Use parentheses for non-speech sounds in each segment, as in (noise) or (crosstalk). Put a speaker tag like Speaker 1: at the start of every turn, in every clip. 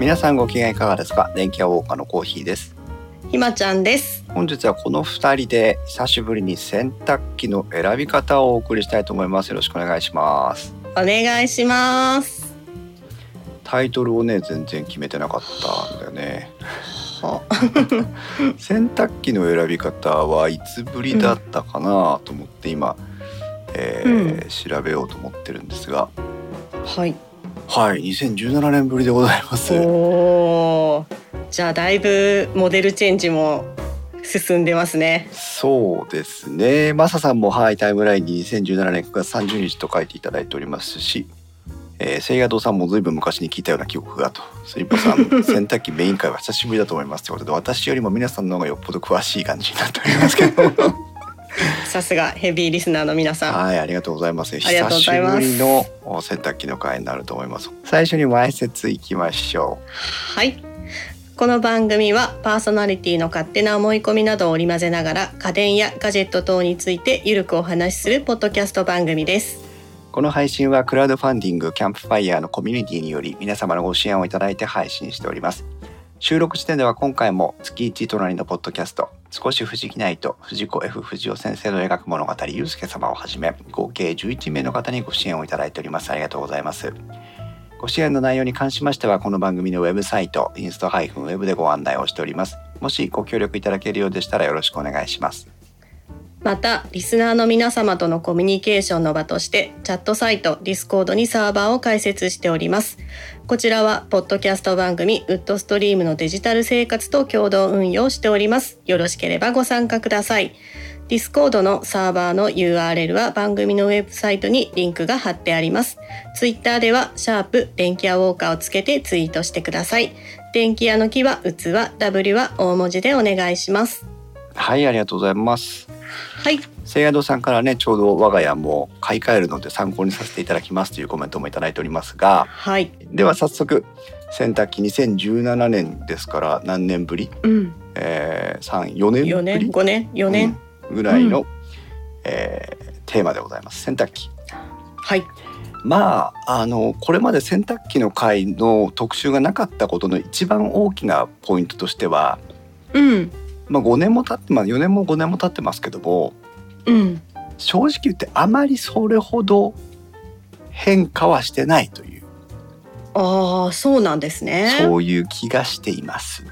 Speaker 1: 皆さんご機嫌いかがですか電気屋ウォーカーのコーヒーです
Speaker 2: ひまちゃんです。
Speaker 1: 本日はこの二人で久しぶりに洗濯機の選び方をお送りしたいと思いますよろしくお願いします
Speaker 2: お願いします。
Speaker 1: タイトルをね全然決めてなかったんだよね
Speaker 2: は
Speaker 1: (laughs) 洗濯機の選び方はいつぶりだったかなと思って今、えー調べようと思ってるんですが
Speaker 2: はい。
Speaker 1: はい2017年ぶりでございます
Speaker 2: おおー。じゃあだいぶモデルチェンジも進んでますね。
Speaker 1: そうですね。マサさんもはいタイムラインに2017年9月30日と書いていただいておりますし、えー、聖夜堂さんもずいぶん昔に聞いたような記憶がと、スリッポさん (laughs) 洗濯機メイン会は久しぶりだと思いますということで、私よりも皆さんの方がよっぽど詳しい感じになっておりますけ
Speaker 2: (laughs)
Speaker 1: ど、
Speaker 2: さすがヘビーリスナーの皆さん。
Speaker 1: はいありがとうございます。
Speaker 2: りが
Speaker 1: 久
Speaker 2: とうご
Speaker 1: し
Speaker 2: ざいま
Speaker 1: ぶ
Speaker 2: す
Speaker 1: りのお洗濯機の会になると思います。最初に前説いきましょう。
Speaker 2: はい。この番組はパーソナリティの勝手な思い込みなどを織り交ぜながら家電やガジェット等についてゆるくお話しするポッドキャスト番組です。
Speaker 1: この配信はクラウドファンディングキャンプファイヤーのコミュニティにより皆様のご支援をいただいて配信しております収録時点では今回も月1隣のポッドキャスト少し不思議ないと藤子 F 不二雄先生の描く物語ゆうすけ様をはじめ合計11名の方にご支援をいただいておりますありがとうございますご支援の内容に関しましてはこの番組のウェブサイトインスト -web でご案内をしておりますもしご協力いただけるようでしたらよろしくお願いします
Speaker 2: またリスナーの皆様とのコミュニケーションの場としてチャットサイト Discord にサーバーを開設しておりますこちらはポッドキャスト番組ウッドストリームのデジタル生活と共同運用しておりますよろしければご参加ください Discord のサーバーの URL は番組のウェブサイトにリンクが貼ってあります Twitter ではシャープ電気屋ウォーカーをつけてツイートしてください電気屋の木は器 W は大文字でお願いします
Speaker 1: はいありがとうございます
Speaker 2: はい
Speaker 1: 聖夜堂さんからねちょうど我が家も買い替えるので参考にさせていただきますというコメントもいただいておりますが
Speaker 2: はい
Speaker 1: では早速洗濯機2017年ですから何年ぶり、
Speaker 2: うん
Speaker 1: えー、34年ぶり
Speaker 2: 4年5年4年、
Speaker 1: うんぐらいの、えーテーマでございます洗濯機
Speaker 2: はい
Speaker 1: まああのこれまで洗濯機の回の特集がなかったことの一番大きなポイントとしては、
Speaker 2: うん
Speaker 1: まあ、5年も経って、まあ、4年も5年も経ってますけども
Speaker 2: うん
Speaker 1: 正直言ってあまりそれほど変化はしてないという、
Speaker 2: ああそうなんですね
Speaker 1: そういう気がしています。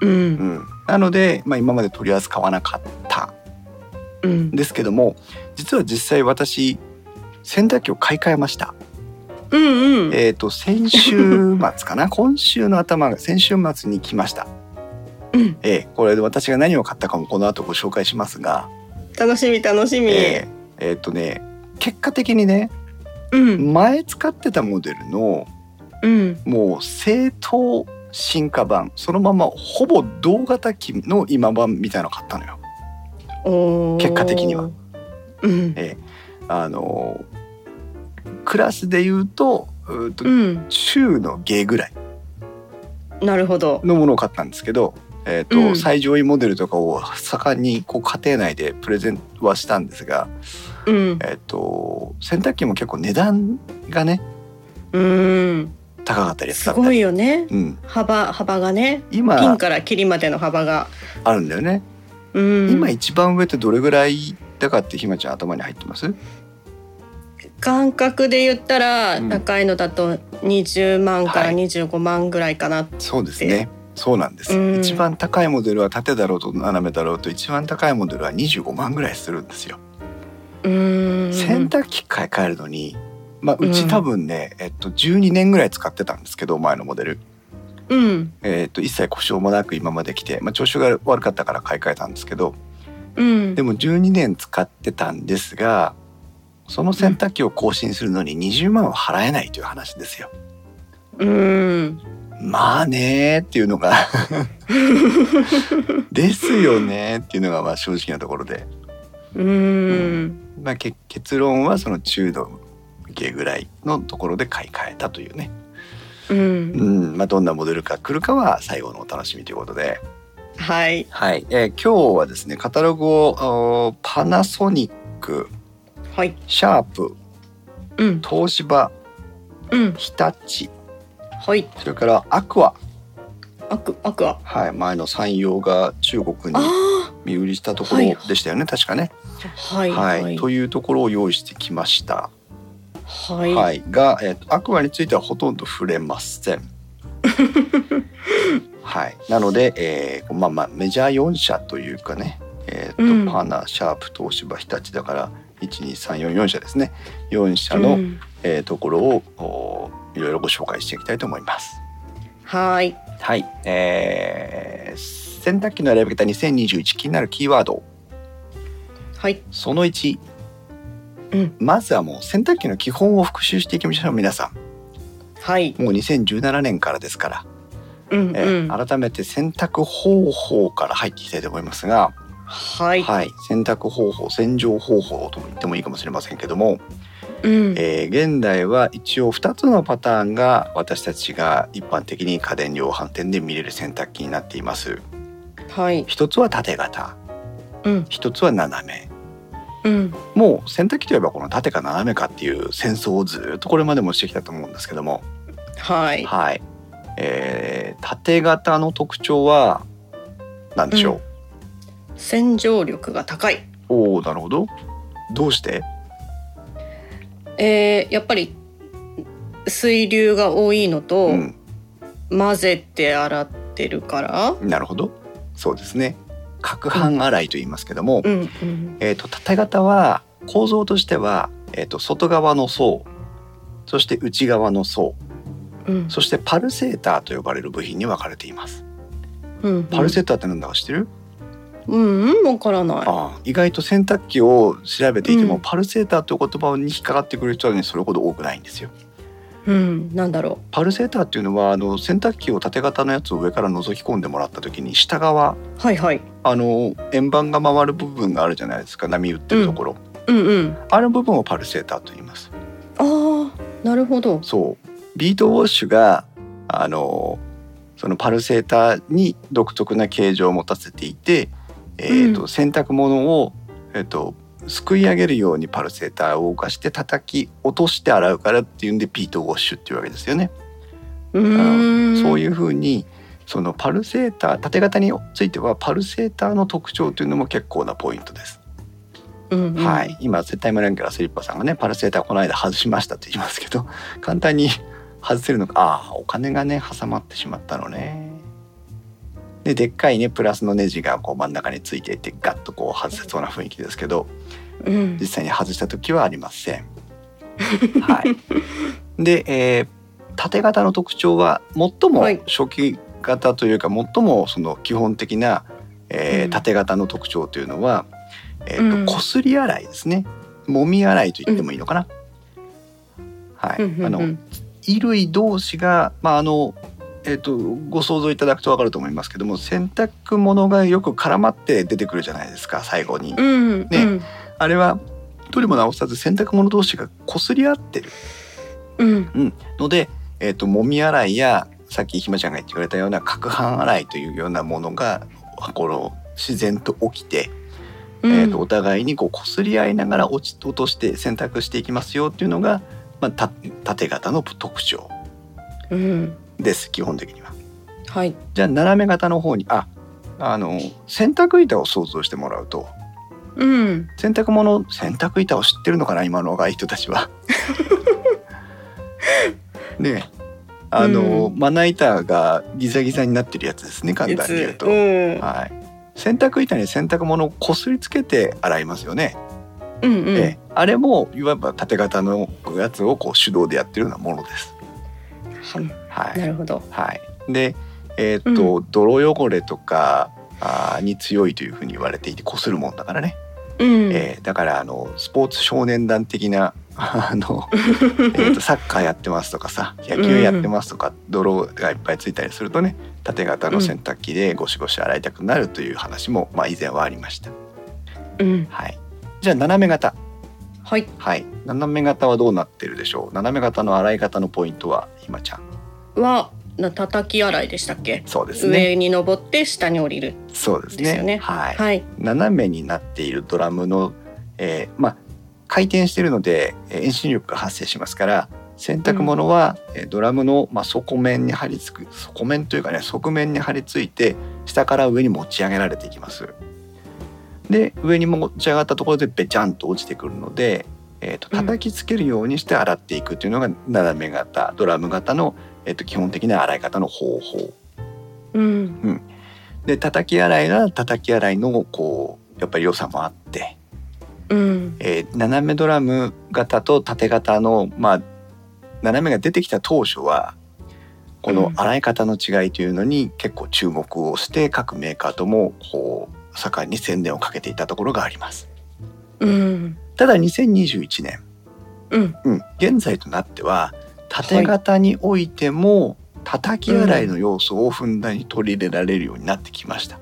Speaker 2: う
Speaker 1: うんん、なので、まあ、今まで取り扱わなかった
Speaker 2: うん
Speaker 1: んですけども実は実際私洗濯機を買い替えました、
Speaker 2: うんうん
Speaker 1: えー、と先週末かな今週の頭が先週末に来ました、
Speaker 2: うん
Speaker 1: えーこれで私が何を買ったかもこの後ご紹介しますが、
Speaker 2: 楽しみ楽しみ、
Speaker 1: えーえーとね結果的にね
Speaker 2: うん
Speaker 1: 前使ってたモデルの
Speaker 2: うん
Speaker 1: もう正当進化版そのままほぼ同型機の今版みたいなの買ったのよ。
Speaker 2: おー
Speaker 1: 結果的には
Speaker 2: うん
Speaker 1: えあのークラスで言うとうーと
Speaker 2: うん
Speaker 1: 中の下ぐらい
Speaker 2: なるほど
Speaker 1: のものを買ったんですけど、えーと
Speaker 2: うん
Speaker 1: 最上位モデルとかを盛んにこう家庭内でプレゼンはしたんですが、
Speaker 2: うん
Speaker 1: えー、と洗濯機も結構値段がね
Speaker 2: うん
Speaker 1: 高かったり安かった
Speaker 2: すごい
Speaker 1: り、
Speaker 2: よね
Speaker 1: うん、
Speaker 2: 幅幅がねピン
Speaker 1: 今
Speaker 2: からキリまでの幅が
Speaker 1: あるんだよね。
Speaker 2: うん
Speaker 1: 今一番上ってどれぐらいだかってひまちゃん頭に入ってます
Speaker 2: 感覚で言ったら、
Speaker 1: うん
Speaker 2: 高いのだと20万から
Speaker 1: はい
Speaker 2: 25万ぐらいかな、
Speaker 1: そうです
Speaker 2: で
Speaker 1: ね。そうなんです、
Speaker 2: うん
Speaker 1: 一番高いモデルは縦だろうと斜めだろうと一番高いモデルは25万ぐらいするんですよ。
Speaker 2: うん
Speaker 1: 洗濯機買い替えるのに、まあ、
Speaker 2: う
Speaker 1: うんち多分ね、えっと、12年ぐらい使ってたんですけど前のモデル、
Speaker 2: うん
Speaker 1: えっと、一切故障もなく今まで来て、まあ、調子が悪かったから買い替えたんですけど
Speaker 2: うん
Speaker 1: でも12年使ってたんですがその洗濯機を更新するのに20万は払えないという話ですよ。
Speaker 2: うん
Speaker 1: まあねーっていうの
Speaker 2: (laughs)
Speaker 1: がですよねーっていうのがまあ正直なところで、
Speaker 2: うーん、
Speaker 1: まあ、け結論はその中度下ぐらいのところで買い替えたというね、
Speaker 2: うん、
Speaker 1: うんまあ、どんなモデルが来るかは最後のお楽しみということで、
Speaker 2: はい、
Speaker 1: はいえー今日はですねカタログをおーパナソニック
Speaker 2: はい、
Speaker 1: シャープ
Speaker 2: うん、
Speaker 1: 東芝
Speaker 2: うん、
Speaker 1: 日立
Speaker 2: はい。
Speaker 1: それからアクア、
Speaker 2: アクアクア。
Speaker 1: はい、前の山陽が中国に
Speaker 2: あ
Speaker 1: 身売りしたとこ
Speaker 2: はい
Speaker 1: ろでしたよね、確かね、
Speaker 2: あ。はい。
Speaker 1: はい
Speaker 2: はい。
Speaker 1: というところを用意してきました、
Speaker 2: は。
Speaker 1: はいいが、えーとアクアについてはほとんど触れま
Speaker 2: (laughs)
Speaker 1: せん。はい、なので、えーまあまあメジャー4社というかね、えーと
Speaker 2: うん
Speaker 1: パナシャープ東芝日立だから12344社ですね4社
Speaker 2: う
Speaker 1: の、
Speaker 2: ん
Speaker 1: えーところをおーいろいろご紹介していきたいと思います。
Speaker 2: はい。
Speaker 1: はい、えー洗濯機の選び方2021気になるキーワード
Speaker 2: はい。
Speaker 1: その1、
Speaker 2: うん
Speaker 1: まずはもう洗濯機の基本を復習していきましょう皆さ
Speaker 2: はい。
Speaker 1: んもう2017年からですから、
Speaker 2: うん
Speaker 1: えー
Speaker 2: うん。
Speaker 1: 改めて洗濯方法から入っていきたいと思いますが、
Speaker 2: はい。
Speaker 1: はい、洗濯方法洗浄方法とも言ってもいいかもしれませんけども、
Speaker 2: うん。
Speaker 1: えー現代は一応2つのパターンが私たちが一般的に家電量販店で見れる洗濯機になっています
Speaker 2: はい。
Speaker 1: 一つは縦型
Speaker 2: うん
Speaker 1: 一つは斜め
Speaker 2: うん。
Speaker 1: もう洗濯機といえばこの縦か斜めかっていう戦争をずっとこれまでもしてきたと思うんですけども、
Speaker 2: はい。
Speaker 1: はいえー、縦型の特徴は何でしょ
Speaker 2: 洗浄力が高い。
Speaker 1: う、おおなるほどどうして
Speaker 2: えー、やっぱり水流が多いのと、
Speaker 1: うん
Speaker 2: 混ぜて洗ってるから。
Speaker 1: なるほどそうですね攪拌洗いと言いますけども、
Speaker 2: うんうん。
Speaker 1: えー、と縦型は構造としては、えー、と外側の層そして内側の層
Speaker 2: うん。
Speaker 1: そしてパルセーターと呼ばれる部品に分かれています
Speaker 2: うん。
Speaker 1: パルセーターってなんだか知ってる
Speaker 2: うんうんわからな
Speaker 1: ああ意外と洗濯機を調べていても、
Speaker 2: うん
Speaker 1: パルセーターという言葉に引っかかってくる人はねそれほど多くないんですよ。
Speaker 2: い。うん。なんだろ
Speaker 1: パルセーターっていうのはあの洗濯機を縦型のやつを上から覗き込んでもらった時に下側
Speaker 2: う。はいはい。
Speaker 1: あの円盤が回る部分があるじゃないですか波打ってるところ、
Speaker 2: うんうん。
Speaker 1: あの部分をパルセーターと言います。
Speaker 2: ああ、なるほど。
Speaker 1: そうビートウォッシュがあのそのパルセーターに独特な形状を持たせていて、えーと
Speaker 2: う
Speaker 1: 洗濯物を、えー、とすくい上げるようにパルセーターを動かして叩き落として洗うからっていうんでビートウォッシュっていうわけですよね。
Speaker 2: うーん。。
Speaker 1: そういううふうにそのパルセーター縦型についてはパルセーターの特徴というのも結構なポイントです。
Speaker 2: うんうん、
Speaker 1: はい。、今絶対無理からスリッパさんがねパルセーターこの間外しましたって言いますけど (laughs) 簡単に外せるのかああお金がね挟まってしまったのね。ででっかいねプラスのネジがこう真ん中についていてガッとこう外せそうな雰囲気ですけど
Speaker 2: うん
Speaker 1: 実。際に外した時はありません。はい、 (laughs) で、えー縦型の特徴は最も
Speaker 2: はい
Speaker 1: 初期型というか最もその基本的な、えー
Speaker 2: うん
Speaker 1: 縦型の特徴というのは、えーと
Speaker 2: うん
Speaker 1: こすり洗いですねもみ洗いと言ってもいいのかな。はい、
Speaker 2: うんうんうん
Speaker 1: あの衣類同士が、まああのえっとご想像いただくと分かると思いますけども洗濯物がよく絡まって出てくるじゃないですか最後に。
Speaker 2: うん。ね
Speaker 1: あれはどれも直さず洗濯物同士が擦り合ってる
Speaker 2: うん。
Speaker 1: ので、えー、ともみ洗いやさっきひまちゃんが言ってくれたような攪拌洗いというようなものがこの自然と起きて、
Speaker 2: うん。
Speaker 1: えー、とお互いにこう擦り合いながら落ち落として洗濯していきますよっていうのが、まあ、た縦型の特徴
Speaker 2: うん。
Speaker 1: です基本的には。
Speaker 2: はい。
Speaker 1: じゃあ斜め型の方にああの洗濯板を想像してもらうと
Speaker 2: うん。
Speaker 1: 洗濯物洗濯板を知ってるのかな今の若い人たち
Speaker 2: (laughs)
Speaker 1: は。ねえあの、
Speaker 2: うん
Speaker 1: まな板がギザギザになってるやつですね簡単に言うと。
Speaker 2: うん。
Speaker 1: はい、洗濯板に洗濯物をこすりつけて洗いますよね。
Speaker 2: うんうん。
Speaker 1: ええあれもいわば縦型のやつをこう手動でやってるようなものです。
Speaker 2: は
Speaker 1: はい
Speaker 2: い。なるほど。
Speaker 1: はい、で、えーっと泥汚れとかあーに強いというふうに言われていてこするもんだからね。
Speaker 2: うん。
Speaker 1: えーだからあのスポーツ少年団的な (laughs) あの、えーとサッカーやってますとかさ野球やってますとか、泥がいっぱいついたりするとね縦型の洗濯機でゴシゴシ洗いたくなるという話も、まあ、以前はありました。
Speaker 2: うん。
Speaker 1: はい、じゃあ斜め型、
Speaker 2: はい。
Speaker 1: はい、斜め型はどうなってるでしょう斜め型の洗い方のポイントはひまちゃん
Speaker 2: は、な、叩き洗いでしたっけ。
Speaker 1: そうですね
Speaker 2: 上に登って下に降りる。
Speaker 1: そうです
Speaker 2: で
Speaker 1: ね
Speaker 2: すよね
Speaker 1: はい、
Speaker 2: はい。
Speaker 1: 斜めになっているドラムの、えーまあ、回転してるのでえー遠心力が発生しますから洗濯物は、えードラムの、まあ、底面に張り付く底面というかね側面に張り付いて下から上に持ち上げられていきます。で上に持ち上がったところでべちゃんと落ちてくるので、えー、と
Speaker 2: うん
Speaker 1: 叩きつけるようにして洗っていくというのが斜め型ドラム型の、えー、と基本的な洗い方の方法。
Speaker 2: うん
Speaker 1: で叩き洗いなら叩き洗いのこうやっぱり良さもあって。
Speaker 2: うん
Speaker 1: えー斜めドラム型と縦型の、まあ、斜めが出てきた当初はこの
Speaker 2: うん
Speaker 1: 洗い方の違いというのに結構注目をして各メーカーともこう盛んに宣伝をかけていたところがあります。
Speaker 2: うん
Speaker 1: ただ2021年、
Speaker 2: うん
Speaker 1: うん、現在となっては縦型においても叩き洗いの要素をふんだんに取り入れられるようになってきました。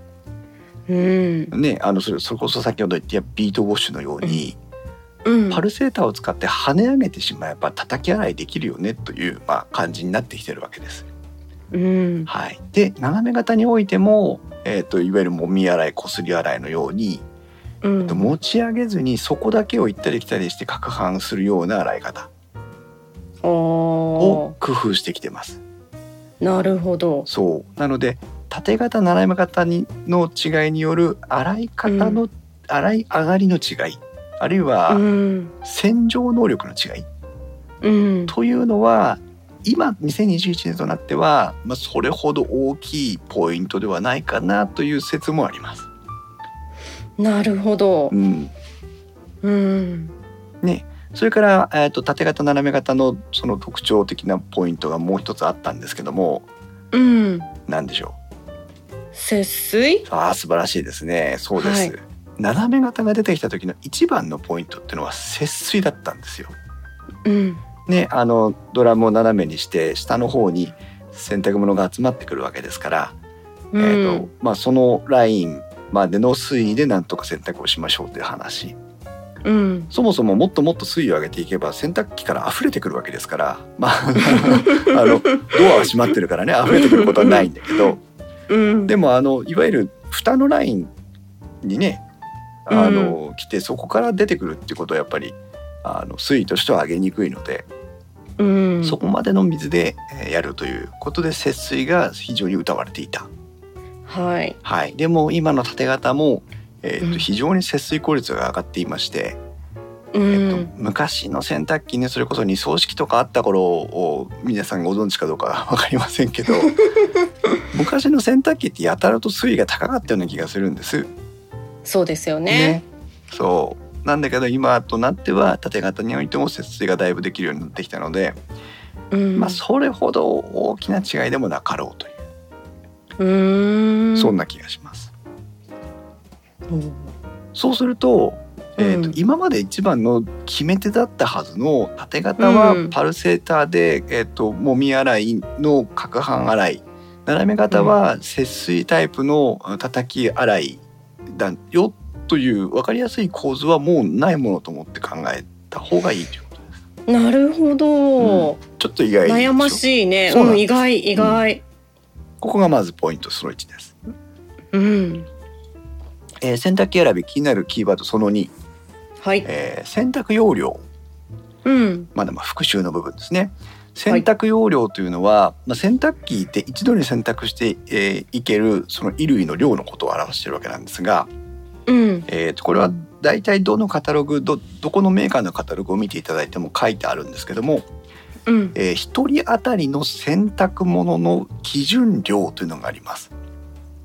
Speaker 2: うん
Speaker 1: ね、あのそれそれこそ先ほど言ったビートウォッシュのように、
Speaker 2: うん
Speaker 1: パルセーターを使って跳ね上げてしまえば叩き洗いできるよねという、まあ、感じになってきてるわけです。
Speaker 2: うん
Speaker 1: はい、で斜め型においても、えー、といわゆるもみ洗いこすり洗いのように、
Speaker 2: うん
Speaker 1: 持ち上げずにそこだけを行ったり来たりして攪拌するような洗い方
Speaker 2: お
Speaker 1: を工夫してきてます。
Speaker 2: ーなるほど
Speaker 1: そうなので縦型斜め型にの違いによる洗い方の、洗い上がりの違いあるいは
Speaker 2: うん
Speaker 1: 洗浄能力の違い
Speaker 2: うん
Speaker 1: というのは今2021年となっては、まあ、それほど大きいポイントではないかなという説もあります。
Speaker 2: なるほど
Speaker 1: うん、
Speaker 2: うん
Speaker 1: それから、えー、と縦型斜め型のその特徴的なポイントがもう一つあったんですけども
Speaker 2: うん
Speaker 1: 何でしょ
Speaker 2: 節水
Speaker 1: うああ素晴らしいですねそうです、
Speaker 2: はい
Speaker 1: 斜め型が出てきた時の一番のポイントっていうのは節水だったんですよ。
Speaker 2: うん
Speaker 1: ね、あのドラムを斜めにして下の方に洗濯物が集まってくるわけですから
Speaker 2: う
Speaker 1: えーと
Speaker 2: ん
Speaker 1: まあ、そのラインまでの水位でなんとか洗濯をしましょうという話
Speaker 2: うん
Speaker 1: そもそももっともっと水位を上げていけば洗濯機から溢れてくるわけですから、まあ、 (laughs) あのドアは閉まってるからね溢れてくることはないんだけど
Speaker 2: うん
Speaker 1: でもあのいわゆる蓋のラインにねあの、来てそこから出てくるってことはやっぱりあの水位としては上げにくいので、
Speaker 2: うん
Speaker 1: そこまでの水でえーやるということで節水が非常に謳われていた。
Speaker 2: はい
Speaker 1: はい、でも今の縦型も、えー
Speaker 2: う
Speaker 1: と
Speaker 2: ん
Speaker 1: 非常に節水効率が上がっていまして、え
Speaker 2: う
Speaker 1: ー
Speaker 2: ん
Speaker 1: と昔の洗濯機ねそれこそ二層式とかあった頃を皆さんご存知かどうか (laughs) わかりませんけ
Speaker 2: (laughs)
Speaker 1: ど昔の洗濯機ってやたらと水位が高かったような気がするんです。
Speaker 2: そうですよね
Speaker 1: そうなんだけど今となっては縦型においても節水がだいぶできるようになってきたので、
Speaker 2: うん
Speaker 1: まあそれほど大きな違いでもなかろうという、
Speaker 2: うーん
Speaker 1: そんな気がします。
Speaker 2: うん
Speaker 1: そうすると,、えーと
Speaker 2: うん
Speaker 1: 今まで一番の決め手だったはずの縦型は
Speaker 2: うん
Speaker 1: パルセーターで、えー、ともみ洗いの攪拌洗い斜め型は節水タイプのあの叩き洗いだよという分かりやすい構図はもうないものと思って考えた方がいいということ
Speaker 2: なるほど、
Speaker 1: ちょっと意外でしょ
Speaker 2: 悩ましいね
Speaker 1: そう
Speaker 2: う
Speaker 1: なん
Speaker 2: ん
Speaker 1: です
Speaker 2: 意外意外
Speaker 1: ここがまずポイントその1です、
Speaker 2: うん
Speaker 1: えー洗濯機選び気になるキーワードその2、
Speaker 2: はい
Speaker 1: えー洗濯容量
Speaker 2: うん
Speaker 1: まだまあ復習の部分ですね。洗濯容量というのは、まあ、洗濯機で一度に洗濯して、えーいけるその衣類の量のことを表しているわけなんですが、
Speaker 2: うん
Speaker 1: えーとこれは大体どのカタログどどこのメーカーのカタログを見ていただいても書いてあるんですけども、
Speaker 2: うん
Speaker 1: えー一人当たりの洗濯物の基準量というのがあります。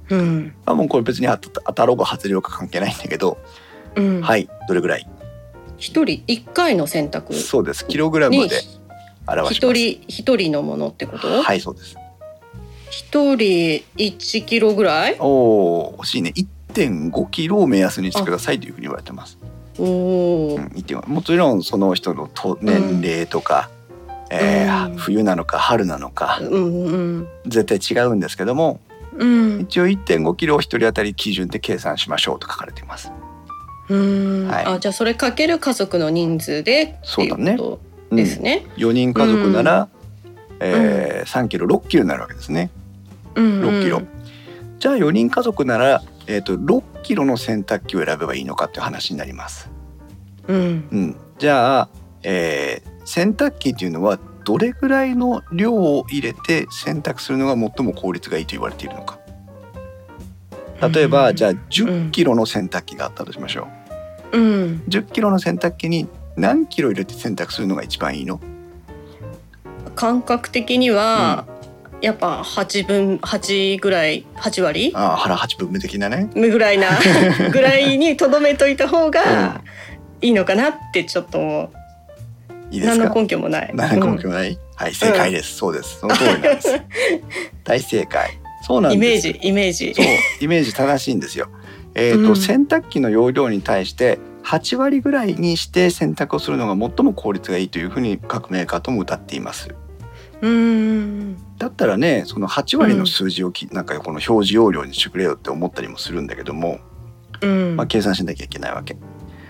Speaker 2: うん
Speaker 1: まあ、もうこれ別に当た当たろうが外れようか関係ないんだけど、
Speaker 2: うん
Speaker 1: はいどれぐらい
Speaker 2: 一人一回の選択
Speaker 1: そうですキログラム
Speaker 2: に
Speaker 1: で表し
Speaker 2: 一
Speaker 1: ます。
Speaker 2: 人一人のものってこと
Speaker 1: はいそうです。
Speaker 2: 一人1キロぐらい
Speaker 1: おお惜しいね1.5キロを目安にしてくださいというふうに言われてます。
Speaker 2: お
Speaker 1: うん、
Speaker 2: ー
Speaker 1: 1.5もちろんその人のと年齢とか、えー
Speaker 2: うん
Speaker 1: 冬なのか春なのか
Speaker 2: うんうん
Speaker 1: 絶対違うんですけども
Speaker 2: うん
Speaker 1: 一応1.5キロを1人当たり基準で計算しましょうと書かれています。
Speaker 2: うん、
Speaker 1: はい
Speaker 2: あじゃあそれかける家族の人数でっていうこ
Speaker 1: う
Speaker 2: と
Speaker 1: ん、
Speaker 2: ですね。
Speaker 1: 4人家族なら、えー3キロ6キロになるわけですね。
Speaker 2: うんうん
Speaker 1: 6キロ、じゃあ4人家族なら、えー、と6キロの洗濯機を選べばいいのかという話になります。
Speaker 2: うん
Speaker 1: うん、じゃあ、えー洗濯機というのはどれぐらいの量を入れて選択するのが最も効率がいいと言われているのか例えばじゃあ1 0キロの洗濯機があったとしましょ
Speaker 2: うん
Speaker 1: う1 0キロの洗濯機に何キロ入れて洗濯するのが一番いいの
Speaker 2: 感覚的には、やっぱ8分8ぐらい8割
Speaker 1: ああ腹八分目的なね
Speaker 2: ぐら
Speaker 1: (laughs)
Speaker 2: いなぐらいにとどめといた方
Speaker 1: う
Speaker 2: が
Speaker 1: ん
Speaker 2: いいのかなってちょっと
Speaker 1: いいです
Speaker 2: 何
Speaker 1: か
Speaker 2: の根拠もない。
Speaker 1: 何の根拠もない、はい正解です、そうですその通りなんです
Speaker 2: (laughs)
Speaker 1: 大正解そう
Speaker 2: う
Speaker 1: なんん
Speaker 2: イメ
Speaker 1: で
Speaker 2: ー
Speaker 1: す
Speaker 2: ジイメージ
Speaker 1: そうイメージ正しいんですよえーと
Speaker 2: うん
Speaker 1: 洗濯機の容量に対して8割ぐらいにして洗濯をするのが最も効率がいいというふうに各メーカーとも歌っています
Speaker 2: うーん
Speaker 1: だったらねその8割の数字をき、なんかこの表示容量にしてくれよって思ったりもするんだけども、
Speaker 2: うん
Speaker 1: まあ、計算しなきゃいけないわけ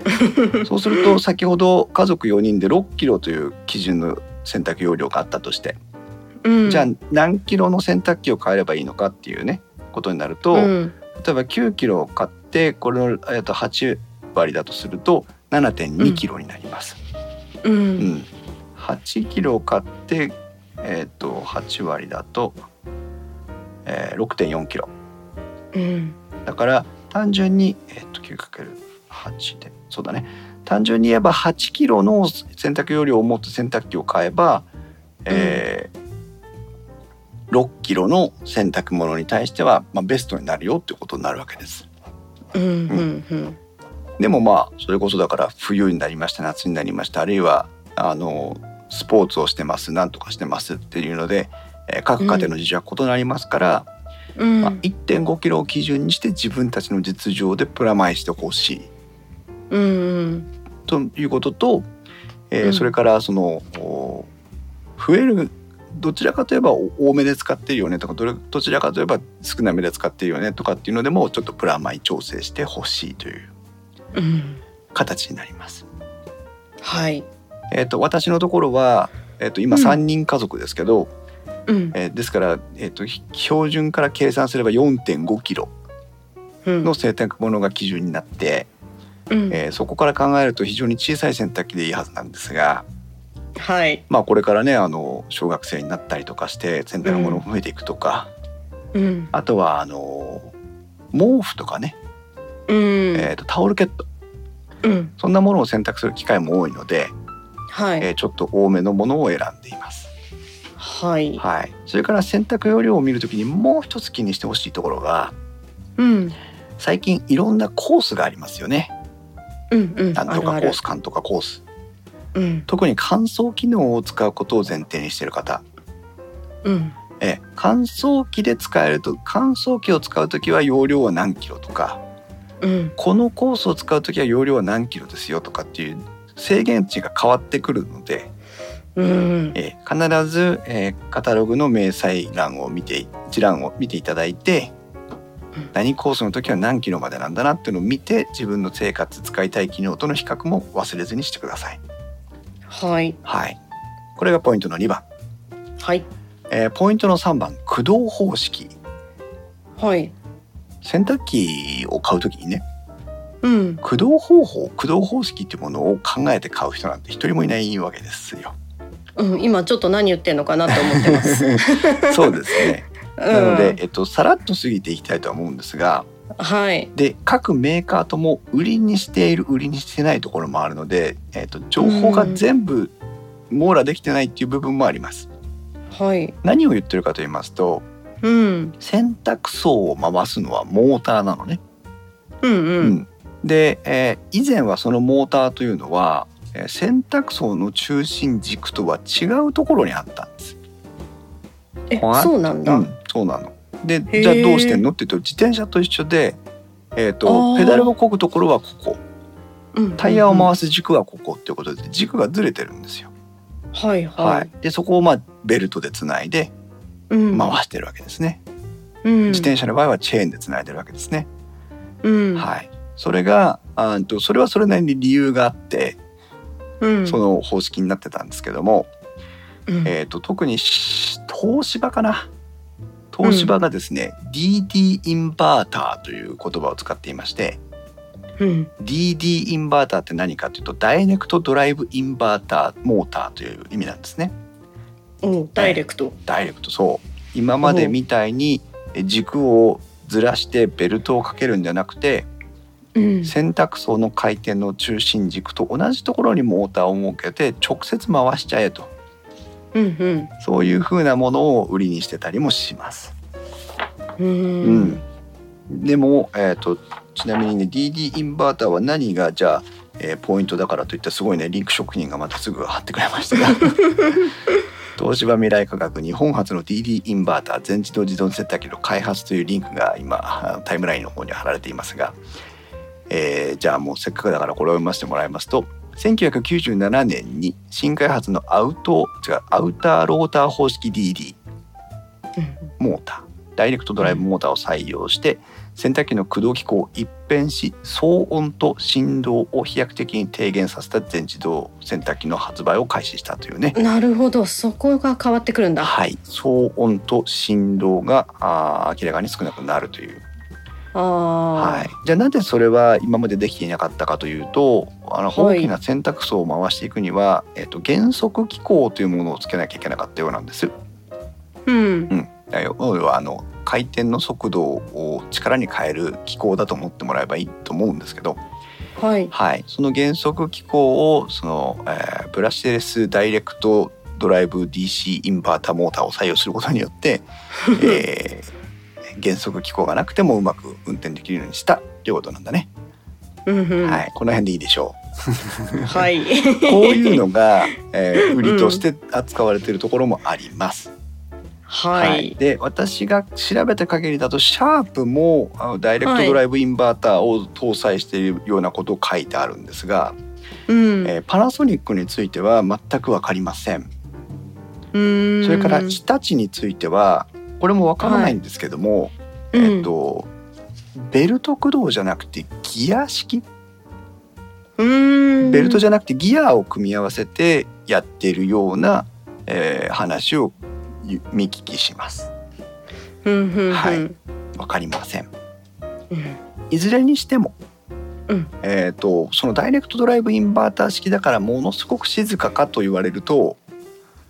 Speaker 1: (laughs) そうすると先ほど家族4人で6キロという基準の洗濯容量があったとして、
Speaker 2: うん
Speaker 1: じゃあ何キロの洗濯機を変えればいいのかっていうねことになると、
Speaker 2: うん
Speaker 1: 例えば9キロを買ってこれのえっと8割だとすると7.2キロになります。
Speaker 2: う
Speaker 1: うんん、8キロ買って、えー、と8割だと、えー、6.4キロ
Speaker 2: うん
Speaker 1: だから単純に、えー、と 9×8 でそうだね単純に言えば8キロの洗濯容量を持つ洗濯機を買えば、えー6キロの洗濯物に対しては、まあ、ベストになるよっていうことになるわけです。
Speaker 2: うんうんうん
Speaker 1: でもまあそれこそだから冬になりました夏になりましたあるいはあのスポーツをしてますなんとかしてますっていうので、えー各家庭の事情は異なりますから、
Speaker 2: うん
Speaker 1: まあ、1 5キロを基準にして自分たちの実情でプラマイしてほしい
Speaker 2: うん
Speaker 1: ということと、えー
Speaker 2: うん
Speaker 1: それからそのお増えるどちらかといえばお多めで使ってるよねとかどれどちらかといえば少なめで使ってるよねとかっていうのでもちょっとプラマイ調整してほしいという
Speaker 2: うん
Speaker 1: 形になります。
Speaker 2: はい
Speaker 1: えっと私のところは、えっと今
Speaker 2: うん
Speaker 1: 3人家族ですけど、
Speaker 2: うん
Speaker 1: えーですから、えっとひ標準から計算すれば4 5キロ
Speaker 2: うん
Speaker 1: の洗濯物が基準になって、
Speaker 2: うん
Speaker 1: えーそこから考えると非常に小さい洗濯機でいいはずなんですが、
Speaker 2: はい
Speaker 1: まあ、これからねあの小学生になったりとかして洗濯物も増えていくとか、
Speaker 2: うん
Speaker 1: あとはあの毛布とかね、
Speaker 2: うん
Speaker 1: えっとタオルケット
Speaker 2: うん
Speaker 1: そんなものを洗濯する機会も多いので、
Speaker 2: はい
Speaker 1: えーちょっと多めのものを選んでいます。
Speaker 2: はい
Speaker 1: はい、それから洗濯容量を見るときにもう一つ気にしてほしいところが
Speaker 2: うん
Speaker 1: 最近いろんなコースがありますよね。
Speaker 2: うんうん
Speaker 1: なんとか
Speaker 2: あ
Speaker 1: コ
Speaker 2: るあ
Speaker 1: ー
Speaker 2: る
Speaker 1: ス缶とかコース
Speaker 2: うん
Speaker 1: 特に乾燥機能を使うことを前提にしている方
Speaker 2: うん
Speaker 1: え乾燥機で使えると乾燥機を使うときは容量は何キロとか
Speaker 2: うん
Speaker 1: このコースを使うときは容量は何キロですよとかっていう制限値が変わってくるので、
Speaker 2: うん
Speaker 1: え必ず、えーカタログの明細欄を見て一覧を見ていただいて
Speaker 2: うん
Speaker 1: 何コースの時は何キロまでなんだなっていうのを見て自分の生活使いたい機能との比較も忘れずにしてください。
Speaker 2: はい
Speaker 1: はい、これがポイントの2番、
Speaker 2: はい
Speaker 1: えーポイントの3番駆動方式
Speaker 2: はい
Speaker 1: 洗濯機を買う時にね
Speaker 2: うん
Speaker 1: 駆動方法駆動方式っていうものを考えて買う人なんて一人もいないわけです
Speaker 2: (laughs)
Speaker 1: よ。
Speaker 2: うん今ちょっと何言ってんのかなと思ってます。
Speaker 1: そうですね、
Speaker 2: うん
Speaker 1: なので、えっと、さらっと過ぎていきたいとは思うんですが
Speaker 2: はい
Speaker 1: で各メーカーとも売りにしている売りにしてないところもあるので、えー、と情報が全部網羅できてないっていう部分もあります。
Speaker 2: はい
Speaker 1: 何を言ってるかと言いますと
Speaker 2: うん
Speaker 1: 洗濯槽を回すのはモーターなのね。
Speaker 2: うんう
Speaker 1: うんんで、えー以前はそのモーターというのは、えー洗濯槽の中心軸とは違うところにあったんです。
Speaker 2: え
Speaker 1: こうやって
Speaker 2: そうなんだ。
Speaker 1: うん、そうなので
Speaker 2: へー
Speaker 1: じゃあどうしてんのって言うと自転車と一緒で、えー、
Speaker 2: あ
Speaker 1: と
Speaker 2: ー
Speaker 1: ペダルをこぐところはここ
Speaker 2: うん
Speaker 1: タイヤを回す軸はここっていうことで軸がずれてるんですよ。
Speaker 2: す。はい
Speaker 1: は
Speaker 2: はい
Speaker 1: い、でそこをまあベルトでつないで
Speaker 2: うん
Speaker 1: 回してるわけですね。
Speaker 2: うん
Speaker 1: 自転車の場合はチェーンでつないでるわけですね。
Speaker 2: うん
Speaker 1: はい、それがあーんとそれはそれなりに理由があって
Speaker 2: うん
Speaker 1: その方式になってたんですけども、
Speaker 2: うん
Speaker 1: えー、と特にし東芝かな東芝がですね、DD インバーターという言葉を使っていまして
Speaker 2: うん
Speaker 1: DD インバーターって何かというとダイレクトドライブインバーターモーターという意味なんですね。
Speaker 2: うん、ダイレクト。
Speaker 1: ダイレクトそう今までみたいにえ軸をずらしてベルトをかけるんじゃなくて
Speaker 2: うん
Speaker 1: 洗濯槽の回転の中心軸と同じところにモーターを設けて直接回しちゃえと
Speaker 2: うん
Speaker 1: そういう風なものを売りにしてたりもします。
Speaker 2: うん。う
Speaker 1: うんん、でも、えー、とちなみにね DD インバーターは何がじゃあ、えーポイントだからといったすごいねリンク職人がまたすぐ貼ってくれましたが東芝未来科学日本初の DD インバーター全自動自動接待機の開発というリンクが今あタイムラインの方に貼られていますが、えーじゃあもうせっかくだからこれを読ませてもらいますと1997年に新開発のアウト違うアウターローター方式 DD モーターダイレクトドライブモーターを採用して洗濯機の駆動機構を一変し騒音と振動を飛躍的に低減させた全自動洗濯機の発売を開始したというね。
Speaker 2: うん。なるほど、そこが変わってくるんだ。
Speaker 1: はい、騒音と振動があー明らかに少なくなるという、
Speaker 2: ああ。
Speaker 1: はい、じゃあなぜそれは今までできていなかったかというとあの
Speaker 2: は
Speaker 1: 大
Speaker 2: い
Speaker 1: きな洗濯槽を回していくには、えっと減速機構というものをつけなきゃいけなかったようなんです。
Speaker 2: うん
Speaker 1: う。ん、だよ要はあの回転の速度を力に変える機構だと思ってもらえばいいと思うんですけど、
Speaker 2: はい。
Speaker 1: はい、その減速機構をその、えーブラシレスダイレクトドライブ DC インバータモーターを採用することによ
Speaker 2: (laughs)
Speaker 1: って、えー減速機構がなくてもうまく運転できるようにしたということなんだね。
Speaker 2: うんうん。
Speaker 1: はい、この辺でいいでしょ
Speaker 2: (laughs)
Speaker 1: う。
Speaker 2: はい。
Speaker 1: こういうのが、えー売りとして扱われているところもあります。
Speaker 2: は
Speaker 1: はいい、。で私が調べた限りだとシャープもあのダイレクトドライブインバーターを搭載しているようなことを書いてあるんですが、
Speaker 2: うん。
Speaker 1: えーパナソニックについては全く分かりません
Speaker 2: うん
Speaker 1: それから日立についてはこれも分からないんですけども、
Speaker 2: うん
Speaker 1: えっ、とベルト駆動じゃなくてギア式
Speaker 2: うん。
Speaker 1: ベルト
Speaker 2: じ
Speaker 1: じゃなくてギアを組み合わせてやってるような、えー話を見聞きします
Speaker 2: ゃ。うんうんうん。
Speaker 1: はい
Speaker 2: うん。
Speaker 1: 分かりませんいずれにしても、
Speaker 2: うん
Speaker 1: えー、とそのダイレクトドライブインバーター式だからものすごく静かかと言われると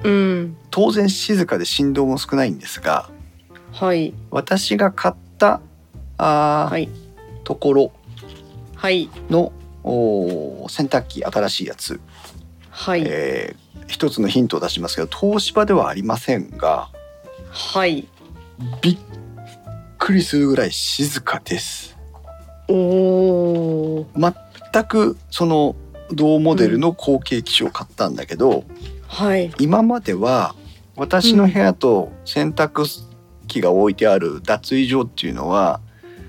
Speaker 2: うん。
Speaker 1: 当然静かで振動も少ないんですが
Speaker 2: はい。
Speaker 1: 私が買ったあー、
Speaker 2: はい。
Speaker 1: ところ
Speaker 2: はい。
Speaker 1: のおー洗濯機新しいやつ、
Speaker 2: はい。
Speaker 1: えー一つのヒントを出しますけど東芝ではありませんが
Speaker 2: はい。
Speaker 1: びっくりするぐらい静かです。
Speaker 2: おお。
Speaker 1: 全くその同モデルの後継機種を買ったんだけど、
Speaker 2: はい。
Speaker 1: 今までは私の部屋と洗濯機が置いてある脱衣所っていうのは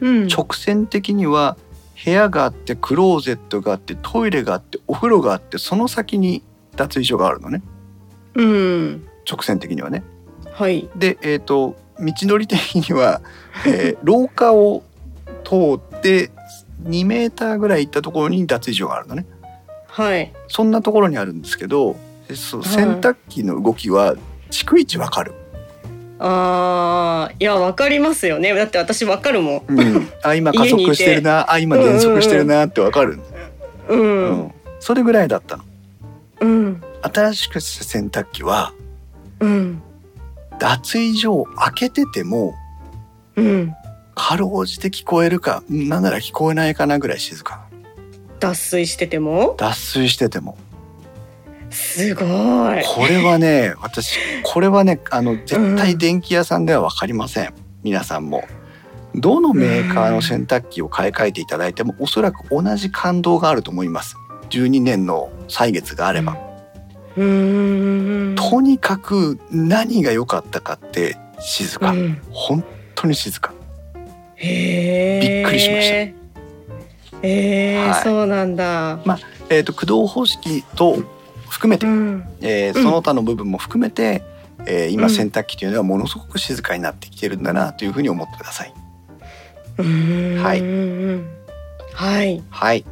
Speaker 2: うん。
Speaker 1: 直線的には部屋があってクローゼットがあってトイレがあってお風呂があってその先に脱衣所があるのね
Speaker 2: うん。
Speaker 1: 直線的にはね。
Speaker 2: はい。
Speaker 1: で、えー、と道のり的に
Speaker 2: (laughs)
Speaker 1: は、えー廊下を通って2メーターぐらい行ったところに脱衣所があるのね。
Speaker 2: はい。
Speaker 1: そんなところにあるんですけどえそう
Speaker 2: はい
Speaker 1: 洗濯機の動きは逐一わかる。
Speaker 2: ああ、いや、わかりますよね。だって私わかるもん。
Speaker 1: うん、あ今加速してるなあ今減速してるなってわかる、
Speaker 2: う
Speaker 1: うん
Speaker 2: ん。
Speaker 1: それぐらいだったの
Speaker 2: うん。
Speaker 1: 新しくした洗濯機は
Speaker 2: うん。
Speaker 1: 脱衣所を開けてても
Speaker 2: うん。
Speaker 1: かろうじて聞こえるかうんなんなら聞こえないかなぐらい静か
Speaker 2: 脱水してても。
Speaker 1: 脱水してても
Speaker 2: すご
Speaker 1: こ
Speaker 2: い。
Speaker 1: れはね私これはねあの絶対電気屋さんでは分かりません皆さんもどのメーカーの洗濯機を買い替えていただいてもおそらく同じ感動があると思います12年の歳月があれば
Speaker 2: うーん。
Speaker 1: とにかく何が良かったかって静か、
Speaker 2: うん
Speaker 1: 本当に静かび
Speaker 2: へえ。
Speaker 1: っくりしました
Speaker 2: へえ、
Speaker 1: はい
Speaker 2: そうなんだ。
Speaker 1: えっ、と駆動方式と含めて
Speaker 2: う、ん。
Speaker 1: えー
Speaker 2: うん
Speaker 1: その他の部分も含めて、えー
Speaker 2: う
Speaker 1: 今
Speaker 2: ん
Speaker 1: 洗濯機というのはものすごく静かになってきてるんだなというふうに思ってください。は
Speaker 2: はいはい。
Speaker 1: はい。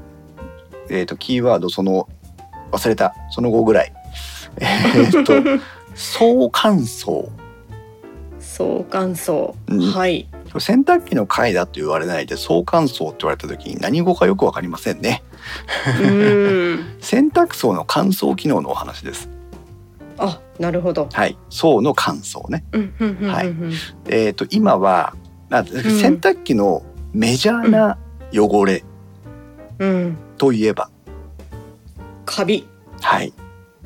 Speaker 1: えっ、とキーワードその忘れたその後ぐらい。 (laughs) えっ、と相関層
Speaker 2: 相関層。
Speaker 1: うん
Speaker 2: はい。
Speaker 1: 洗濯機の回だと言われないで相関層って言われた時に何語かよくわかりませんね。
Speaker 2: う
Speaker 1: (laughs)
Speaker 2: ん。
Speaker 1: 洗濯槽の乾燥機能のお話です。
Speaker 2: あ、なるほど。
Speaker 1: はい、層の乾燥ね。
Speaker 2: うんうんうんうんうん
Speaker 1: はいえっ、と今はあ洗濯機のメジャーな汚れ
Speaker 2: うん。
Speaker 1: といえば、
Speaker 2: カビ。
Speaker 1: はい、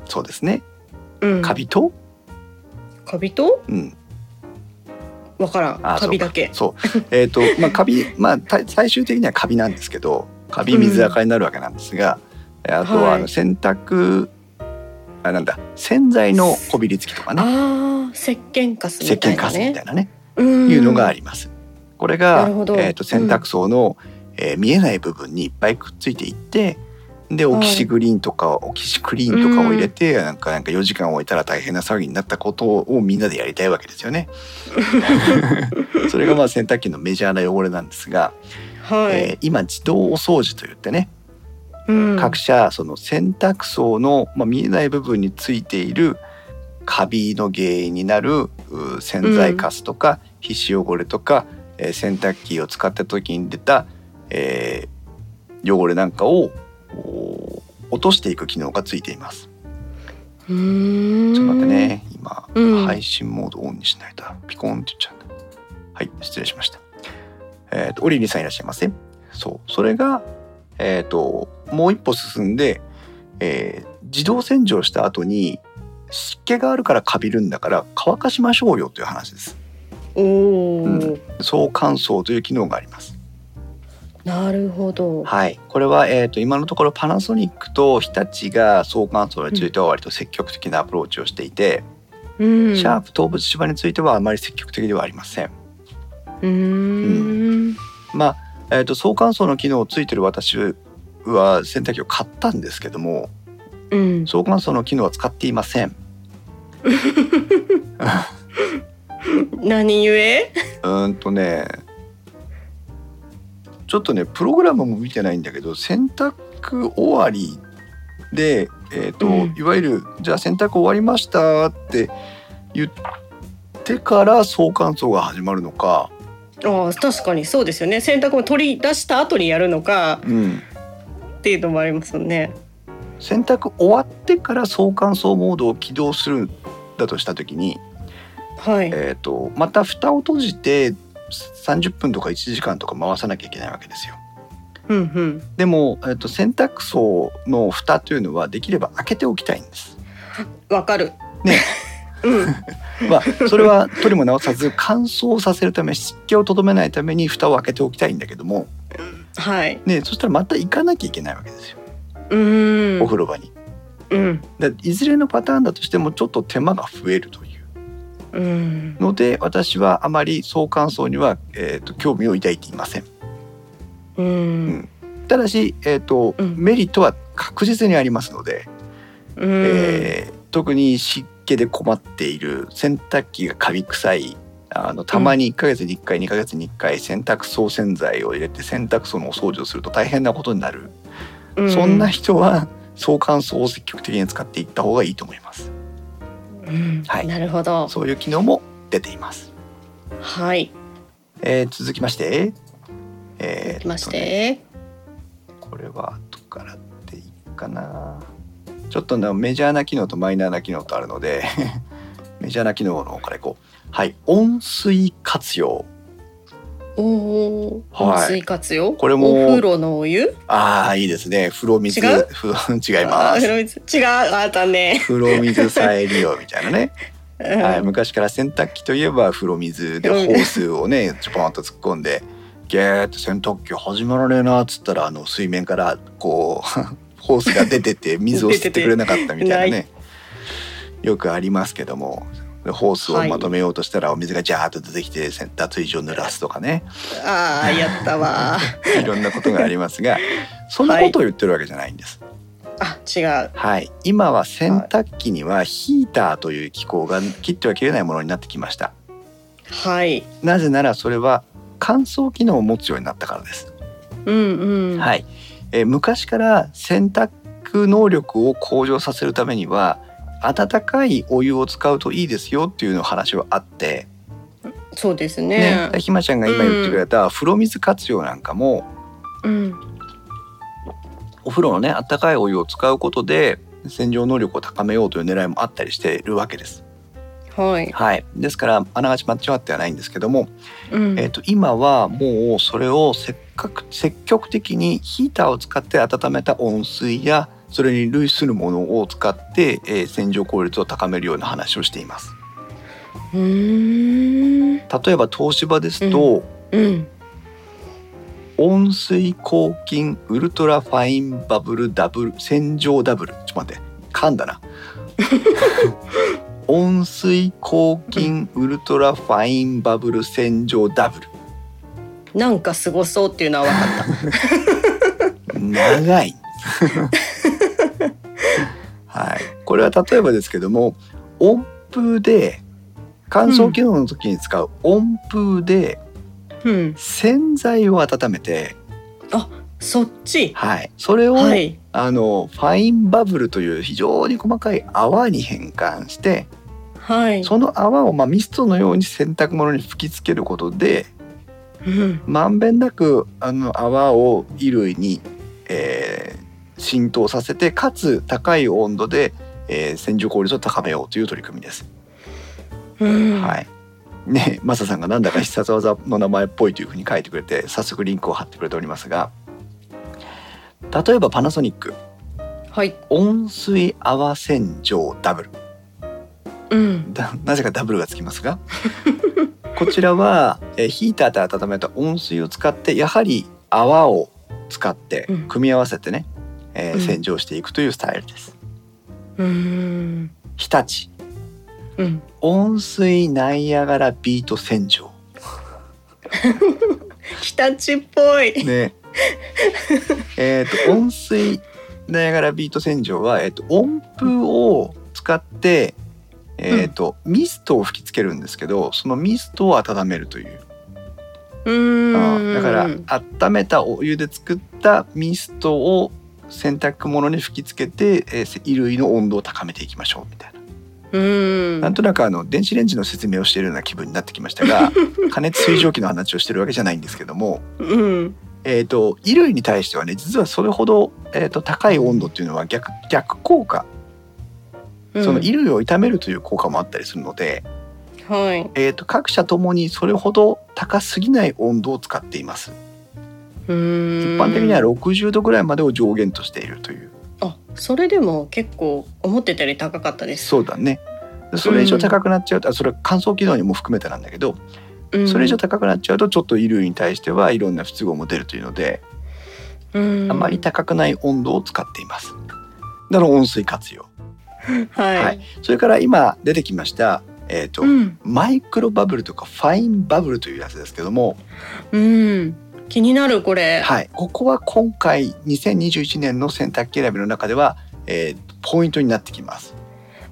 Speaker 1: そうですね。
Speaker 2: うん。
Speaker 1: カ。ビと、
Speaker 2: カビと。
Speaker 1: うん、
Speaker 2: わからん。
Speaker 1: あ
Speaker 2: カビだけ。
Speaker 1: そう。えっ、
Speaker 2: (laughs)
Speaker 1: とまあカビ、まあた最終的にはカビなんですけど、カビ水垢になるわけなんですが、えあとはあ
Speaker 2: は
Speaker 1: の
Speaker 2: い
Speaker 1: 洗濯、あなんだ洗剤のこびりつきとかね、
Speaker 2: ああ、石鹸カス
Speaker 1: 石
Speaker 2: みた
Speaker 1: 鹸
Speaker 2: い
Speaker 1: カ
Speaker 2: な
Speaker 1: スみ
Speaker 2: ね
Speaker 1: た。いなね、
Speaker 2: うん
Speaker 1: いうのがあります。これが
Speaker 2: なるほど
Speaker 1: えっ、と洗濯槽の、えー見えない部分にいっぱいくっついていって。でオキシグリーンとかオキシクリーンとかを入れて、なんかなんか4時間置いたら大変な騒ぎになったことをみんなでやりたいわけです
Speaker 2: (laughs)
Speaker 1: よね。それがまあ洗濯機のメジャーな汚れなんですが、
Speaker 2: はい
Speaker 1: えー今自動お掃除といってね、
Speaker 2: うん。
Speaker 1: 各社その洗濯槽の、まあ、見えない部分についているカビの原因になるう洗剤カスとか皮脂汚れとか、えー洗濯機を使った時に出た、えー汚れなんかをお落としていく機能がついています。
Speaker 2: うーん。
Speaker 1: ちょっと待って。ね今、
Speaker 2: うん
Speaker 1: 配信モードオンにしないとピコーンって言っちゃうはい失礼しましたえっ、とオリリンさんいらっしゃいませそうそれがえっ、ともう一歩進んで、えー自動洗浄した後に湿気があるからカビるんだから乾かしましょうよという話です
Speaker 2: おお、
Speaker 1: うん総乾燥という機能があります
Speaker 2: なるほど。
Speaker 1: はいこれはえっ、と今のところパナソニックと日立が総乾燥については割と積極的なアプローチをしていて、
Speaker 2: うん。
Speaker 1: シャープ東部芝についてはあまり積極的ではありません。
Speaker 2: うーん。
Speaker 1: まあ、えっ、と総乾燥の機能ついてる私は洗濯機を買ったんですけども、
Speaker 2: うん。
Speaker 1: 総乾燥の機能は使っていませ
Speaker 2: (laughs)
Speaker 1: ん。
Speaker 2: 何
Speaker 1: う
Speaker 2: 故？
Speaker 1: ーんとね、ちょっとねプログラムも見てないんだけど、洗濯終わりでえっ、と、
Speaker 2: うん
Speaker 1: いわゆるじゃあ洗濯終わりましたって言ってから総乾燥が始まるのか、
Speaker 2: ああ、確かにそうですよね。洗濯も取り出した後にやるのか
Speaker 1: うん。
Speaker 2: っていうのもありますよね。
Speaker 1: 洗濯終わってから総乾燥モードを起動するんだとした時に、
Speaker 2: はい。
Speaker 1: えー、とまた蓋を閉じて30分とか1時間とか回さなきゃいけないわけですよ。
Speaker 2: うんうん。
Speaker 1: でも、えー、と洗濯槽の蓋というのはできれば開けておきたいん
Speaker 2: (laughs)
Speaker 1: です。
Speaker 2: わかる。
Speaker 1: ね。
Speaker 2: (laughs) うん。
Speaker 1: まあ、それは取りも直さず乾燥させるため湿気をとどめないために蓋を開けておきたいんだけども、
Speaker 2: はい。
Speaker 1: ね、そしたらまた行かなきゃいけないわけですよ
Speaker 2: うーん。
Speaker 1: お風呂場に。
Speaker 2: うん。
Speaker 1: でいずれのパターンだとしてもちょっと手間が増えるという。
Speaker 2: うん。
Speaker 1: ので私はあまり総乾燥には、えー、と興味を抱いていません
Speaker 2: うん。
Speaker 1: ただし、えーと
Speaker 2: うん
Speaker 1: メリットは確実にありますので、
Speaker 2: うん。
Speaker 1: えー特に湿気で困っている洗濯機がカビ臭いあのたまに1ヶ月に1回2ヶ月に1回洗濯槽洗剤を入れて洗濯槽のお掃除をすると大変なことになる、
Speaker 2: う
Speaker 1: そんな。人は総乾燥を積極的に使っていった方がいいと思います
Speaker 2: うん
Speaker 1: はい
Speaker 2: なるほど。
Speaker 1: そういう機能も出ています、
Speaker 2: はい。
Speaker 1: えー続きましてえーっ
Speaker 2: 行き
Speaker 1: とね
Speaker 2: まして。
Speaker 1: これは後からでいいかなちょっとなメジャーな機能とマイナーな機能とあるので (laughs) メジャーな機能の方からいこうはい温水活用
Speaker 2: おお。
Speaker 1: はい
Speaker 2: 温水活用。
Speaker 1: これも
Speaker 2: お風呂のお湯。
Speaker 1: ああいいですね風呂水
Speaker 2: 違う
Speaker 1: 風呂 (laughs) 違います
Speaker 2: す。違う、あったね。
Speaker 1: 風呂水再利用みたいなね、
Speaker 2: うん
Speaker 1: はい、昔から洗濯機といえば風呂水でホースをねちょぽんと突っ込んでギャーって洗濯機始まらねえなっつったらあの水面からこう (laughs) ホースが出てて水を吸ってくれなかったみたいなねよくありますけどもホースをまとめようとしたらお水がジャーッと出てきて洗脱衣所を濡らすとかね
Speaker 2: (laughs) ああ、やっ
Speaker 1: (laughs)
Speaker 2: たわ。
Speaker 1: いろんなことがありますがそんなことを言ってるわけじゃないんです。
Speaker 2: あ、違う。
Speaker 1: はい、今は洗濯機にはヒーターという機構が切っては切れないものになってきました。
Speaker 2: はい。
Speaker 1: なぜならそれは乾燥機能を持つようになったからです。
Speaker 2: うんうん。い。
Speaker 1: はい、えー昔から洗濯能力を向上させるためには温かいお湯を使うといいですよっていうの話はあって、
Speaker 2: そうです
Speaker 1: ね
Speaker 2: ね。
Speaker 1: ひまちゃんが今言ってくれた風呂水活用なんかも、
Speaker 2: うん。
Speaker 1: お風呂のね温かいお湯を使うことで洗浄能力を高めようという狙いもあったりしているわけです。
Speaker 2: はい。
Speaker 1: はい、ですからあながち間違ってはないんですけども、
Speaker 2: うん
Speaker 1: えー、と今はもうそれをせっかく積極的にヒーターを使って温めた温水やそれに類するものを使って、えー洗浄効率を高めるような話をしています。
Speaker 2: うーん。
Speaker 1: 例えば東芝ですと、
Speaker 2: うん。
Speaker 1: 温水抗菌ウルトラファインバブルダブル洗浄ダブルちょっと待って噛んだ
Speaker 2: (laughs)
Speaker 1: な温水抗菌ウルトラファインバブル洗浄ダブル
Speaker 2: なんかすごそうっていうのは分かった。
Speaker 1: 長いはいこれは例えばですけども温風で乾燥機能の時に使う温風で
Speaker 2: うん。
Speaker 1: 洗剤を温めて、
Speaker 2: そっち。
Speaker 1: はい、それを、
Speaker 2: はい。
Speaker 1: あのファインバブルという非常に細かい泡に変換して
Speaker 2: はい。
Speaker 1: その泡をまあミストのように洗濯物に吹きつけることで
Speaker 2: うん。
Speaker 1: まんべんなくあの泡を衣類に、えー浸透させてかつ高い温度で、えー洗浄効率を高めようという取り組みです。
Speaker 2: うん。
Speaker 1: はいね、マサさんがなんだか必殺技の名前っぽいというふうに書いてくれて早速リンクを貼ってくれておりますが例えばパナソニック
Speaker 2: はい。
Speaker 1: 温水泡洗浄ダブル
Speaker 2: うん。
Speaker 1: だなぜかダブルがつきますが (laughs) こちらは、えーヒーターで温めた温水を使ってやはり泡を使って
Speaker 2: うん
Speaker 1: 組み合わせてね、えー
Speaker 2: うん
Speaker 1: 洗浄していくというスタイルです。
Speaker 2: うーん。
Speaker 1: 日立
Speaker 2: うん。
Speaker 1: 温水ナイアガラビート洗浄
Speaker 2: 日立っぽい。 (laughs)
Speaker 1: ねえっと温水ナイアガラビート洗浄は、えー、と温風を使って、えーとミストを吹きつけるんですけどそのミストを温めるという
Speaker 2: うーん。
Speaker 1: だから温めたお湯で作ったミストを洗濯物に吹きつけて、えー衣類の温度を高めていきましょうみたいな、
Speaker 2: うん。
Speaker 1: なんとなくあの電子レンジの説明をしているような気分になってきました
Speaker 2: (laughs)
Speaker 1: が加熱水蒸気の話をしてるわけじゃないんですけども、
Speaker 2: うん。
Speaker 1: えー、と衣類に対してはね実はそれほど、えー、と高い温度っていうのは逆逆効果
Speaker 2: うん
Speaker 1: その衣類を傷めるという効果もあったりするので、
Speaker 2: はい。
Speaker 1: えー、と各社ともにそれほど高すぎない温度を使っています。
Speaker 2: う
Speaker 1: 一
Speaker 2: ーん。
Speaker 1: 般的には60度ぐらいまでを上限としているという
Speaker 2: あ、それでも結構思ってたより高かったです。
Speaker 1: そうだねそれ以上高くなっちゃうと、あそれは乾燥機能にも含めてなんだけど、
Speaker 2: うん
Speaker 1: それ以上高くなっちゃうとちょっと衣類に対してはいろんな不都合も出るというので、
Speaker 2: うん
Speaker 1: あまり高くない温度を使っていますだから温水活用
Speaker 2: はい。
Speaker 1: はいそれから今出てきましたえっ、と、
Speaker 2: うん。
Speaker 1: マイクロバブルとかファインバブルというやつですけども、
Speaker 2: うん。気になるこれ。
Speaker 1: はい、ここは今回2021年の洗濯機選びの中では、えーポイントになってきます。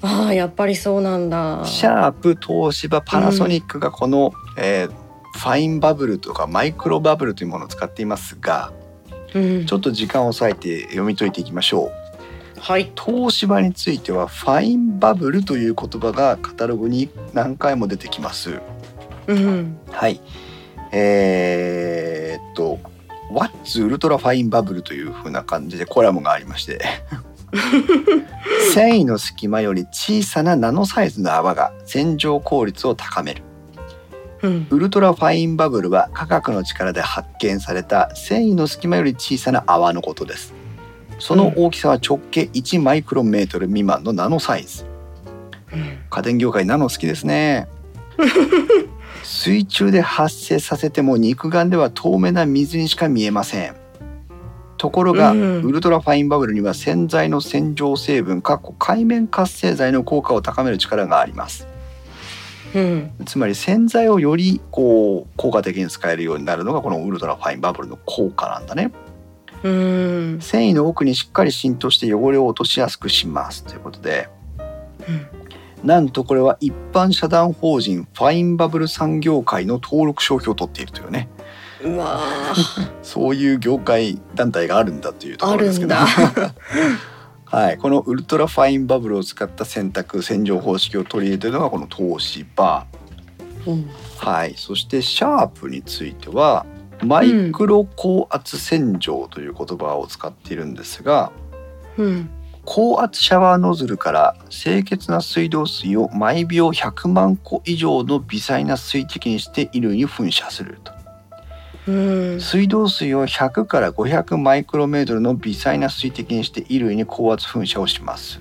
Speaker 2: ああ、やっぱりそうなんだ。
Speaker 1: シャープ東芝パナソニックがこの、えーファインバブルとかマイクロバブルというものを使っていますが
Speaker 2: うん
Speaker 1: ちょっと時間を割いて読み解いていきましょう
Speaker 2: はい。
Speaker 1: 東芝についてはファインバブルという言葉がカタログに何回も出てきます
Speaker 2: うん。
Speaker 1: はいえーっと「What's ウルトラファインバブル」というふうな感じでコラムがありまして (laughs) 繊維の隙間より小さなナノサイズの泡が洗浄効率を高める
Speaker 2: うん。
Speaker 1: ウルトラファインバブルは科学の力で発見された繊維の隙間より小さな泡のことですその大きさは直径1マイクロメートル未満のナノサイズ
Speaker 2: うん
Speaker 1: 家電業界ナノ好きですね水中で発生させても肉眼では透明な水にしか見えませんところが、
Speaker 2: うん
Speaker 1: ウルトラファインバブルには洗剤の洗浄成分かっこ海面活性剤の効果を高める力があります
Speaker 2: うん。
Speaker 1: つまり洗剤をよりこう効果的に使えるようになるのがこのウルトラファインバブルの効果なんだね
Speaker 2: うん。
Speaker 1: 繊維の奥にしっかり浸透して汚れを落としやすくしますということでなんとこれは一般社団法人ファインバブル産業会の登録商標を取っているというね
Speaker 2: うん。うわー
Speaker 1: そういう業界団体があるんだというところですけど
Speaker 2: あ
Speaker 1: (laughs) はい、このウルトラファインバブルを使った洗濯洗浄方式を取り入れているのがこの東芝
Speaker 2: うん。
Speaker 1: はい、そしてシャープについてはマイクロ高圧洗浄という言葉を使っているんですが、
Speaker 2: うん。
Speaker 1: 高圧シャワーノズルから清潔な水道水を毎秒100万個以上の微細な水滴にして衣類に噴射すると
Speaker 2: うん
Speaker 1: 水道水を100から500マイクロメートルの微細な水滴にして衣類に高圧噴射をします、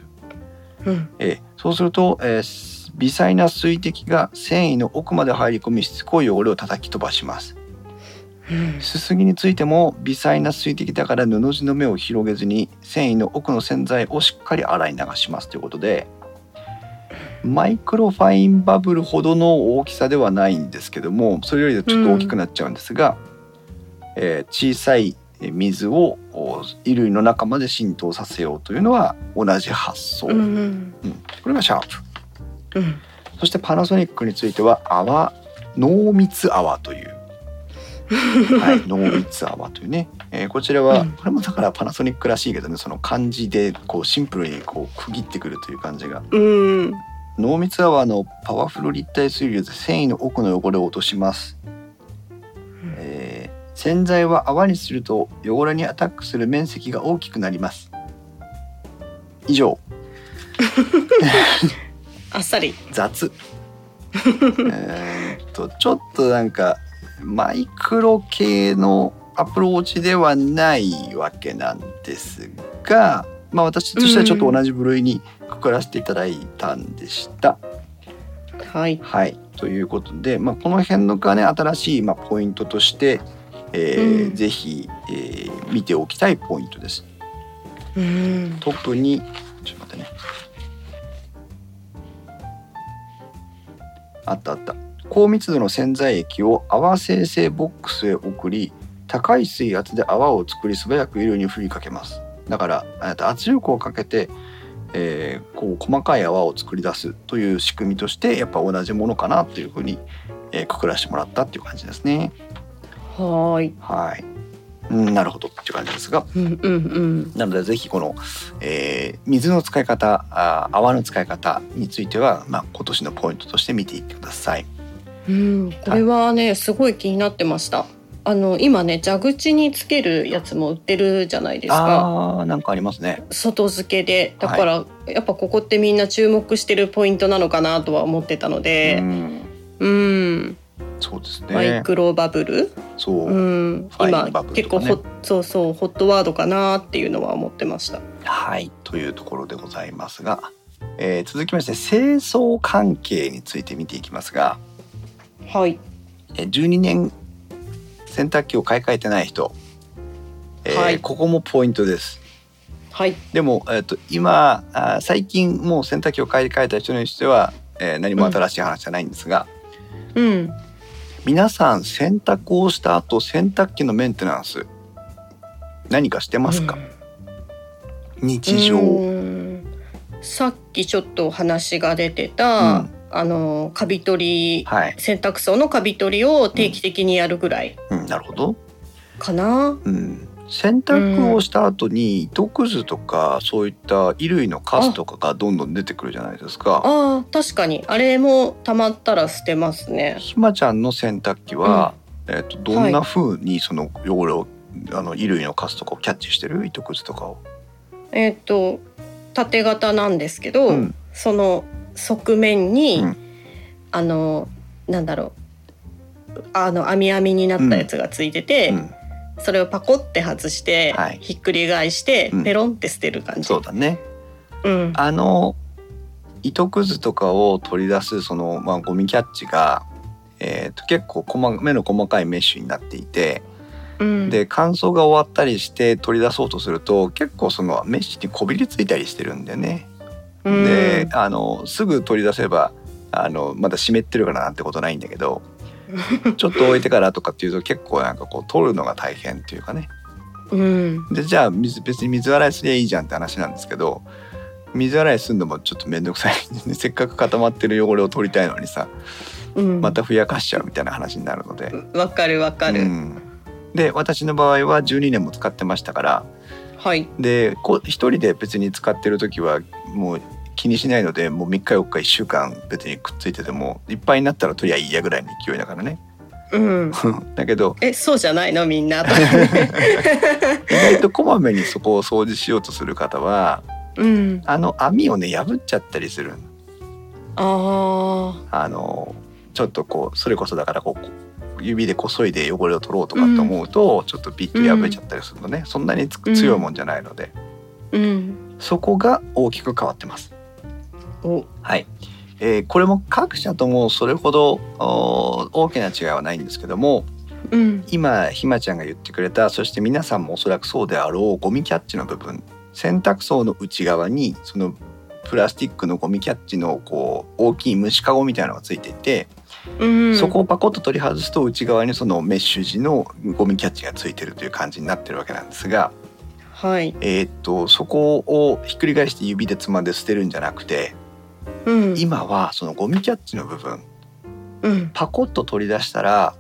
Speaker 2: うん
Speaker 1: えーそうすると、えー微細な水滴が繊維の奥まで入り込みしつこい汚れを叩き飛ばします
Speaker 2: うん
Speaker 1: すすぎについても微細な水滴だから布地の目を広げずに繊維の奥の洗剤をしっかり洗い流しますということでマイクロファインバブルほどの大きさではないんですけどもそれよりちょっと大きくなっちゃうんですが、えー小さい水をお衣類の中まで浸透させようというのは同じ発想、
Speaker 2: うんうん
Speaker 1: これがシャープ
Speaker 2: うん
Speaker 1: そしてパナソニックについては泡濃密泡と
Speaker 2: (laughs)
Speaker 1: いう、はい、濃密泡というね、えーこちらは、
Speaker 2: うん
Speaker 1: これもだからパナソニックらしいけどねその漢字でこうシンプルにこう区切ってくるという感じが
Speaker 2: うん
Speaker 1: 濃密泡のパワフル立体水流で繊維の奥の汚れを落とします、えー洗剤は泡にすると汚れにアタックする面積が大きくなります以上
Speaker 2: あっさり
Speaker 1: 雑えーっとちょっとなんかマイクロ系のアプローチではないわけなんですが、まあ、私としてはちょっと同じ部類にくくらせていただいたんでした。
Speaker 2: はい
Speaker 1: はいということで、まあ、この辺のがね新しいまあポイントとして、えー
Speaker 2: うん
Speaker 1: ぜひ、えー見ておきたいポイントです。
Speaker 2: うん
Speaker 1: 特にちょっと待ってねあったあった高密度の洗剤液を泡生成ボックスへ送り高い水圧で泡を作り素早く衣類に振りかけますだからえっと圧力をかけて、えーこう細かい泡を作り出すという仕組みとしてやっぱ同じものかなというふうに、えーくくらしてもらったっていう感じですね
Speaker 2: はーい
Speaker 1: はい、うん、なるほどっていう感じですが
Speaker 2: うんうんうん
Speaker 1: なのでぜひこの、えー水の使い方あー泡の使い方については、まあ、今年のポイントとして見ていってください。
Speaker 2: うん、これはねすごい気になってました。あの今ね蛇口につけるやつも売ってるじゃないですか。
Speaker 1: あーなんかありますね。
Speaker 2: 外付けでだから、やっぱここってみんな注目してるポイントなのかなとは思ってたの
Speaker 1: う
Speaker 2: で、
Speaker 1: ん、
Speaker 2: うん、
Speaker 1: そうです
Speaker 2: マイ
Speaker 1: ね。
Speaker 2: クロバブル、
Speaker 1: そう、
Speaker 2: うん、
Speaker 1: ファインバブルとかね
Speaker 2: 今結構ホッそうそうホットワードかなっていうのは思ってました。
Speaker 1: はいというところでございますが、えー続きまして清掃関係について見ていきますが、
Speaker 2: はい、
Speaker 1: えー12年洗濯機を買い替えてない人、えー
Speaker 2: はい
Speaker 1: ここもポイントです。
Speaker 2: はい、
Speaker 1: でも、えっと今あ最近もう洗濯機を買い替えた人にしては、えー何も新しい話じゃないんですが、
Speaker 2: うん、
Speaker 1: 皆さん洗濯をした後洗濯機のメンテナンス何かしてますか、日常、
Speaker 2: うんさっきちょっと話が出てた、
Speaker 1: うん
Speaker 2: あのカビ取り
Speaker 1: はい、
Speaker 2: 洗濯槽のカビ取りを定期的にやるぐらい
Speaker 1: うん、なるほど、
Speaker 2: かな。
Speaker 1: うん、洗濯をした後に糸くずとかそういった衣類のカスとかがどんどん出てくるじゃないですか
Speaker 2: あー確かにあれもたまったら捨てますね。
Speaker 1: ひまちゃんの洗濯機は、えっとどんな風にその汚れを、あの衣類のカスとかをキャッチしてる糸くずとかを、
Speaker 2: えっ、と縦型なんですけど、
Speaker 1: うん
Speaker 2: その側面に、
Speaker 1: うん
Speaker 2: あのなんだろうあの網網になったやつがついてて、
Speaker 1: うん、
Speaker 2: それをパコって外して、
Speaker 1: はい
Speaker 2: ひっくり返して、
Speaker 1: うん
Speaker 2: ペロンって捨てる感じ。
Speaker 1: そうだね。
Speaker 2: うん
Speaker 1: あの糸くずとかを取り出すそのまあゴミキャッチが、えー、と結構細目の細かいメッシュになっていて、
Speaker 2: うん
Speaker 1: で乾燥が終わったりして取り出そうとすると結構そのメッシュにこびりついたりしてるんだよね。
Speaker 2: うん
Speaker 1: であのすぐ取り出せばあのまだ湿ってるからなんてことないんだけ
Speaker 2: (laughs)
Speaker 1: どちょっと置いてからとかっていうと結構なんかこう取るのが大変っていうかね
Speaker 2: うん
Speaker 1: でじゃあ水別に水洗いすりゃいいじゃんって話なんですけど水洗いするのもちょっと面倒くさいんで (laughs) せっかく固まってる汚れを取りたいのにさ
Speaker 2: うん
Speaker 1: またふやかしちゃうみたいな話になるので。
Speaker 2: わかるわかる、
Speaker 1: うんで私の場合は12年も使ってましたから
Speaker 2: はい
Speaker 1: でこう一人で別に使ってる時はもう気にしないのでもう3日4日1週間別にくっついててもいっぱいになったら取りゃいいやぐらいの勢いだからね
Speaker 2: うん
Speaker 1: だけど
Speaker 2: えそうじゃないのみん
Speaker 1: 意
Speaker 2: な
Speaker 1: 外とこまめにそこを掃除しようとする方は
Speaker 2: (laughs) うん。
Speaker 1: あの網をね破っちゃったりするの
Speaker 2: ああ。
Speaker 1: あのちょっとこうそれこそだからこうこう指でこそいで汚れを取ろうとかと思うと、ちょっとピッと破れちゃったりするのね、そんなにつく強いもんじゃないので、
Speaker 2: うん。
Speaker 1: そこが大きく変わってます。
Speaker 2: お。
Speaker 1: はいえーこれも各社ともそれほどお大きな違いはないんですけども
Speaker 2: うん。
Speaker 1: 今ひまちゃんが言ってくれたそして皆さんもおそらくそうであろうゴミキャッチの部分洗濯槽の内側にそのプラスチックのゴミキャッチのこう大きい虫かごみたいなのがついていて、
Speaker 2: うん。
Speaker 1: そこをパコッと取り外すと内側にそのメッシュ地のゴミキャッチがついてるという感じになってるわけなんですが、
Speaker 2: はい。
Speaker 1: えーっとそこをひっくり返して指でつまんで捨てるんじゃなくて
Speaker 2: うん。
Speaker 1: 今はそのゴミキャッチの部分
Speaker 2: うん。
Speaker 1: パコッと取り出したら、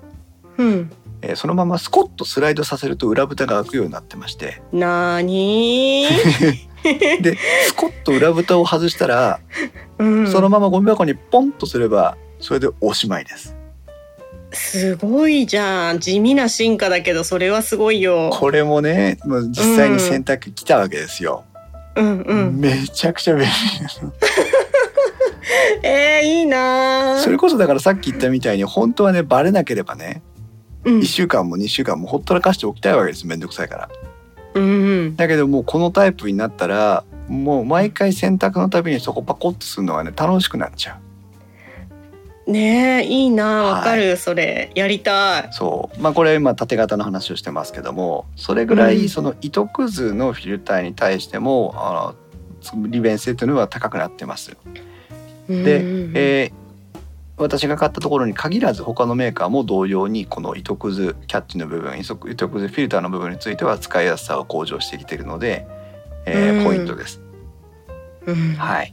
Speaker 2: うん。
Speaker 1: えーそのままスコッとスライドさせると裏蓋が開くようになってま
Speaker 2: (laughs)
Speaker 1: して
Speaker 2: なーにー。
Speaker 1: でスコッと裏蓋を外したら
Speaker 2: (laughs) うん。
Speaker 1: そのままゴミ箱にポンとすればそれでおしまいです。
Speaker 2: すごいじゃん。地味な進化だけど、それはすごいよ。
Speaker 1: これもねもう実際に洗濯機来たわけですよ。
Speaker 2: うんうん。
Speaker 1: めちゃくちゃ便利
Speaker 2: えー、いいなー。
Speaker 1: それこそだからさっき言ったみたいに本当はねバレなければね
Speaker 2: うん
Speaker 1: 1。週間も2週間もほったらかしておきたいわけですめんどくさいから。
Speaker 2: うん。
Speaker 1: だけどもうこのタイプになったらもう毎回洗濯のたびにそこパコッとするのはね楽しくなっちゃう。
Speaker 2: ねえ、いいな
Speaker 1: はい
Speaker 2: ー。わかる、それ。やりたい。
Speaker 1: そうまあこれは今縦型の話をしてますけどもそれぐら
Speaker 2: うん
Speaker 1: いその糸くずのフィルターに対してもあの利便性というのは高くなってます。で
Speaker 2: で、
Speaker 1: えー私が買ったところに限らず他のメーカーも同様にこの糸くずキャッチの部分糸く糸くずフィルターの部分については使いやすさを向上してきているので、えー
Speaker 2: うん
Speaker 1: ポイントです。
Speaker 2: うん
Speaker 1: はい、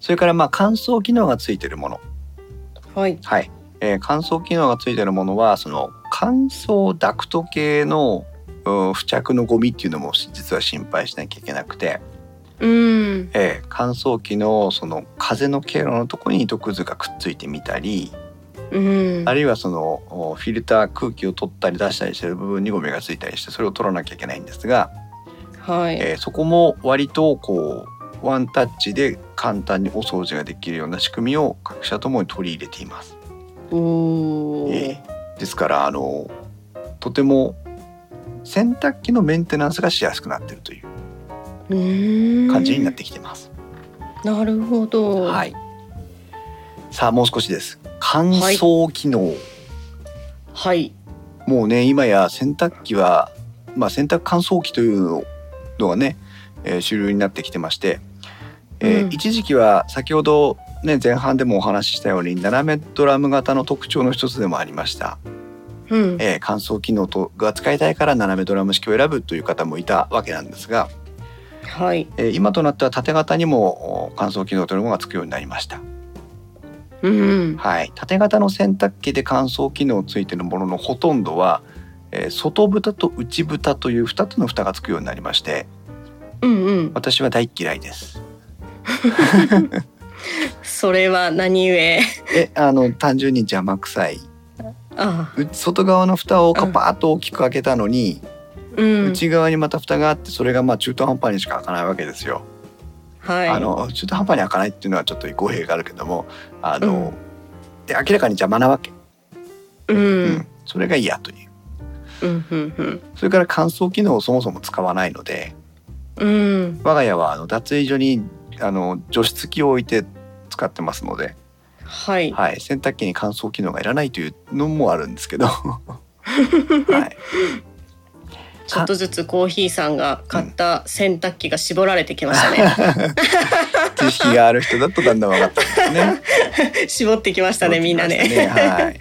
Speaker 1: それからまあ乾燥機能がついているもの、
Speaker 2: はい。
Speaker 1: はいえー乾燥機能がついているものはその乾燥ダクト系のうん付着のゴミっていうのも実は心配しなきゃいけなくて、
Speaker 2: うん。
Speaker 1: えー乾燥機のその風の経路のところに糸くずがくっついてみたり、
Speaker 2: うん。
Speaker 1: あるいはそのおフィルター空気を取ったり出したりしてる部分にゴミがついたりしてそれを取らなきゃいけないんですが、
Speaker 2: はい。
Speaker 1: えーそこも割とこうワンタッチで簡単にお掃除ができるような仕組みを各社ともに取り入れています。
Speaker 2: おー
Speaker 1: えーですからあのとても洗濯機のメンテナンスがしやすくなってるという
Speaker 2: うーん。
Speaker 1: 感じになってきてます。
Speaker 2: なるほど。
Speaker 1: はい。さあもう少しです。乾燥機能。
Speaker 2: はい。
Speaker 1: もうね今や洗濯機は、まあ、洗濯乾燥機というのがね、えー主流になってきてまして、えー
Speaker 2: うん
Speaker 1: 一時期は先ほど、ね、前半でもお話ししたように斜めドラム型の特徴の一つでもありました、
Speaker 2: うん。
Speaker 1: えー乾燥機能とが使いたいから斜めドラム式を選ぶという方もいたわけなんですが、
Speaker 2: はい。
Speaker 1: えー今となっては縦型にもお乾燥機能というものがつくようになりました。
Speaker 2: うん。
Speaker 1: はい、縦型の洗濯機で乾燥機能ついてるもののほとんどは、えー外蓋と内蓋という2つの蓋がつくようになりまして
Speaker 2: うんうん。
Speaker 1: 私は大嫌いです。
Speaker 2: それは何
Speaker 1: (laughs)
Speaker 2: 故。
Speaker 1: えあの単純に邪魔くさい
Speaker 2: ああ。
Speaker 1: う外側の蓋をカパーッと大きく開けたのに、
Speaker 2: うん。
Speaker 1: 内側にまた蓋があってそれがまあ中途半端にしか開かないわけですよ。
Speaker 2: はい。
Speaker 1: あの中途半端に開かないっていうのはちょっと語弊があるけどもあの、で明らかに邪魔なわけ、
Speaker 2: うん。
Speaker 1: う
Speaker 2: うん
Speaker 1: ん、それが嫌という
Speaker 2: うんうん
Speaker 1: それから乾燥機能をそもそも使わないので。
Speaker 2: うん。
Speaker 1: 我が家はあの脱衣所にあの除湿機を置いて使ってますので、
Speaker 2: はい。
Speaker 1: はい、洗濯機に乾燥機能がいらないというのもあるんです (laughs) けど、はい、
Speaker 2: ちょっとずつコーヒーさんが買った洗濯機が絞られてきましたね。
Speaker 1: 知識がある人だとだんだん分かったんです (laughs) ね。
Speaker 2: (laughs) 絞ってきましたね、みんな
Speaker 1: そう
Speaker 2: ね。
Speaker 1: ですはい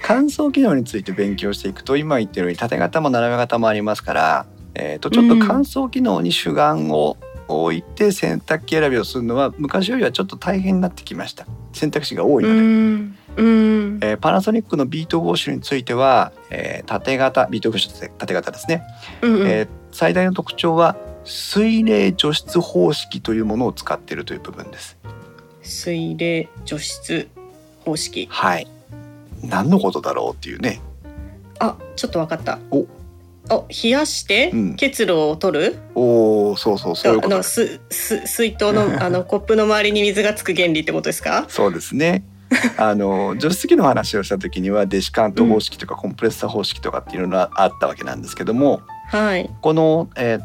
Speaker 1: 乾燥機能について勉強していくと今言ってるように縦型も斜め型もありますから、えー、とちょっと乾燥機能に主眼を置いて洗濯機選びをするのは昔よりはちょっと大変になってきました選択肢が多いの
Speaker 2: う
Speaker 1: で。
Speaker 2: ん。うん。
Speaker 1: えーパナソニックのビートウォッシュについては、えー縦型ビートウォッシュって縦型ですね、
Speaker 2: うんうん
Speaker 1: えー最大の特徴は水冷除湿方式というものを使っているという部分です
Speaker 2: 水冷除湿方式
Speaker 1: はい何のことだろうっていうね
Speaker 2: あちょっとわかった
Speaker 1: お
Speaker 2: お冷やして
Speaker 1: うん
Speaker 2: 結露を取る、
Speaker 1: おおそうそうそういうこ
Speaker 2: あ
Speaker 1: とで
Speaker 2: の
Speaker 1: す
Speaker 2: すす水筒
Speaker 1: (laughs)
Speaker 2: のあのコップの周りに水がつく原理ってことですか
Speaker 1: そうです
Speaker 2: (laughs)
Speaker 1: ねあの除湿機の話をした時にはデシカント方式とかコンプレッサー方式とかっていうのがあったわけなんですけども
Speaker 2: はい
Speaker 1: この、えー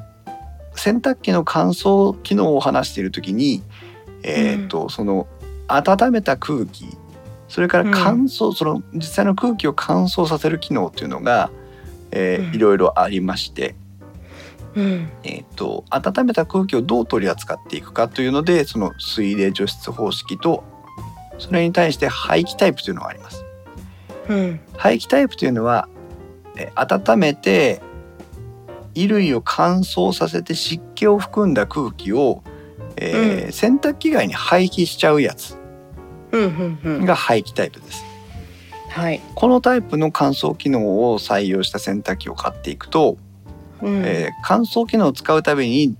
Speaker 1: 洗濯機の乾燥機能を話している時に、えーとその温めた空気それから乾燥、その実際の空気を乾燥させる機能というのが、えー
Speaker 2: うん
Speaker 1: いろいろありまして、
Speaker 2: うん
Speaker 1: えー、と温めた空気をどう取り扱っていくかというのでその水冷除湿方式とそれに対して排気タイプというのがあります。
Speaker 2: うん
Speaker 1: 排気タイプというのは、えー温めて衣類を乾燥させて湿気を含んだ空気を、えー洗濯機外に排気しちゃうやつ
Speaker 2: うんうんうん
Speaker 1: が排気タイプです。
Speaker 2: はい、
Speaker 1: このタイプの乾燥機能を採用した洗濯機を買っていくと、
Speaker 2: うん
Speaker 1: えー乾燥機能を使うたびに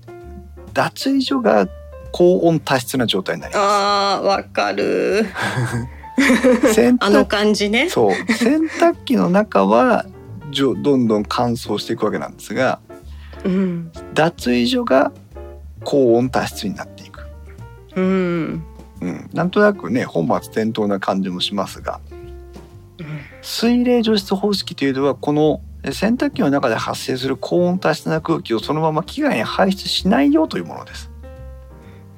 Speaker 1: 脱衣所が高温多湿な状態になりま
Speaker 2: あーわかる
Speaker 1: す。洗
Speaker 2: あの
Speaker 1: 濯
Speaker 2: 感じね
Speaker 1: そう洗濯機の中はじょどんどん乾燥していくわけなんですが
Speaker 2: うん
Speaker 1: 脱衣所が高温多湿になっていく、
Speaker 2: うん
Speaker 1: うん、なんとなくね本末転倒な感じもしますが
Speaker 2: うん
Speaker 1: 水冷除湿方式というのはこのえ洗濯機の中で発生する高温多湿な空気をそのまま機外に排出しないよというものです。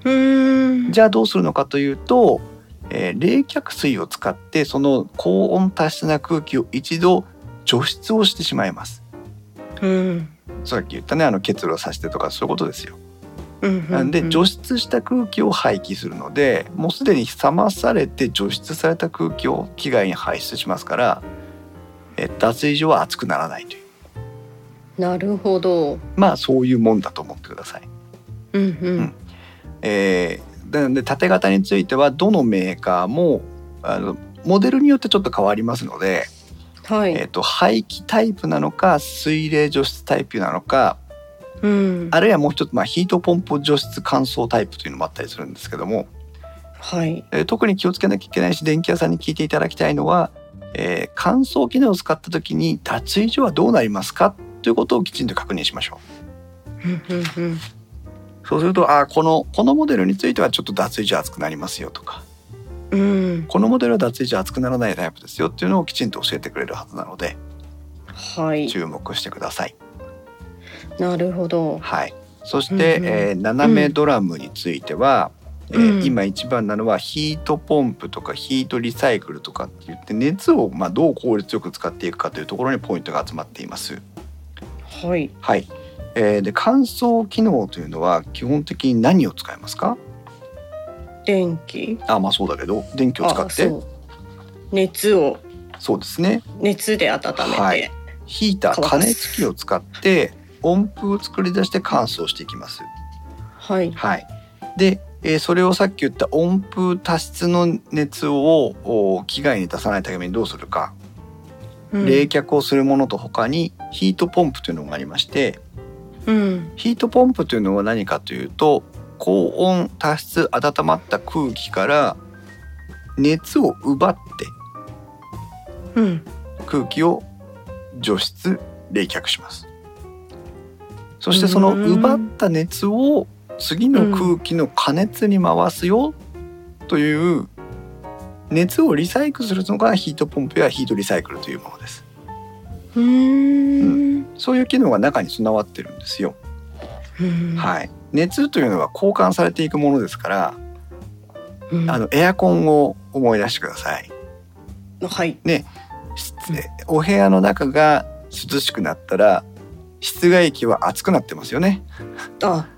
Speaker 2: うーん
Speaker 1: じゃあどうするのかというと、えー冷却水を使ってその高温多湿な空気を一度除湿をしてしまいます。
Speaker 2: うん
Speaker 1: さっき言ったねあの結露させてとかそういうことですよ。
Speaker 2: うん
Speaker 1: なんで除
Speaker 2: 湿
Speaker 1: 湿した空気を排気するのでもうすでに冷まされて除湿された空気を機外に排出しますからえ脱衣所は熱くならないという
Speaker 2: なるほど
Speaker 1: まあそういうもんだと思ってください。
Speaker 2: うんうん
Speaker 1: えーなので縦型についてはどのメーカーもあのモデルによってちょっと変わりますので、
Speaker 2: はい、
Speaker 1: えー、と排気タイプなのか水冷除湿タイプなのか
Speaker 2: うん
Speaker 1: あるいはもう一つ、まあ、ヒートポンプ除湿乾燥タイプというのもあったりするんですけども、
Speaker 2: はい
Speaker 1: えー特に気をつけなきゃいけないし電気屋さんに聞いていただきたいのは、えー乾燥機能を使った時に脱衣所はどうなりますかということをきちんと確認しましょ
Speaker 2: うんうんうん
Speaker 1: うそうするとあーこのこのモデルについてはちょっと脱衣所熱くなりますよとか
Speaker 2: うん、
Speaker 1: このモデルは脱衣所熱くならないタイプですよっていうのをきちんと教えてくれるはずなので
Speaker 2: はい、
Speaker 1: 注目してください。
Speaker 2: なるほど。
Speaker 1: はい、そして、
Speaker 2: うんうん
Speaker 1: えー斜めドラムについては、えー
Speaker 2: うん
Speaker 1: 今一番なのはヒートポンプとかヒートリサイクルとかって言って熱をまあどう効率よく使っていくかというところにポイントが集まっています。
Speaker 2: はい、
Speaker 1: はいえーで乾燥機能というのは基本的に何を使いますか
Speaker 2: 電気。
Speaker 1: あまあそうだけど電気を使っ
Speaker 2: あ、
Speaker 1: てそう
Speaker 2: そう。熱を
Speaker 1: ですね
Speaker 2: 熱で温めて、
Speaker 1: はいヒーター
Speaker 2: 乾
Speaker 1: 加
Speaker 2: かす
Speaker 1: 熱器を使って温風を作り出して乾燥していきます。
Speaker 2: はい、
Speaker 1: はい、で、えーそれをさっき言った温風多湿の熱をお機外に出さないためにどうするか、
Speaker 2: うん
Speaker 1: 冷却をするものと他にヒートポンプというのがありまして
Speaker 2: うん、
Speaker 1: ヒートポンプというのは何かというと高温多湿温まった空気から熱を奪って
Speaker 2: うん、
Speaker 1: 空気を除湿冷却しますそしてその奪った熱を次の空気の加熱に回すよという熱をリサイクルするのがヒートポンプやヒートリサイクルというものです
Speaker 2: うーん、
Speaker 1: そういう機能が中に備わってるんですよ、
Speaker 2: うん、
Speaker 1: はい熱というのは交換されていくものですから
Speaker 2: うん、
Speaker 1: あのエアコンを思い出してください
Speaker 2: はい、
Speaker 1: 室お部屋の中が涼しくなったら室外機は熱くなってますよね
Speaker 2: あ、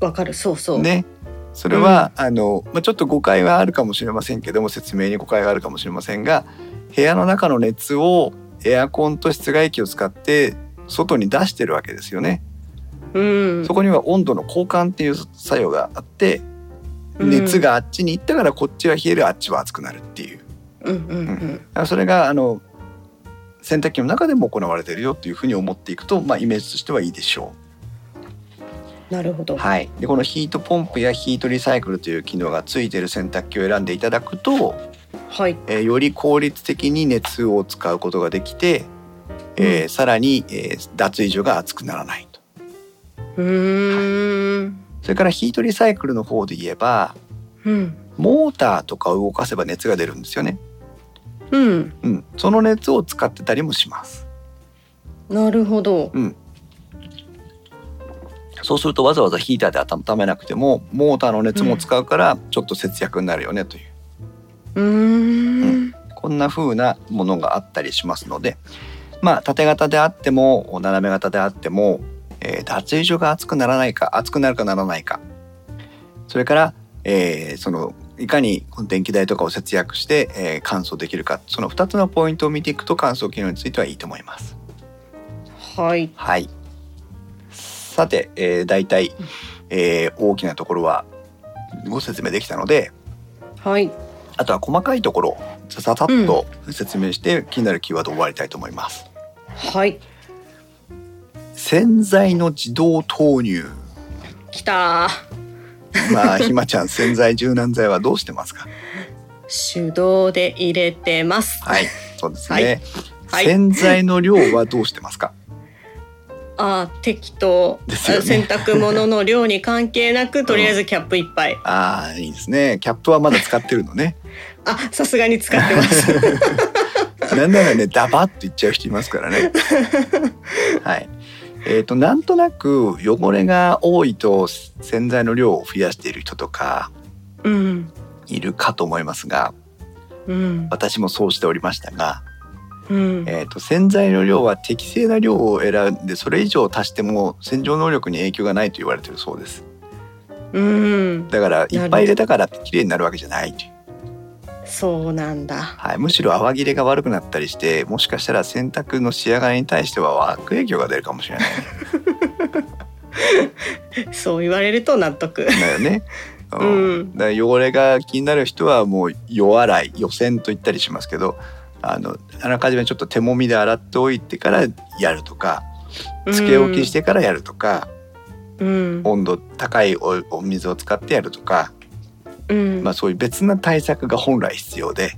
Speaker 2: わかる、そうそう、
Speaker 1: ね、それは、あのまあ、ちょっと誤解はあるかもしれませんけども説明に誤解があるかもしれませんが部屋の中の熱をエアコンと室外機を使って外に出してるわけですよね。
Speaker 2: うん
Speaker 1: そ、こには温度の交換っていう作用があって
Speaker 2: うん
Speaker 1: 熱があっちに行ったからこっちは冷えるあっちは熱くなるっていう
Speaker 2: うん、うん、
Speaker 1: あそれがあの洗濯機の中でも行われてるよっていうふうに思っていくと、まあ、イメージとしてはいいでしょう。
Speaker 2: うん、なるほど、
Speaker 1: はい、でこのヒートポンプやヒートリサイクルという機能がついている洗濯機を選んでいただくと、
Speaker 2: はい、
Speaker 1: えーより効率的に熱を使うことができて、えーさらに、えー脱衣所が熱くならないと
Speaker 2: うーん
Speaker 1: それからヒートリサイクルの方で言えば
Speaker 2: うん
Speaker 1: モーターとかを動かせば熱が出るんですよね、
Speaker 2: うん
Speaker 1: うん、その熱を使ってたりもします
Speaker 2: なるほど
Speaker 1: そうするとわざわざヒーターで温めなくてもモーターの熱も使うからちょっと節約になるよねという、
Speaker 2: うーん
Speaker 1: こんな風なものがあったりしますのでまあ縦型であっても斜め型であっても、えー脱衣所が熱くならないか熱くなるかならないかそれから、えーそのいかにこの電気代とかを節約して、えー乾燥できるかその2つのポイントを見ていくと乾燥機能についてはいいと思います。
Speaker 2: はい
Speaker 1: はい。さて、えー、大体、えー大きなところはご説明できたので、
Speaker 2: はい
Speaker 1: あとは細かいところをさささっと説明して、気になるキーワードを終わりたいと思います。
Speaker 2: はい
Speaker 1: 洗剤の自動投入。
Speaker 2: きたー
Speaker 1: ま
Speaker 2: (laughs)
Speaker 1: あ、ひまちゃん、洗剤柔軟剤はどうしてますか。
Speaker 2: 手動で入れてます
Speaker 1: はい、そうですね。
Speaker 2: はいはい
Speaker 1: 洗剤の量はどうしてますか。
Speaker 2: あー適当、
Speaker 1: ですよね
Speaker 2: 洗濯物の量に関係な
Speaker 1: (laughs)
Speaker 2: くとりあえずキャップ一杯、
Speaker 1: ああ、いいですね。キャップはまだ使ってるの
Speaker 2: (laughs)
Speaker 1: ね。
Speaker 2: あさすがに使ってます
Speaker 1: (laughs) なんならねダバッといっちゃう人いますから
Speaker 2: (laughs)
Speaker 1: ね。はい。えー、となんとなく汚れが多いと洗剤の量を増やしている人とか
Speaker 2: うん
Speaker 1: いるかと思いますが
Speaker 2: うん
Speaker 1: 私もそうしておりましたが、
Speaker 2: うん
Speaker 1: えー、と洗剤の量は適正な量を選んでそれ以上足しても洗浄能力に影響がないと言われているそうです
Speaker 2: うん
Speaker 1: だからいっぱい入れたからって綺麗になるわけじゃないという、
Speaker 2: そうなんだ
Speaker 1: はい、むしろ泡切れが悪くなったりしてもしかしたら洗濯の仕上がりに対しては悪影響が出るかもしれない
Speaker 2: そう言われると納得
Speaker 1: だよね。
Speaker 2: うん
Speaker 1: だから汚れが気になる人はもう夜洗い予選と言ったりしますけどあのあらかじめちょっと手もみで洗っておいてからやるとかつけ置きしてからやるとか、
Speaker 2: うん
Speaker 1: 温度高いおお水を使ってやるとか、
Speaker 2: うん、
Speaker 1: まあ、そういう別な対策が本来必要で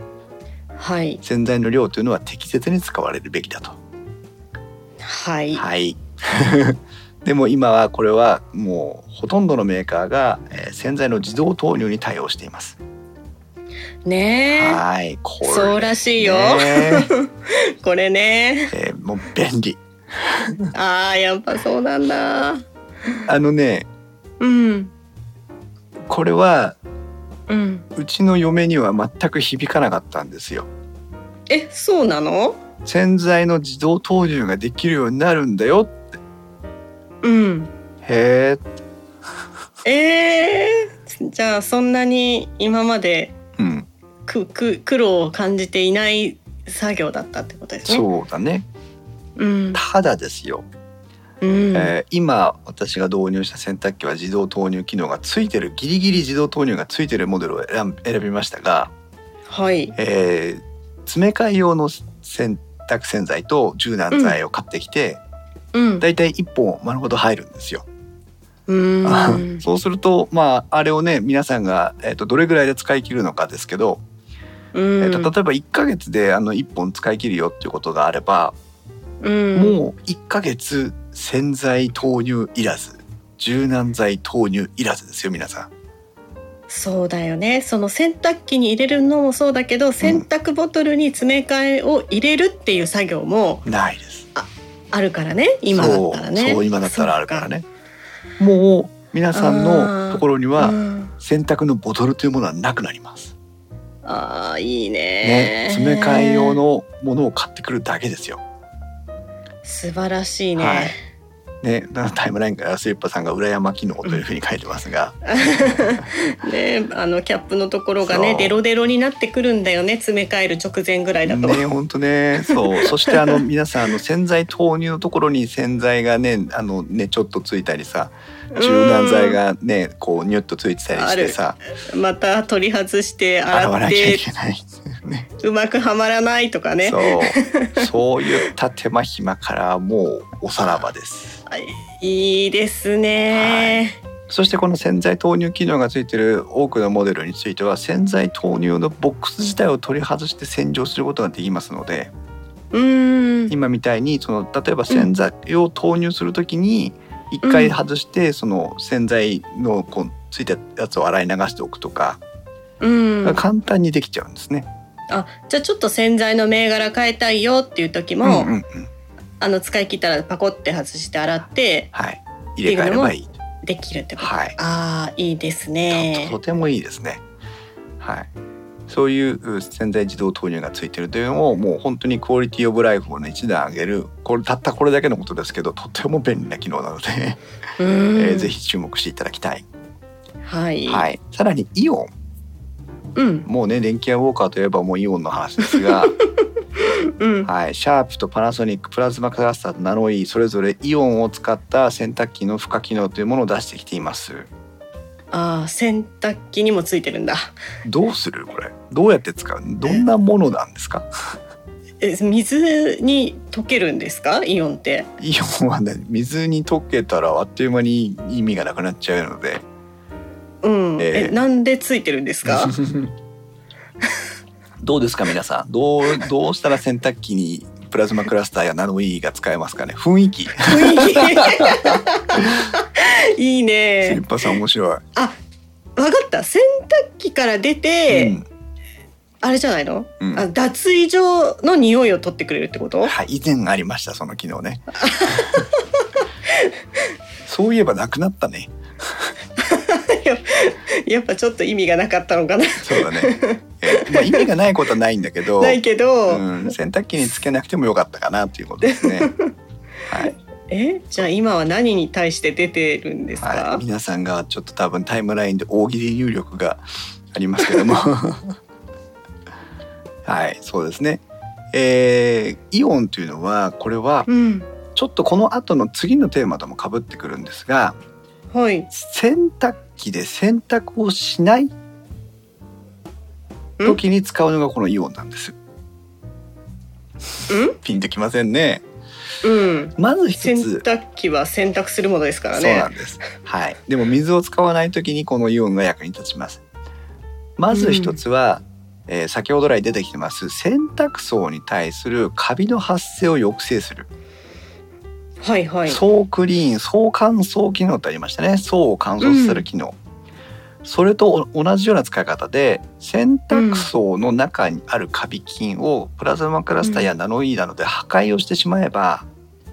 Speaker 2: はい
Speaker 1: 洗剤の量というのは適切に使われるべきだと。
Speaker 2: はい
Speaker 1: はい。 (laughs) でも今はこれはもうほとんどのメーカーがえー洗剤の自動投入に対応しています。
Speaker 2: ねえ
Speaker 1: はい、これ
Speaker 2: そうらしいよ
Speaker 1: ね
Speaker 2: これね
Speaker 1: (laughs) えーもう便利。
Speaker 2: あーやっぱそうなんだ
Speaker 1: あのね、
Speaker 2: うん
Speaker 1: これは
Speaker 2: うん
Speaker 1: うちの嫁には全く響かなかったんですよ。
Speaker 2: えそうなの
Speaker 1: 洗剤の自動投入ができるようになるんだよ。
Speaker 2: うん
Speaker 1: へえ、
Speaker 2: えー、じゃあそんなに今まで
Speaker 1: うん、
Speaker 2: くく苦労を感じていない作業だったってことですね。う。
Speaker 1: そうだね。
Speaker 2: うん。
Speaker 1: ただですよ。
Speaker 2: うん。
Speaker 1: えー今私が導入した洗濯機は自動投入機能がついてるギリギリ自動投入がついてるモデルを選ん選びましたが、
Speaker 2: はい。
Speaker 1: えー詰め替え用の洗濯洗剤と柔軟剤を買ってきて、
Speaker 2: うん。
Speaker 1: だいたい1本丸ごと入るんですよ。
Speaker 2: う
Speaker 1: (laughs)
Speaker 2: ーん。
Speaker 1: そうすると、まあ、あれをね、皆さんが、えっ、と、どれぐらいで使い切るのかですけど、
Speaker 2: うん。
Speaker 1: えっ、と、例えば1ヶ月で、あの、1本使い切るよっていうことがあれば、
Speaker 2: うん。
Speaker 1: もう1ヶ月洗剤投入いらず、柔軟剤投入いらずですよ、皆さん。
Speaker 2: そうだよね。その洗濯機に入れるのもそうだけど、洗濯ボトルに詰め替えを入れるっていう作業も
Speaker 1: ないです。
Speaker 2: あるからね。今だったらね。
Speaker 1: そう、そう今だったらあるからね。もう、皆さんのところに
Speaker 2: そうか。う
Speaker 1: は、
Speaker 2: ん
Speaker 1: 洗濯のボトルというものはなくなります。
Speaker 2: ああいい
Speaker 1: ね
Speaker 2: ね。、
Speaker 1: 詰め替え用。のものを買ってくるだけですよ。
Speaker 2: 素晴らしいね。
Speaker 1: はいね、なタイムラインからスリッパさんが裏山機能というふうに書いてますが、
Speaker 2: ねあのキャップのところがね
Speaker 1: そう
Speaker 2: デロデロになってくるんだよね詰め替える直前ぐらいだと、
Speaker 1: ね、本当ね、
Speaker 2: (laughs)
Speaker 1: そう、そしてあの皆さんあの洗剤投入のところに洗剤がね、あのねちょっとついたりさ、柔軟剤がねこうニュッとついてたりしてさ、
Speaker 2: うんまた取り外して
Speaker 1: 洗わ
Speaker 2: 洗
Speaker 1: な
Speaker 2: っ
Speaker 1: きゃい
Speaker 2: て
Speaker 1: けない。ね、
Speaker 2: うまくはまらないとかね
Speaker 1: そう、そういった手間暇からもうおさらばです。
Speaker 2: あいいですね、
Speaker 1: そしてこの洗剤投入機能がついている多くのモデルについては洗剤投入のボックス自体を取り外して洗浄することができますので、
Speaker 2: うーんうん
Speaker 1: 今みたいにその例えば洗剤を投入するときに一回外してその洗剤のこうついたやつを洗い流しておくとか、
Speaker 2: うん、
Speaker 1: 簡単にできちゃうんですね。
Speaker 2: あじゃあちょっと洗剤の銘柄変えたいよっていう時も、
Speaker 1: うんうんうん、
Speaker 2: あの使い切ったらパコって外して洗って
Speaker 1: はい入れ替えればいい。
Speaker 2: できるってこと、
Speaker 1: はい、
Speaker 2: あーいいです
Speaker 1: と
Speaker 2: ね
Speaker 1: とてもいいですね。はい。そういうう洗剤自動投入がついてるというのをもう本当にクオリティオブライフをね一段上げるこれたったこれだけのことですけどとても便利な機能なので、
Speaker 2: う
Speaker 1: え
Speaker 2: ん
Speaker 1: ーぜひ注目していただきたい。
Speaker 2: はい、
Speaker 1: はい。さらにイオン
Speaker 2: うん
Speaker 1: もうね電気屋ウォーカーといえばもうイオンの話です
Speaker 2: (laughs)
Speaker 1: が、
Speaker 2: うん
Speaker 1: はい。シャープとパナソニックプラズマクラスターとナノイーそれぞれイオンを使った洗濯機の付加機能というものを出してきています。
Speaker 2: あー洗濯機にもついてるんだ
Speaker 1: どうするこれどうやって使うどんなものなんですか？
Speaker 2: え水に溶けるんですかイオンって
Speaker 1: イオンはね水に溶けたらあっという間に意味がなくなっちゃうので
Speaker 2: うん、
Speaker 1: え
Speaker 2: え
Speaker 1: え
Speaker 2: なんでついてるんですか
Speaker 1: (laughs) どうですか皆さんどうどうしたら洗濯機にプラズマクラスターやナノイーが使えますかね雰囲気ス
Speaker 2: (laughs) いい
Speaker 1: リ
Speaker 2: ね
Speaker 1: (laughs) ッパさん面
Speaker 2: (laughs)
Speaker 1: 白い、
Speaker 2: あわかった洗濯機から出て、あれじゃないの、
Speaker 1: うん
Speaker 2: あ脱衣所の匂いを取ってくれるってこ
Speaker 1: う
Speaker 2: と
Speaker 1: ん、はい以前ありましたその機能ねそういえばなくなったね
Speaker 2: (laughs) やっぱちょっと意味がなかったのかな
Speaker 1: そうだね、えまあ、意味がないことはないんだけど
Speaker 2: (laughs) ないけど、
Speaker 1: うん、洗濯機につけなくてもよかったかなということですねはい
Speaker 2: えじゃあ今は何に対して出てるんですか、
Speaker 1: はい、皆さんがちょっと多分タイムラインで大喜利入力がありますけどもはいそうですねえーイオンというのはこれは
Speaker 2: うん
Speaker 1: ちょっとこの後の次のテーマともかぶってくるんですが
Speaker 2: はい
Speaker 1: 洗濯機で洗濯をしない時に使うのがこのイオンなんですピンときませんね
Speaker 2: うんうん
Speaker 1: まず一
Speaker 2: 洗
Speaker 1: つ
Speaker 2: 濯機は洗濯するものですから
Speaker 1: そうな
Speaker 2: ね
Speaker 1: んです。はい。でも水を使わない時にこのイオンが役に立ちます。まず一つは、えー先ほど来出てきてます洗濯槽に対するカビの発生を抑制する、
Speaker 2: はいはい
Speaker 1: 総クリーン総乾燥機能ってありましたね層を乾燥させる機能、それとお同じような使い方で洗濯槽の中にあるカビ菌をプラズマクラスターやナノイーなどで破壊をしてしまえば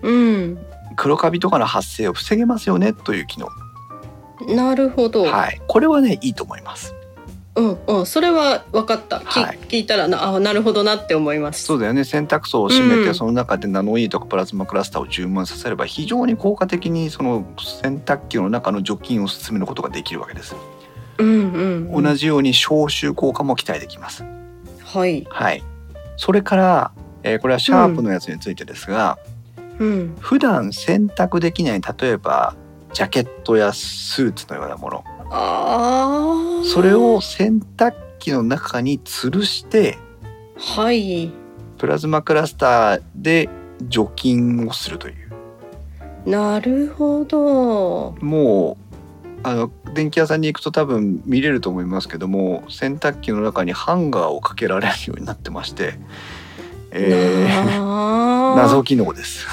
Speaker 2: うん
Speaker 1: 黒カビとかの発生を防げますよねという機能、
Speaker 2: なるほど、
Speaker 1: はい、これはねいいと思います。
Speaker 2: うんうんそれは分かった、き
Speaker 1: はい
Speaker 2: 聞いたらなあなるほどなって思います
Speaker 1: そうだよね洗濯槽を閉めて、
Speaker 2: うん
Speaker 1: その中でナノイーとかプラズマクラスターを充満させれば非常に効果的にその洗濯機の中の除菌を進めることができるわけです、
Speaker 2: うんうん、うん、
Speaker 1: 同じように消臭効果も期待できます
Speaker 2: はい
Speaker 1: はいそれから、えーこれはシャープのやつについてですが、
Speaker 2: うん
Speaker 1: 普段洗濯できない例えばジャケットやスーツのようなもの
Speaker 2: ああ
Speaker 1: それを洗濯機の中に吊るして
Speaker 2: はい
Speaker 1: プラズマクラスターで除菌をするという
Speaker 2: なるほど
Speaker 1: もうあの電気屋さんに行くと多分見れると思いますけども洗濯機の中にハンガーをかけられるようになってまして、えー
Speaker 2: な
Speaker 1: (laughs)
Speaker 2: あ
Speaker 1: 謎機能です。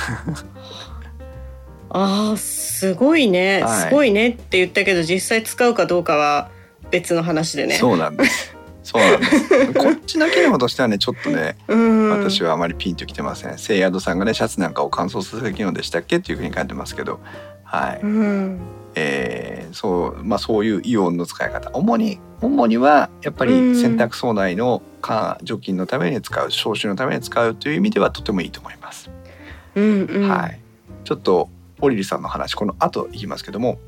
Speaker 2: あーすごいね、
Speaker 1: はい
Speaker 2: すごいねって言ったけど実際使うかどうかは別の話でね
Speaker 1: そうなんです。そうなん
Speaker 2: (laughs)
Speaker 1: です。こっちの機能としてはねちょっとね、
Speaker 2: うん
Speaker 1: 私はあまりピンときてません。セイヤードさんがねシャツなんかを乾燥させる機能でしたっけっていうふうに書いてますけど、はい。
Speaker 2: うん
Speaker 1: えーそうまあ、そういうイオンの使い方主に主にはやっぱ
Speaker 2: うん
Speaker 1: り洗濯槽内のか除菌のために使う消臭のために使うという意味ではとてもいいと思います。
Speaker 2: うんうん
Speaker 1: はい、ちょっとオリリさんの話この後いきますけども、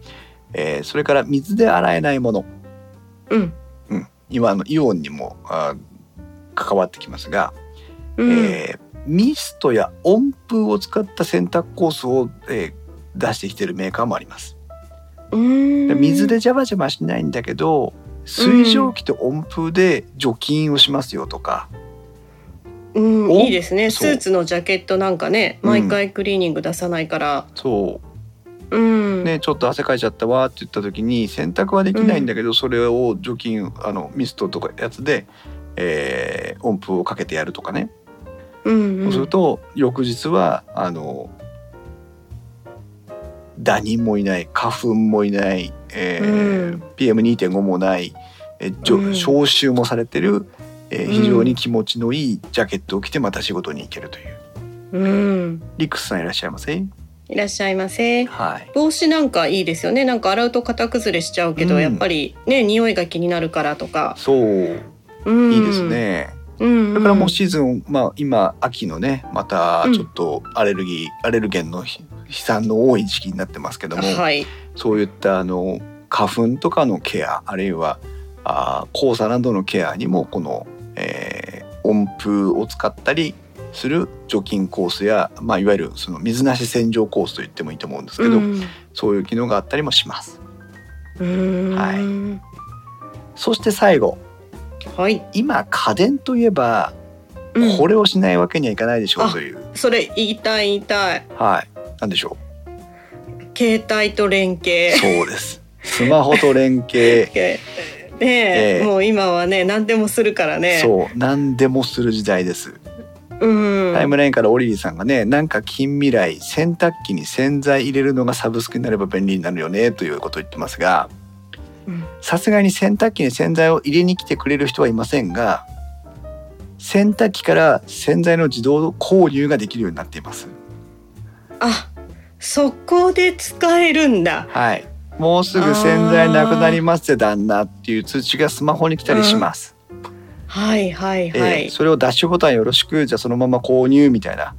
Speaker 1: えーそれから水で洗えないもの、
Speaker 2: うん
Speaker 1: うん、今あのイオンにもあー関わってきますが、
Speaker 2: うん
Speaker 1: えーミストや温風を使った洗濯コースを、えー出してきているメーカーもあります。
Speaker 2: うん
Speaker 1: で水でジャバジャバしないんだけど水蒸気と温風で除菌をしますよとか、
Speaker 2: うん
Speaker 1: お
Speaker 2: いいですねス
Speaker 1: そう
Speaker 2: ーツのジャケットなんかね
Speaker 1: うん
Speaker 2: 毎回クリーニング出さないから
Speaker 1: そ
Speaker 2: うん
Speaker 1: うねちょっと汗かいちゃったわって言った時に洗濯はできないんだけど、それを除菌あのミストとかやつで、えー温風をかけてやるとかね、
Speaker 2: うんう
Speaker 1: そうする
Speaker 2: ん
Speaker 1: と翌日はあのダニもいない花粉もいない、えー
Speaker 2: うん
Speaker 1: PM2.5 もない、えーじょ
Speaker 2: うん
Speaker 1: 消臭もされてる、えー
Speaker 2: うん
Speaker 1: 非常に気持ちのいいジャケットを着てまた仕事に行けるという
Speaker 2: うん
Speaker 1: リックスさんいらっしゃいません
Speaker 2: いらっしゃいませ
Speaker 1: はい
Speaker 2: 帽子なんかいいですよねなんか洗うと型崩れしちゃうけど、
Speaker 1: うん
Speaker 2: やっぱりね匂いが気になるからとか、
Speaker 1: そう
Speaker 2: うん、
Speaker 1: いいですね、
Speaker 2: うんうん、
Speaker 1: だからもうシーズン、まあ、今秋のねまたちょっとアレルギー、アレルゲンの飛飛散の多い時期になってますけども、
Speaker 2: はい
Speaker 1: そういったあの花粉とかのケアあるいはあー黄砂などのケアにもこの、えー温風を使ったりする除菌コースや、まあ、いわゆるその水なし洗浄コースと言ってもいいと思うんですけど、
Speaker 2: うん
Speaker 1: そういう機能があったりもします。
Speaker 2: うん
Speaker 1: はそして最後
Speaker 2: はい
Speaker 1: 今家電といえば
Speaker 2: うん
Speaker 1: これをしないわけにはいかないでしょう
Speaker 2: あ
Speaker 1: という、
Speaker 2: それ言いたい言いたい
Speaker 1: はいなんでしょ
Speaker 2: 携帯と連
Speaker 1: う
Speaker 2: 携
Speaker 1: そうですスマホと連
Speaker 2: (laughs)
Speaker 1: 携
Speaker 2: ねえ
Speaker 1: ええ
Speaker 2: もう今はね何でもするからね
Speaker 1: そう何でもする時代です
Speaker 2: う、うん、
Speaker 1: タイムラインからオリリーさんがねなんか近未来洗濯機に洗剤入れるのがサブスクになれば便利になるよねということを言ってますが
Speaker 2: うん
Speaker 1: さすがに洗濯機に洗剤を入れに来てくれる人はいませんが洗濯機から洗剤の自動購入ができるようになっています。
Speaker 2: あそこで使えるんだ
Speaker 1: はいもうすぐ洗剤なくなりますよ旦那っていう通知がスマホに来たりします、
Speaker 2: はいはい
Speaker 1: えー
Speaker 2: はい、
Speaker 1: それをダッシュボタンよろしくじゃあそのまま購入みたいな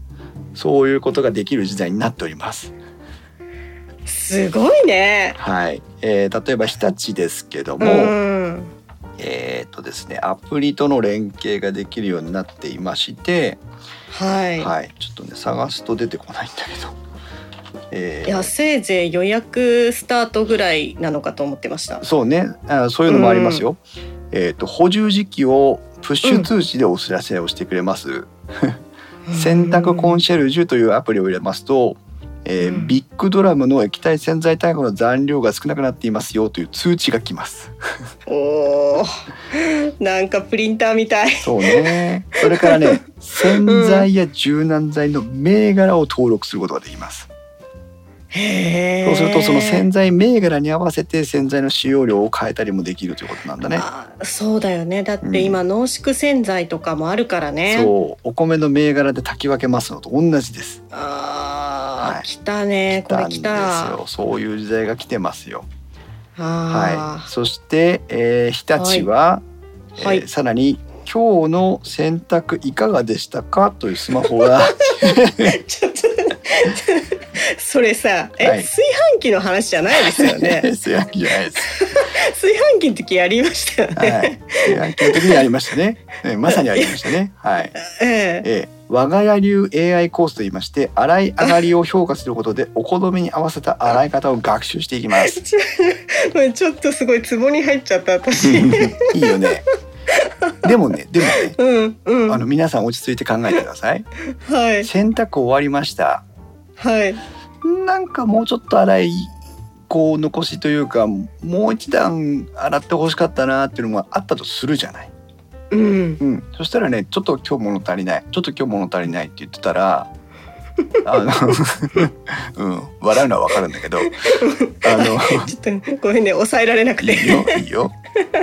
Speaker 1: そういうことができる時代になっております
Speaker 2: すごいね
Speaker 1: はい、えー例えば日立ですけども、
Speaker 2: うん
Speaker 1: えーっとですねアプリとの連携ができるようになっていまして、
Speaker 2: はい、
Speaker 1: はい、ちょっとね探すと出てこないんだけど、え
Speaker 2: い、
Speaker 1: ー
Speaker 2: やせいぜい予約スタートぐらいなのかと思ってました
Speaker 1: そうねあそういうのもありますよ、えーっと補充時期をプッシュ通知でお知らせをしてくれます、洗濯コンシェルジュというアプリを入れますと、えー
Speaker 2: うん
Speaker 1: ビッグドラムの液体洗剤タイプの残量が少なくなっていますよという通知が来ます
Speaker 2: おーなんかプリンターみたい
Speaker 1: そうね。それからね、洗剤や柔軟剤の銘柄を登録することができます。
Speaker 2: へ
Speaker 1: そ
Speaker 2: ー
Speaker 1: うするとその洗剤銘柄に合わせて洗剤の使用量を変えたりもできるということなんだね。
Speaker 2: あそうだよねだって今濃縮洗剤とかもあるからね、
Speaker 1: そう、お米の銘柄で炊き分けますのと同じです。
Speaker 2: あー、
Speaker 1: はい
Speaker 2: 来たねこれ
Speaker 1: な
Speaker 2: 来
Speaker 1: ん
Speaker 2: た
Speaker 1: ですよ。そういう時代が来てますよ。は
Speaker 2: あ
Speaker 1: い。そして、えー日立は、
Speaker 2: ーはい
Speaker 1: えーさらに今日の洗濯いかがでしたかというスマホが
Speaker 2: ちょっとそれさえ、
Speaker 1: はい
Speaker 2: 炊飯器の話じゃないですよね
Speaker 1: (laughs) 炊飯器じゃないです。
Speaker 2: 炊飯器の時やりましたよね、
Speaker 1: はい、野球的にありました (laughs) ね。ねまさにありましたね。はい。
Speaker 2: ええ
Speaker 1: ええ、我が家流 AI コースと言いまして、洗い上がりを評価することで、お好みに合わせた洗い方を学習していきます。
Speaker 2: ちょごめんちょっとすごいツボに入っちゃった私
Speaker 1: いいよね。でもね、でもね、
Speaker 2: うんうん
Speaker 1: あの皆さん落ち着いて考えてください。
Speaker 2: はい
Speaker 1: 洗濯終わりました。
Speaker 2: はい
Speaker 1: なんかもうちょっと洗い。こう残しというかもう一段洗ってほしかったなっていうのがあったとするじゃない、
Speaker 2: うん
Speaker 1: うん、そしたらねちょっと今日物足りないちょっと今日物足りないって言ってたらあ
Speaker 2: (laughs)
Speaker 1: の、うん、笑うのはわかるんだけどあの
Speaker 2: ちょっとごめんね抑えられなく
Speaker 1: い
Speaker 2: て
Speaker 1: いよいいよ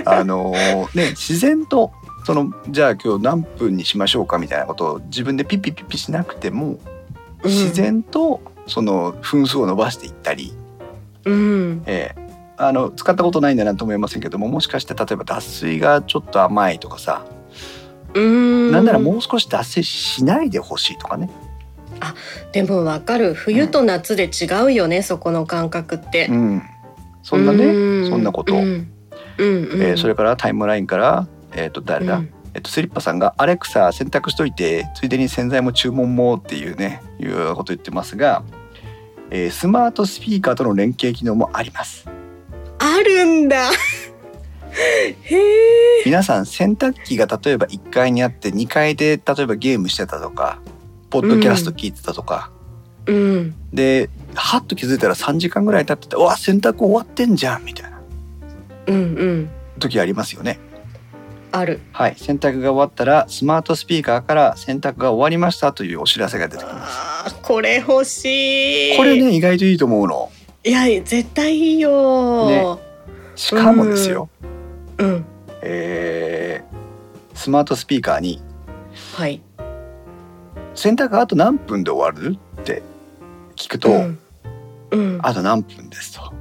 Speaker 1: あのね自然とそのじゃあ今日何分にしましょうかみたいなことを自分でピッピッピッピしなくても
Speaker 2: うん
Speaker 1: 自然とその分数を伸ばしていったり、
Speaker 2: うん
Speaker 1: ええあの使ったことないんだなと思いませんけどももしかして例えば脱水がちょっと甘いとかさ、
Speaker 2: うん
Speaker 1: なんならもう少し脱水しないでほしいとかね
Speaker 2: でもわかる冬と夏で違うよね、そこの感覚って、
Speaker 1: うん、そんなね、
Speaker 2: う
Speaker 1: そんなこと、
Speaker 2: うんうんうん
Speaker 1: えーそれからタイムラインから、えー、と誰だ、
Speaker 2: うん
Speaker 1: えー、とスリッパさんが「アレクサ洗濯しといてついでに洗剤も注文も」っていうねいうこと言ってますが、えースマートスピーカーとの連携機能もあります
Speaker 2: あるんだ (laughs) へえ
Speaker 1: 皆さん洗濯機が例えば1階にあって2階で例えばゲームしてたとかポッドキャスト聞いてたとか、
Speaker 2: うん
Speaker 1: ではっと気づいたら3時間ぐらい経ってて「うわ洗濯終わってんじゃん」みたいな
Speaker 2: うんうん
Speaker 1: 時ありますよね。
Speaker 2: ある
Speaker 1: はい、洗濯が終わったらスマートスピーカーから洗濯が終わりましたというお知らせが出てきます。
Speaker 2: あーこれ欲しい
Speaker 1: これね意外といいと思うの。
Speaker 2: いや絶対いいよ、
Speaker 1: ねしかもですよ、
Speaker 2: うん
Speaker 1: えースマートスピーカーに
Speaker 2: はい
Speaker 1: 「洗濯あと何分で終わる?」って聞くと「
Speaker 2: うん、うん、あ
Speaker 1: あと何分です」と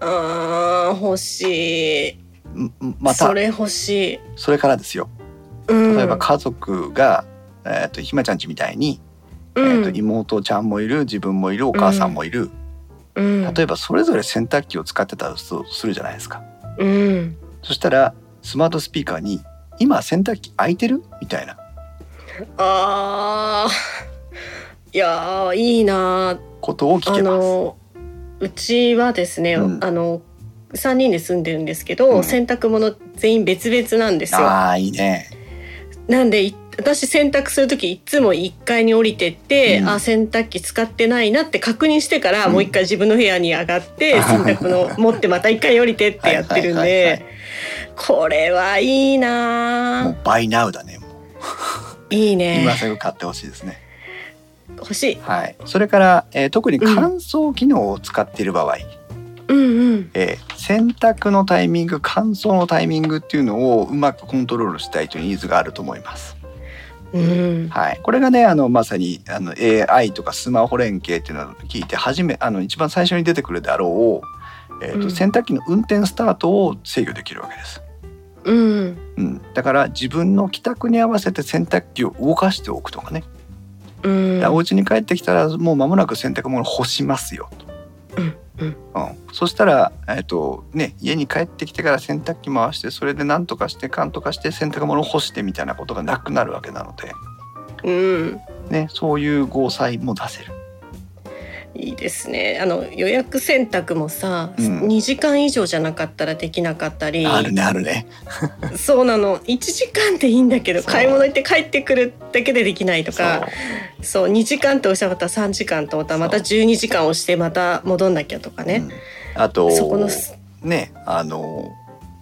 Speaker 2: あー欲しい
Speaker 1: 「んんまた
Speaker 2: それ欲しい、
Speaker 1: それからですよ
Speaker 2: うん、
Speaker 1: 例えば家族が、えー、とひまちゃんちみたいに、
Speaker 2: うん、
Speaker 1: えー、と妹ちゃんもいる自分もいるお母さんもいる、
Speaker 2: うん、
Speaker 1: 例えばそれぞれ洗濯機を使ってたとするじゃないですか。
Speaker 2: うん、
Speaker 1: そしたらスマートスピーカーに「今洗濯機空いてる?」みたいな
Speaker 2: あーいやーいいなー
Speaker 1: ことを聞
Speaker 2: あ
Speaker 1: けます。
Speaker 2: のうちはですね、
Speaker 1: うん
Speaker 2: あの3人で住んでるんですけど、
Speaker 1: うん
Speaker 2: 洗濯物全員別々なんですよ。
Speaker 1: ああーいいね。
Speaker 2: なんでい私洗濯する時いつも1階に降りてって、
Speaker 1: うん
Speaker 2: あ洗濯機使ってないなって確認してから、
Speaker 1: うん
Speaker 2: もう1回自分の部屋に上がって洗濯物を持ってまた1階に降りてってやってるん
Speaker 1: はいはいはいはい
Speaker 2: でこれはいいな
Speaker 1: も
Speaker 2: あ
Speaker 1: うバイナウだね。もう
Speaker 2: いいね
Speaker 1: 今すぐ買ってほしいですね。
Speaker 2: 欲しい。
Speaker 1: はい。それから、えー特に乾燥機能を使っている場合、
Speaker 2: うんうん
Speaker 1: えー洗濯のタイミング、乾燥のタイミングっていうのをうまくコントロールしたいというニーズがあると思います。
Speaker 2: うん、
Speaker 1: はい。これがね、あのまさにあの AI とかスマホ連携っていうのを聞いて初めあの一番最初に出てくるであろう、えーと
Speaker 2: うん
Speaker 1: 洗濯機の運転スタートを制御できるわけです。
Speaker 2: うん
Speaker 1: うん、だから自分の帰宅に合わせて洗濯機を動かしておくとかね、
Speaker 2: うん
Speaker 1: お家に帰ってきたらもう間もなく洗濯物干しますよと、
Speaker 2: うんうん
Speaker 1: うん、そしたら、えっとね、家に帰ってきてから洗濯機回してそれで何とかしてかんとかして洗濯物を干してみたいなことがなくなるわけなので、
Speaker 2: うん
Speaker 1: ね、そういう合裁も出せる。
Speaker 2: いいですねあの予約選択もさ、
Speaker 1: うん
Speaker 2: 2時間以上じゃなかったらできなかったり
Speaker 1: あるねあるね。
Speaker 2: そうなの1時間でいいんだけど
Speaker 1: そう
Speaker 2: 買い物行って帰ってくるだけでできないとか
Speaker 1: そう
Speaker 2: そう2時間って押したかったら3時間とまた12時間押してまた戻んなきゃとか
Speaker 1: う
Speaker 2: ね、
Speaker 1: んあと
Speaker 2: そこのす
Speaker 1: ねあの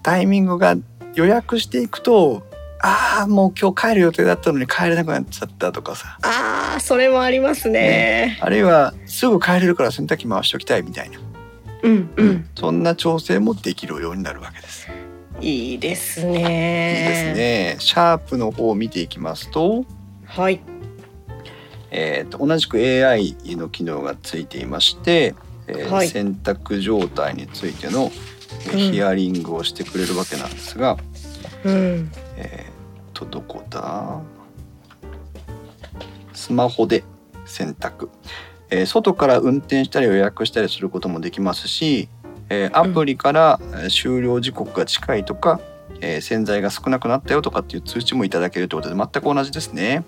Speaker 1: タイミングが予約していくとああもう今日帰る予定だったのに帰れなくなっちゃったとかさ
Speaker 2: あーそれもありますね
Speaker 1: あるいはすぐ帰れるから洗濯機回しておきたいみたいな、
Speaker 2: うんうん、
Speaker 1: そんな調整もできるようになるわけです。
Speaker 2: いいです
Speaker 1: いいです
Speaker 2: ね
Speaker 1: ね。シャープの方を見ていきますと,、
Speaker 2: はい
Speaker 1: えーと同じく AI の機能がついていまして、えー
Speaker 2: はい
Speaker 1: 洗濯状態についてのえー
Speaker 2: うん
Speaker 1: ヒアリングをしてくれるわけなんですが、
Speaker 2: うん
Speaker 1: えー、とどこだスマホで選択、えー外から運転したり予約したりすることもできますし、えーアプリからえー終了時刻が近いとか、えー洗剤が少なくなったよとかっていう通知もいただけるということで全く同じですね、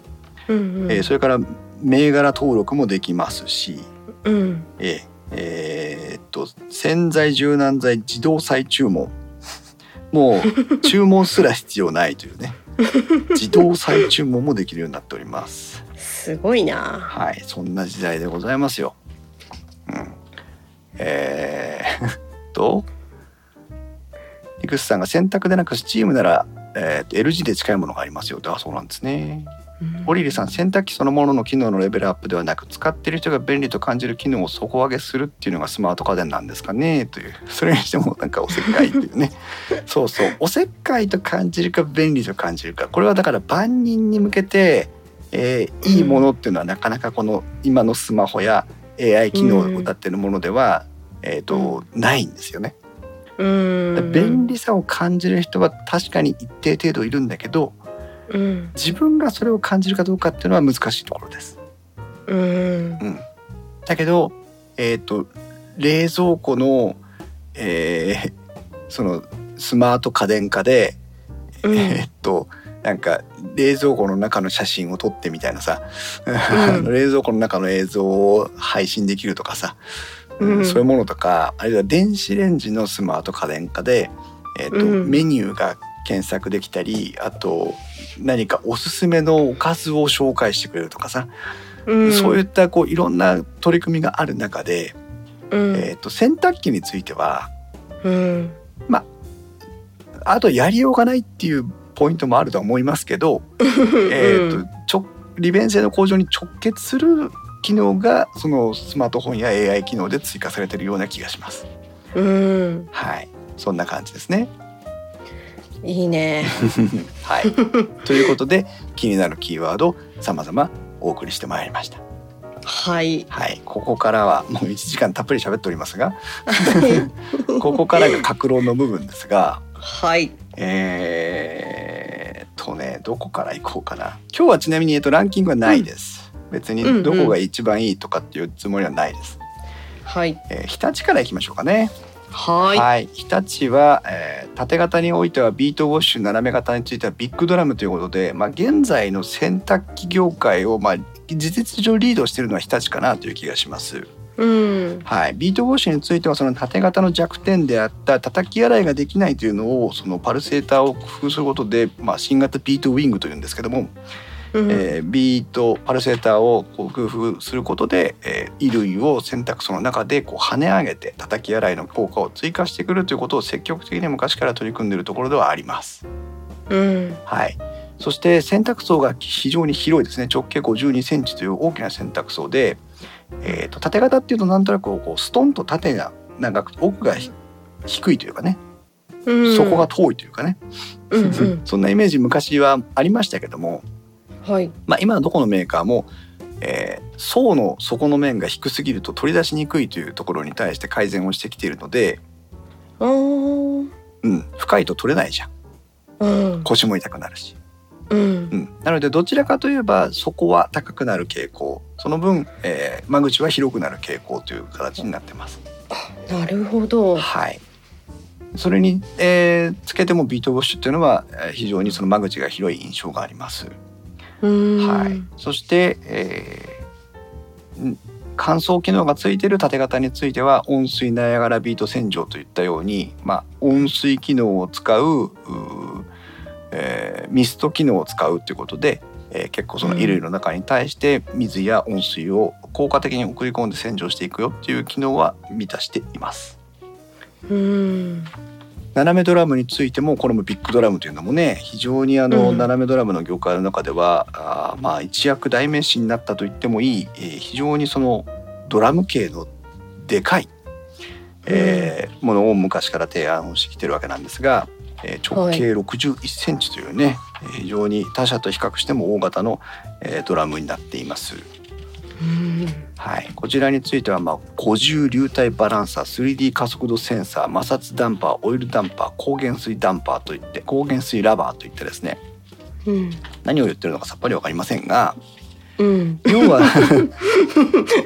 Speaker 2: うんうん
Speaker 1: えーそれから銘柄登録もできますし、
Speaker 2: うん
Speaker 1: えーえーっと洗剤柔軟剤自動再注文もう注文すら必要ないというね自動再注文もできるようになっております
Speaker 2: すごいな
Speaker 1: はいそんな時代でございますよ、うん、えー、 (laughs) といくつさんが洗濯でなくスチームなら、えーっと L 字で近いものがありますよとあそうなんですねオリリさん洗濯機そのものの機能のレベルアップではなく使ってる人が便利と感じる機能を底上げするっていうのがスマート家電なんですかねというそれにしてもなんかおせっかいって
Speaker 2: (laughs)
Speaker 1: いうねそうそうおせっかいと感じるか便利と感じるかこれはだから万人に向けて、えーいいものっていうのはなかなかこの今のスマホや AI 機能を歌ってるものでは、えー、とないんですよね。
Speaker 2: うん
Speaker 1: だから便利さを感じる人は確かに一定程度いるんだけど
Speaker 2: うん
Speaker 1: 自分がそれを感じるかどうかっていうのは難しいところです。
Speaker 2: うん
Speaker 1: うん、だけど、えー、と冷蔵庫の,、えー (laughs) そのスマート家電化で、
Speaker 2: うん
Speaker 1: えーっとなんか冷蔵庫の中の写真を撮ってみたいなさ、(laughs)
Speaker 2: ん
Speaker 1: 冷蔵庫の中の映像を配信できるとかさ、うん
Speaker 2: うん
Speaker 1: そういうものとかあるいは電子レンジのスマート家電化で、えーっと
Speaker 2: うん
Speaker 1: メニューが検索できたりあと何かおすすめのおかずを紹介してくれるとかさ、
Speaker 2: うん
Speaker 1: そういったこういろんな取り組みがある中で、
Speaker 2: うん
Speaker 1: えー、と洗濯機については
Speaker 2: うん
Speaker 1: あとやりようがないっていうポイントもあるとは思いますけど、えーとちょ利便性の向上に直結する機能がそのスマートフォンや AI 機能で追加されてるような気がします。
Speaker 2: うん、
Speaker 1: はい、そんな感じですね。
Speaker 2: いいね。 (laughs)
Speaker 1: はい、ということで気になるキーワード様々お送りしてまいりました。
Speaker 2: はい。
Speaker 1: はい、ここからはもう1時間たっぷり喋っておりますが、 (laughs) ここからが格論の部分ですが、
Speaker 2: はい。
Speaker 1: えーっとねどこから行こうかな今日はちなみに、えっと、ランキングはないです、別にどこが一番いいとかっていうつもりはないです、
Speaker 2: はい。
Speaker 1: えー日立から行きましょうかね
Speaker 2: はい。
Speaker 1: 日立は、えー縦型においてはビートウォッシュ斜め型についてはビッグドラムということで、まあ、現在の洗濯機業界を、まあ、事実上リードしているのは日立かなという気がします
Speaker 2: うん。
Speaker 1: はい、ビートウォッシュについてはその縦型の弱点であった叩き洗いができないというのをそのパルセーターを工夫することで、まあ、新型ビートウィングというんですけども、
Speaker 2: うん
Speaker 1: えービートパルセーターをこう工夫することで、えー衣類を洗濯槽の中でこう跳ね上げて叩き洗いの効果を追加してくるということを積極的に昔から取り組んでいるところではあります。
Speaker 2: うん。
Speaker 1: はいそして洗濯槽が非常に広いですね直径5 2センチという大きな洗濯槽で、えー、と縦型っていうとなんとなくこうストンと縦が長く奥がひ低いというかね
Speaker 2: うん。
Speaker 1: 底が。遠いというかね、
Speaker 2: うんうん。
Speaker 1: (laughs) そんなイメージ昔はありましたけども、
Speaker 2: はい。
Speaker 1: まあ、今のどこのメーカーも、えー層の底の面が低すぎると取り出しにくいというところに対して改善をしてきているので、
Speaker 2: ああ。うん。
Speaker 1: うん、深いと取れないじゃん
Speaker 2: うん。
Speaker 1: 腰も痛くなるし。
Speaker 2: うん
Speaker 1: う。ん、なのでどちらかといえばそこは高くなる傾向その分、えー間口は広くなる傾向という形になってます。
Speaker 2: なるほど。
Speaker 1: はいそれに、えーつけてもビートウォッシュっていうのはえー非常にその間口が広い印象があります。
Speaker 2: うん。
Speaker 1: はい、そして、えーん乾燥機能がついている縦型については温水ナイアガラビート洗浄といったように、まあ、温水機能を使ううー、えーミスト機能を使うということで、えー結構その衣類の中に対して水や温水を効果的に送り込んで洗浄していくよっていう機能は満たしています。
Speaker 2: うん。
Speaker 1: 斜めドラムについてもこれもビッグドラムというのもね非常にあの、
Speaker 2: うん
Speaker 1: 斜めドラムの業界の中ではあーまあ一躍代名詞になったと言ってもいい、えー非常にそのドラム系のでかい、えーものを昔から提案をしてきてるわけなんですが、えー直径6 1センチというね、えー非常に他社と比較しても大型の、えードラムになっています。
Speaker 2: うん。
Speaker 1: はい、こちらについては、まあ、50流体バランサー 3D 加速度センサー摩擦ダンパーオイルダンパー高原水ダンパーといって高原水ラバーといってですね
Speaker 2: うん。
Speaker 1: 何を言ってるのかさっぱり分かりませんが
Speaker 2: うん。
Speaker 1: 要は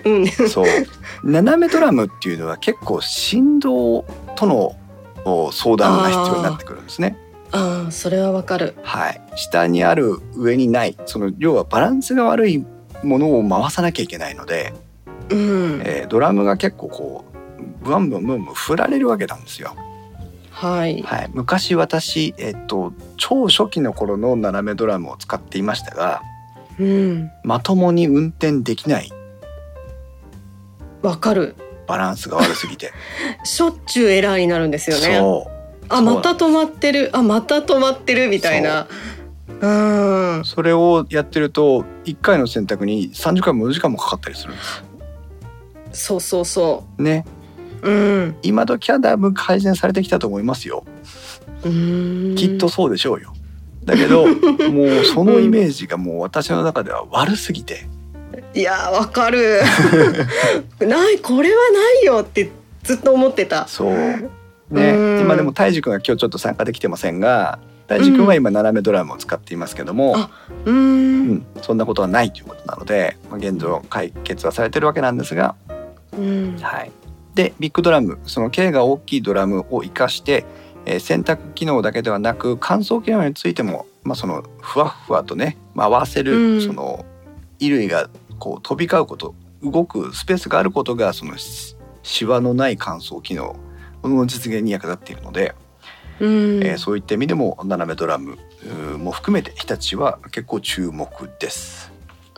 Speaker 2: うん。
Speaker 1: そう斜めドラムっていうのは結構振動とのお相談が必要になってくるんですね。
Speaker 2: ああ、それはわかる。
Speaker 1: はい、下にある上にないその要はバランスが悪いものを回さなきゃいけないので、
Speaker 2: うん。
Speaker 1: えードラムが結構こうブワンブワンブワンブワン振られるわけなんですよ。
Speaker 2: はい。
Speaker 1: はい、昔私、えっと、超初期の頃の斜めドラムを使っていましたが
Speaker 2: うん。
Speaker 1: まともに運転できない
Speaker 2: わかる。
Speaker 1: バランスが悪すぎて
Speaker 2: しょっちゅうエラーになるん (laughs) ですよね。
Speaker 1: そ
Speaker 2: あ、また止まってる。あ、また止まってるみたいな。うん
Speaker 1: う。それをやってると1回の洗濯に3時間も4時間もかかったりするんです
Speaker 2: そうそうそ
Speaker 1: ね
Speaker 2: う。うん。
Speaker 1: 今時はだいぶ改善されてきたと思いますよ
Speaker 2: うん。
Speaker 1: きっと。そうでしょうよだけ
Speaker 2: (laughs)
Speaker 1: どもうそのイメージがもう私の中では悪すぎて
Speaker 2: いやー、わ
Speaker 1: (laughs)
Speaker 2: かる。ない、これはないよってずっと思ってた。
Speaker 1: そう
Speaker 2: うん
Speaker 1: ね今でも泰治君が今日ちょっと参加できてませんが泰治君は今斜めドラムを使っていますけども、
Speaker 2: あう。
Speaker 1: うんん、そんなことはないということなので、まあ、現状解決はされてるわけなんですが、
Speaker 2: うん。
Speaker 1: はい、でビッグドラムその径が大きいドラムを生かして、えー洗濯機能だけではなく乾燥機能についても、まあ、そのふわふわとね回せ
Speaker 2: う
Speaker 1: る、
Speaker 2: ん
Speaker 1: その衣類がこう飛び交うこと動くスペースがあることがそのしシワのない乾燥機能の実現に役立っているので、
Speaker 2: うん。
Speaker 1: えーそういった意味でも斜めドラムうーも含めて日立は結構注目です。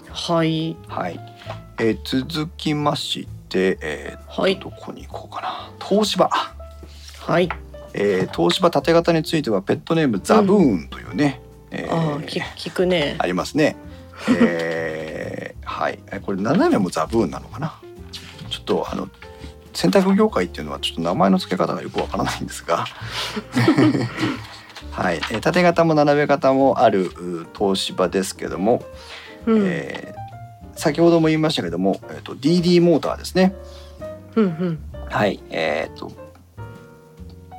Speaker 2: はい。
Speaker 1: はい、えー続きまして、えー
Speaker 2: はい。
Speaker 1: どこに行こうかな東芝
Speaker 2: はい。
Speaker 1: えー東芝縦型についてはペットネームザブーンというね、えー
Speaker 2: ああき聞くね
Speaker 1: ありますね。えー、 (laughs) はいえこれ斜めもザブーンなのかなちょっとあの洗濯業界っていうのはちょっと名前の付け方がよくわからないんです
Speaker 2: (laughs)
Speaker 1: が (laughs) はい、えー縦型も斜め型もあるう東芝ですけども、
Speaker 2: うん
Speaker 1: えー先ほども言いましたけども、えー、と DD モーターですね
Speaker 2: うんうん
Speaker 1: はいえー、と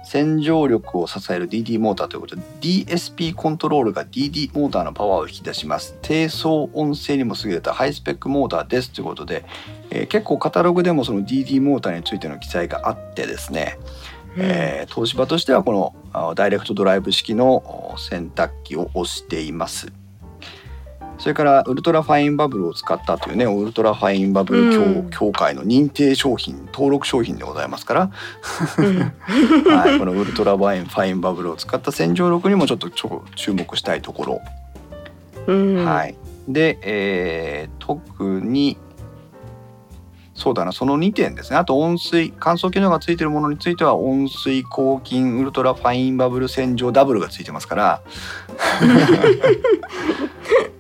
Speaker 1: 洗浄力を支える DD モーターということで DSP コントロールが DD モーターのパワーを引き出します低騒音性にも優れたハイスペックモーターですということで、えー結構カタログでもその DD モーターについての記載があってですね、えー東芝としてはこのあダイレクトドライブ式のお洗濯機を推していますそれからウルトラファインバブルを使ったというねウルトラファインバブル協,、
Speaker 2: うん
Speaker 1: 協会の認定商品登録商品でございます
Speaker 2: (laughs)
Speaker 1: から、
Speaker 2: うん
Speaker 1: はい、このウルトラファインファインバブルを使った洗浄力にもちょっとちょ注目したいところ、
Speaker 2: う
Speaker 1: (laughs)
Speaker 2: ん
Speaker 1: はいで、えー特にそうだなその2点ですねあと温水乾燥機能がついてるものについては温水抗菌ウルトラファインバブル洗浄ダブルがついてますから
Speaker 2: (laughs)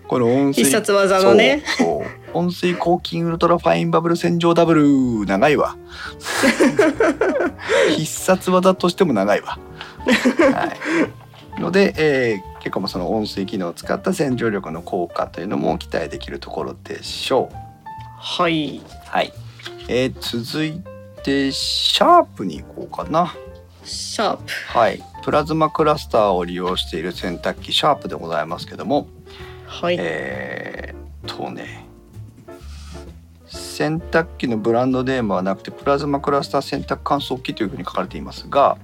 Speaker 1: この温水
Speaker 2: 必殺技のね
Speaker 1: そうそう温水抗菌ウルトラファインバブル洗浄ダブル長いわ必殺技としても長いわはいので、えー結構もうその温水機能を使った洗浄力の効果というのも期待できるところでしょう
Speaker 2: はい
Speaker 1: はい、えー続いてシャープに行こうかな
Speaker 2: シャープ
Speaker 1: はいプラズマクラスターを利用している洗濯機シャープでございますけども
Speaker 2: はい、
Speaker 1: えーっとね洗濯機のブランドネームはなくてプラズマクラスター洗濯乾燥機というふうに書かれていますが、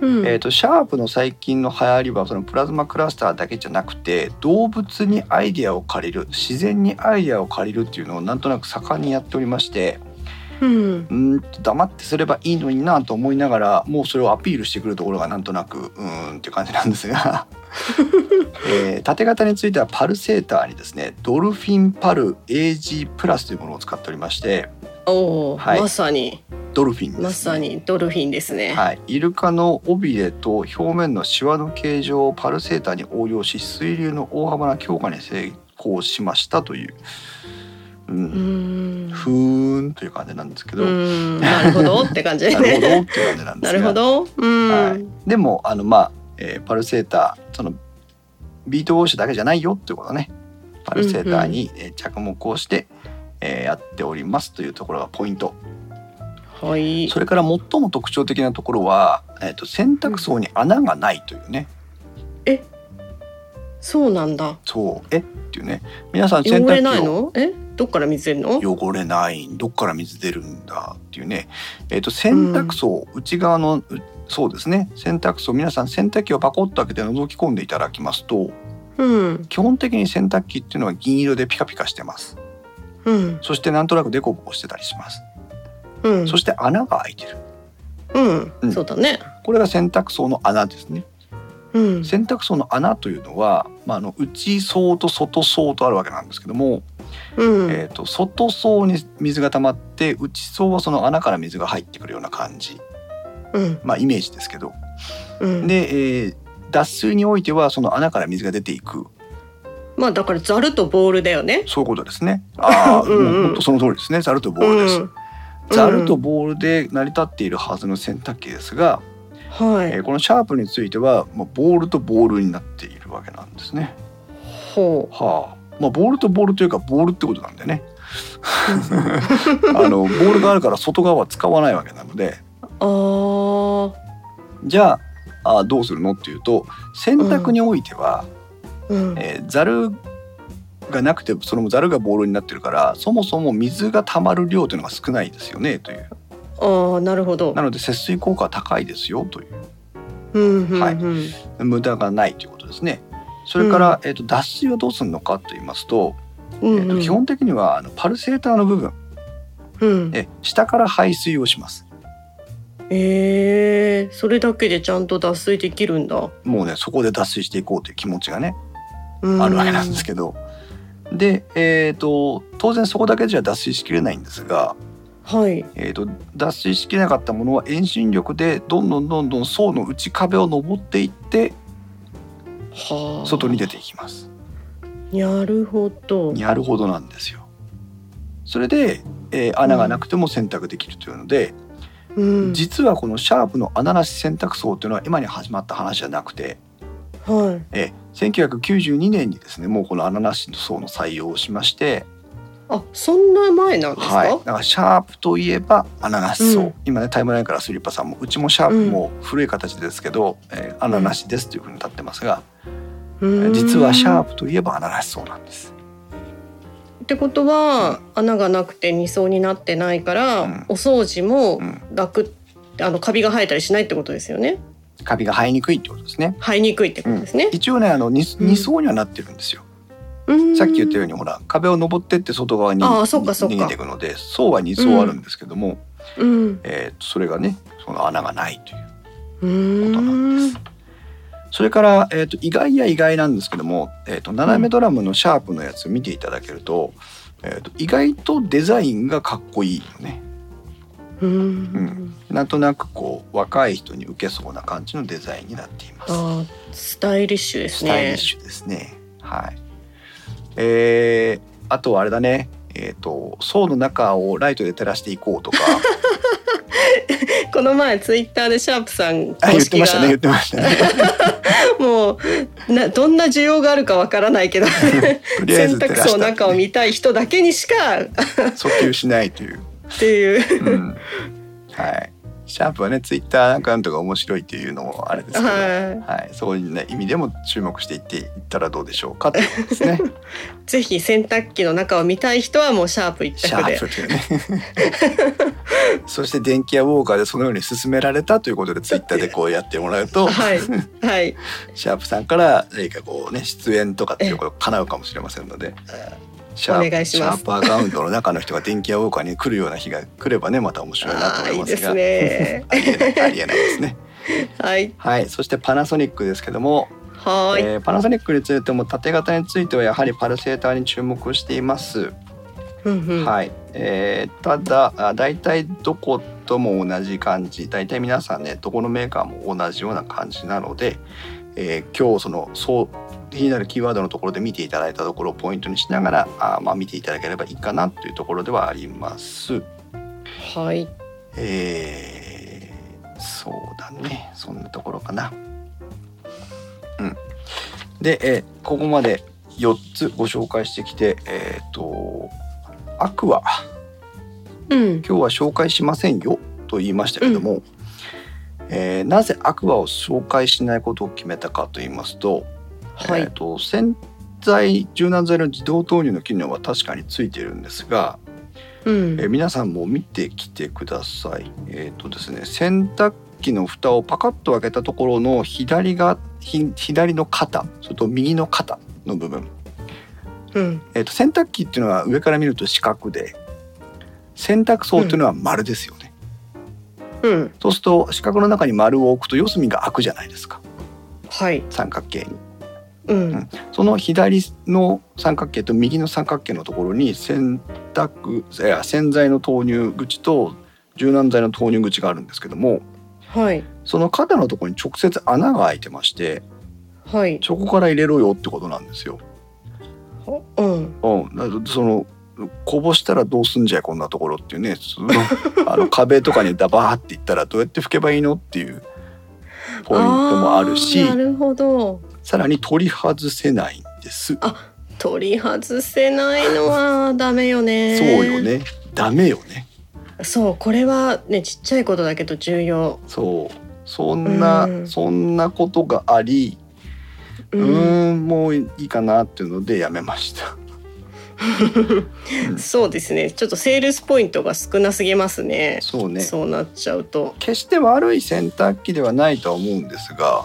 Speaker 2: うん
Speaker 1: えー、とシャープの最近の流行りはそのプラズマクラスターだけじゃなくて動物にアイデアを借りる自然にアイデアを借りるっていうのをなんとなく盛んにやっておりまして
Speaker 2: うん
Speaker 1: うーんと黙ってすればいいのになと思いながらもうそれをアピールしてくるところがなんとなくうーんっていう感じなんです
Speaker 2: (laughs)
Speaker 1: が、えー縦型についてはパルセーターにですねドルフィンパル AG プラスというものを使っておりまして
Speaker 2: おお、
Speaker 1: はい
Speaker 2: まさに
Speaker 1: ドルフィンです、ね、
Speaker 2: まさにドルフィンですね、
Speaker 1: はい、イルカの尾びれと表面のシワの形状をパルセーターに応用し水流の大幅な強化に成功しましたという、う
Speaker 2: うー
Speaker 1: ん、
Speaker 2: ん
Speaker 1: ふーんという感じなんですけ
Speaker 2: う
Speaker 1: ど、
Speaker 2: んなるほどって感じ
Speaker 1: (laughs)
Speaker 2: で
Speaker 1: なるほど
Speaker 2: ね
Speaker 1: っていう感じなんで
Speaker 2: (laughs) な
Speaker 1: す
Speaker 2: るほ
Speaker 1: が
Speaker 2: どうん、
Speaker 1: はいでもあのまあ、えーパルセーターそのビートウォッシュだけじゃないよっていうことねパルセーターにえー着目をして、えーやっておりますというところがポイント
Speaker 2: はい
Speaker 1: それから最も特徴的なところは、えー、と洗濯槽に穴がないというね
Speaker 2: そうなんだ
Speaker 1: そうえっていうね皆さん洗
Speaker 2: 汚れな
Speaker 1: 濯
Speaker 2: い
Speaker 1: 機を
Speaker 2: のえどっから水出るの
Speaker 1: 汚れないどっから水出るんだっていうねえっ、と洗濯槽、内側のうそうですね洗濯槽皆さん洗濯機をパコッと開けて覗き込んでいただきますと
Speaker 2: うん
Speaker 1: 基本的に洗濯機っていうのは銀色でピカピカしてます
Speaker 2: うん
Speaker 1: そしてなんとなくデコボコしてたりします、
Speaker 2: うん
Speaker 1: そして穴が開いてる
Speaker 2: うん、
Speaker 1: うん
Speaker 2: そうだね
Speaker 1: これが洗濯槽の穴ですね
Speaker 2: うん
Speaker 1: 洗濯槽の穴というのは、まあ、あの内層と外層とあるわけなんですけども、
Speaker 2: うん、
Speaker 1: えー、と外層に水が溜まって内層はその穴から水が入ってくるような感じ
Speaker 2: うん
Speaker 1: まあイメージですけど
Speaker 2: うん
Speaker 1: で、えー脱水においてはその穴から水が出ていく
Speaker 2: まあだからザルとボールだよね
Speaker 1: そういうことです
Speaker 2: (laughs)
Speaker 1: ねああ
Speaker 2: うんうん
Speaker 1: もうほんとその通りですねざるとボールです、
Speaker 2: うん
Speaker 1: ざるとボールで成り立っているはずの洗濯機ですが、
Speaker 2: はい、
Speaker 1: えーこのシャープについては、まあ、ボールとボールになっているわけなんですね
Speaker 2: ほ
Speaker 1: はあまあボールとボールというかボールってことなんだよね (laughs) あのボールがあるから外側は使わないわけなので
Speaker 2: うあ
Speaker 1: じゃああどうするのっていうと洗濯においては、
Speaker 2: ーうん
Speaker 1: えーざるがなくてそれもざるがボールになってるからそもそも水が溜まる量というのが少ないですよねという
Speaker 2: ああなるほど
Speaker 1: なので節水効果は高いですよという
Speaker 2: うんうんうん、
Speaker 1: はい無駄がないということですね。それから、えー、と脱水をどうするのかと言いますと,、
Speaker 2: うんうん
Speaker 1: えーと基本的にはあのパルセーターの部分、
Speaker 2: うん、
Speaker 1: え下から排水をします。
Speaker 2: えー、それだけでちゃんと脱水できるんだ、
Speaker 1: もうねそこで脱水していこうという気持ちがね
Speaker 2: うん、
Speaker 1: あるわけなんですけど、で、えー、と当然そこだけじゃ脱水しきれないんですが
Speaker 2: はい。
Speaker 1: えー、と脱水しきれなかったものは遠心力でどんどんどんどん層の内壁を登っていって
Speaker 2: はあ。
Speaker 1: 外に出ていきます。
Speaker 2: なるほど。
Speaker 1: やるほどなんですよ。それで、えー穴がなくても選択できるというので、
Speaker 2: うん。
Speaker 1: 実はこのシャープの穴なし選択層というのは今に始まった話じゃなくて、
Speaker 2: はい。
Speaker 1: えー1992年にですねもうこの穴なし層の採用をしまして、
Speaker 2: あ、そんな前なんですか。
Speaker 1: はい、だからシャープといえば穴なし層、
Speaker 2: うん
Speaker 1: 今ねタイムラインからスリッパさんもうちもシャープも古い形ですけど、えー穴なしですというふうに立ってますが、
Speaker 2: うーん
Speaker 1: 実はシャープといえば穴なし層なんです。
Speaker 2: ってことは穴がなくて二層になってないから、
Speaker 1: うん
Speaker 2: お掃除も
Speaker 1: うん、
Speaker 2: 楽あのカビが生えたりしないってことですよね
Speaker 1: カビが生えにくいってことですね。
Speaker 2: 生えにくいってことですね、
Speaker 1: 一応ねあの 2,
Speaker 2: うん
Speaker 1: 二層にはなってるんですよ、
Speaker 2: うん
Speaker 1: さっき言ったようにほら壁を登ってって外側に
Speaker 2: あーそっかそっか
Speaker 1: 逃げていくので層は2層あるんですけども、
Speaker 2: うん
Speaker 1: えーそれがねその穴がないという
Speaker 2: う
Speaker 1: こ
Speaker 2: ー
Speaker 1: となん
Speaker 2: ん
Speaker 1: です。それから、えー、と意外や意外なんですけども、えー、と斜めドラムのシャープのやつ見ていただけると,、えー、と意外とデザインがかっこいいよね
Speaker 2: うーん
Speaker 1: んなんとなくこう若い人に受けそうな感じのデザインになっています。
Speaker 2: あースタイリッシュです
Speaker 1: ス
Speaker 2: ね
Speaker 1: タイリッシュですね。はい。えー、あとはあれだね。えっ、と層の中をライトで照らしていこうとか
Speaker 2: この前ツイッターでシャープさん
Speaker 1: あ言
Speaker 2: (laughs) 公
Speaker 1: って
Speaker 2: 式
Speaker 1: ま
Speaker 2: が
Speaker 1: したね言ってましたね。
Speaker 2: もうなどんな需要があるかわからないけど (laughs)
Speaker 1: とりあえず
Speaker 2: 洗
Speaker 1: 照
Speaker 2: 濯
Speaker 1: ら
Speaker 2: 槽
Speaker 1: し
Speaker 2: の中
Speaker 1: たっ
Speaker 2: を
Speaker 1: てね、
Speaker 2: 見たい人だけにしか
Speaker 1: 訴求しないという。
Speaker 2: っ
Speaker 1: (laughs)
Speaker 2: ていう
Speaker 1: うん、はい。シャープはねツイッターアカウントが面白いっていうのもあれですけど、はい、
Speaker 2: は
Speaker 1: そこにね意味でも注目していっていったらどうでしょうかってことですね。
Speaker 2: いぜひ洗濯機の中を見たい人は (laughs) もうシャープ一
Speaker 1: シャ
Speaker 2: 択
Speaker 1: ー
Speaker 2: で
Speaker 1: プというね。 (laughs) そして電気屋ウォーカーでそのように勧められたということでツイッターでこうやってもらうと。
Speaker 2: はいはい
Speaker 1: シャープさんから何かこうね出演とかっていうことが叶うかもしれませんので。シャープ
Speaker 2: お願いします
Speaker 1: シャープアカウントの中の人が電気屋ウォーカーに来るような日が来ればねまた面白いなと
Speaker 2: あ
Speaker 1: 思
Speaker 2: ー
Speaker 1: い
Speaker 2: いい
Speaker 1: ま
Speaker 2: です
Speaker 1: が
Speaker 2: すね
Speaker 1: ありえないありえないですね。
Speaker 2: はい
Speaker 1: はいそしてパナソニックですけども、
Speaker 2: はーい、
Speaker 1: えーパナソニックについても縦型についてはやはりパルセーターに注目しています。
Speaker 2: うんうん
Speaker 1: はい、えーただあ大体どことも同じ感じ大体皆さんねどこのメーカーも同じような感じなので、えー今日そのそう気になるキーワードのところで見ていただいたところをポイントにしながらあー、まあ、見ていただければいいかなというところではあります。
Speaker 2: はい
Speaker 1: えーそうだねそんなところかな。うん、で、えーここまで4つご紹介してきてえっ、とアクア。
Speaker 2: う
Speaker 1: 今
Speaker 2: ん
Speaker 1: 日は紹介しませんよと言いましたけども、えーなぜアクアを紹介しないことを決めたかと言いますと,、
Speaker 2: は
Speaker 1: えー
Speaker 2: い
Speaker 1: と洗剤柔軟剤の自動投入の機能は確かについてるんですが、
Speaker 2: う
Speaker 1: えー
Speaker 2: ん
Speaker 1: 皆さんも見てきてください。えっ、とですね洗濯機の蓋をパカッと開けたところの左がひ左の肩それと右の肩の部分、
Speaker 2: うん
Speaker 1: えー、と洗濯機っていうのは上から見ると四角で洗濯槽っていうのは丸ですよね。
Speaker 2: うん
Speaker 1: そうすると四角の中に丸を置くと四隅が開くじゃないですか
Speaker 2: はい
Speaker 1: 三角形に
Speaker 2: うん
Speaker 1: んその左の三角形と右の三角形のところに洗濯いや洗剤の投入口と柔軟剤の投入口があるんですけども
Speaker 2: はい
Speaker 1: その肩のところに直接穴が開いてまして
Speaker 2: はい
Speaker 1: そこから入れろよってことなんですよ。
Speaker 2: ほうん
Speaker 1: うん、だからそのこぼしたらどうすんじゃいこんなところっていうねそ
Speaker 2: (laughs)
Speaker 1: のあの壁とかにダバーっていったらどうやって拭けばいいのっていうポイントもあるし
Speaker 2: ーなるほど
Speaker 1: さらに取り外せないんです。
Speaker 2: 取り外せない
Speaker 1: (laughs)
Speaker 2: のはダメよね
Speaker 1: そうよね。ダメよね。
Speaker 2: そうこれはねちっちゃいことだけど重要
Speaker 1: そう。そんな、
Speaker 2: うん
Speaker 1: そんなことがあり、う
Speaker 2: うん
Speaker 1: ーん、もういいかなっていうのでやめました。
Speaker 2: そうですねちょっとセールスポイントが少なすぎますね
Speaker 1: そうね。
Speaker 2: そうなっちゃうと
Speaker 1: 決して悪い洗濯機ではないとは思うんですが、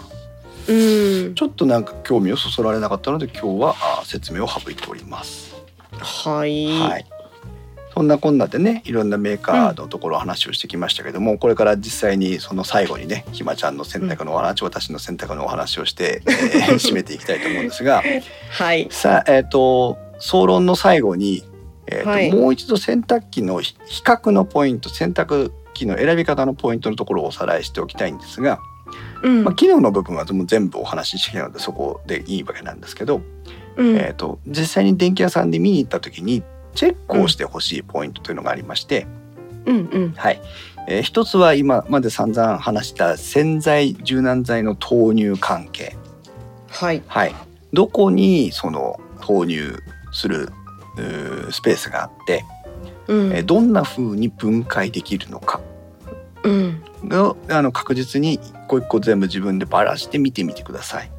Speaker 2: うん
Speaker 1: ちょっとなんか興味をそそられなかったので今日はあ説明を省いております。
Speaker 2: はい、
Speaker 1: はい。そんなこんなでね、いろんなメーカーのところを話をしてきましたけども、これから実際にその最後にね、ひまちゃんの選択のお話、私の選択のお話をして、え
Speaker 2: (laughs)
Speaker 1: ー締めていきたいと思うんですが、
Speaker 2: はい
Speaker 1: さあ、えっ、と、総論の最後に、えーと
Speaker 2: はい
Speaker 1: もう一度洗濯機の比比較のポイント洗濯機の選び方のポイントのところをおさらいしておきたいんですが、
Speaker 2: うん
Speaker 1: まあ、機能の部分はもう全部お話ししてきたのでそこでいいわけなんですけど、
Speaker 2: うん
Speaker 1: えー、と実際に電気屋さんで見に行った時にチェックをしてほしいポイントというのがありまして、
Speaker 2: うんうん
Speaker 1: はいえー一つは今まで散々話した洗剤柔軟剤の投入関係、
Speaker 2: はい
Speaker 1: はい、どこにその投入するうースペースがあって、
Speaker 2: うん
Speaker 1: えーどんな風に分解できるのか
Speaker 2: うん
Speaker 1: があの確実に一個一個全部自分でバラして見てみてください。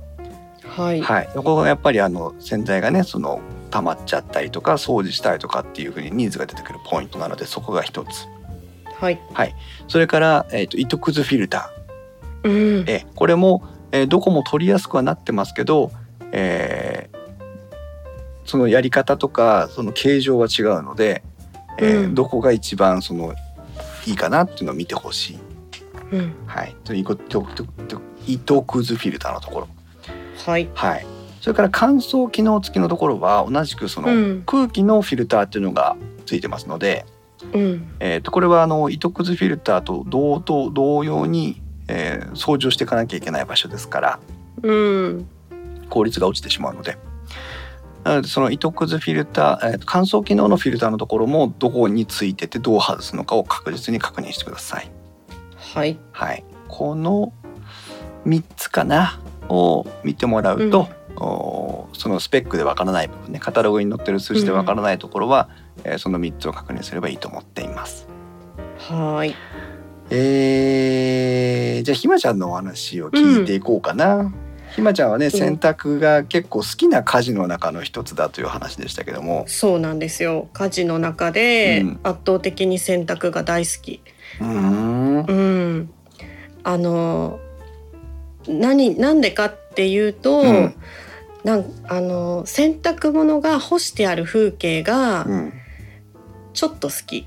Speaker 2: はい
Speaker 1: はい、そこがやっぱりあの洗剤がねその溜まっちゃったりとか掃除したりとかっていう風にニーズが出てくるポイントなのでそこが一つ
Speaker 2: はい
Speaker 1: それから、えー、と糸くずフィルタ
Speaker 2: うん
Speaker 1: ー、えーこれも、えーどこも取りやすくはなってますけど、えーそのやり方とかその形状は違うので、えー
Speaker 2: うん
Speaker 1: どこが一番そのいいかなっていうのを見てほしい、
Speaker 2: うん
Speaker 1: はい、ということとと糸くずフィルターのところ、
Speaker 2: はい
Speaker 1: はい、それから乾燥機能付きのところは同じくその、
Speaker 2: うん
Speaker 1: 空気のフィルターっていうのがついてますので、
Speaker 2: うん
Speaker 1: えー、とこれはあの糸くずフィルターと同等同様に、えー掃除をしていかなきゃいけない場所ですから
Speaker 2: うん
Speaker 1: 効率が落ちてしまうので。なのでその糸くずフィルター、えーと乾燥機能のフィルターのところもどこについててどう外すのかを確実に確認してください。
Speaker 2: はい
Speaker 1: はい、この3つかなを見てもらうと、おーそのスペックでわからない部分ねカタログに載ってる数字でわからないところは、えーその3つを確認すればいいと思っています。
Speaker 2: はい
Speaker 1: えー、じゃあひまちゃんのお話を聞いていこうかな。ひまちゃんはね洗濯が結構好きな家事の中の一つだという話でしたけども、
Speaker 2: そうなんですよ家事の中で
Speaker 1: うん
Speaker 2: 圧倒的に洗濯が大好き
Speaker 1: うーん
Speaker 2: うんあの何なんでかっていうと、
Speaker 1: うん
Speaker 2: なんあの洗濯物が干してある風景が
Speaker 1: うん
Speaker 2: ちょっと好き、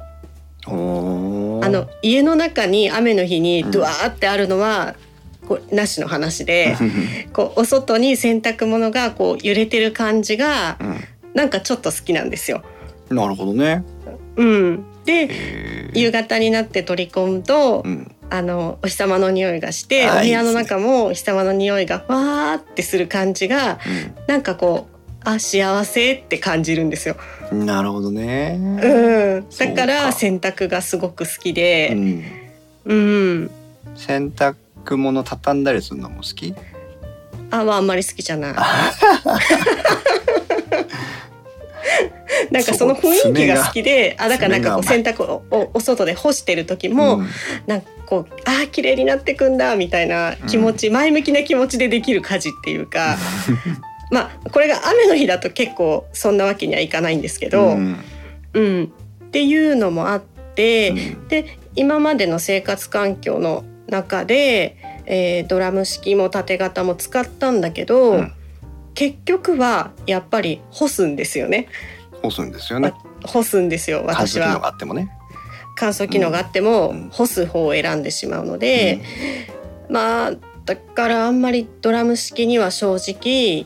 Speaker 1: おー
Speaker 2: あの家の中に雨の日に
Speaker 1: うん
Speaker 2: ドワーってあるのは、こうなしの話でこうお外に洗濯物がこう揺れてる感じが
Speaker 1: う
Speaker 2: なんかちょっと好きなんですよ。
Speaker 1: んなるほどね。
Speaker 2: うん、で
Speaker 1: えー
Speaker 2: 夕方になって取り込むと、
Speaker 1: うん
Speaker 2: あのお日様の匂いがして
Speaker 1: あ
Speaker 2: お
Speaker 1: ー
Speaker 2: 部屋
Speaker 1: いいで
Speaker 2: の
Speaker 1: すね
Speaker 2: 中もお日様の匂いがわーってする感じがなんかこうあ幸せって感じるんですよ。
Speaker 1: うんなるほどね。
Speaker 2: うん、
Speaker 1: そう
Speaker 2: だ
Speaker 1: か
Speaker 2: から洗濯がすごく好き
Speaker 1: う
Speaker 2: で、
Speaker 1: ん
Speaker 2: うん、
Speaker 1: 洗濯物畳んだりするのも好き
Speaker 2: あはあんまり好きじゃ
Speaker 1: (laughs)
Speaker 2: ない。なんかその雰囲気が好きで、あだからなんかこう洗
Speaker 1: 爪
Speaker 2: 濯をおお外で干してる時も、
Speaker 1: うん
Speaker 2: なんかこうあー綺麗になってくんだみたいな気持ち、前向きな気持ちでできる家事ってい
Speaker 1: (laughs)
Speaker 2: うか、まあこれが雨の日だと結構そんなわけにはいかないんですけど、う、
Speaker 1: うんん
Speaker 2: っていうのもあって。
Speaker 1: うん
Speaker 2: で今までの生活環境の中で、えードラム式も縦型も使ったんだけど、
Speaker 1: うん
Speaker 2: 結局はやっぱり干すんですよね
Speaker 1: 干すんですよね。
Speaker 2: 干すんですよ
Speaker 1: 乾燥機
Speaker 2: 私
Speaker 1: 能
Speaker 2: は
Speaker 1: があってもね。
Speaker 2: 乾燥機能があっても、
Speaker 1: うん
Speaker 2: 干す方を選んでしまうので、まあだからあんまりドラム式には正直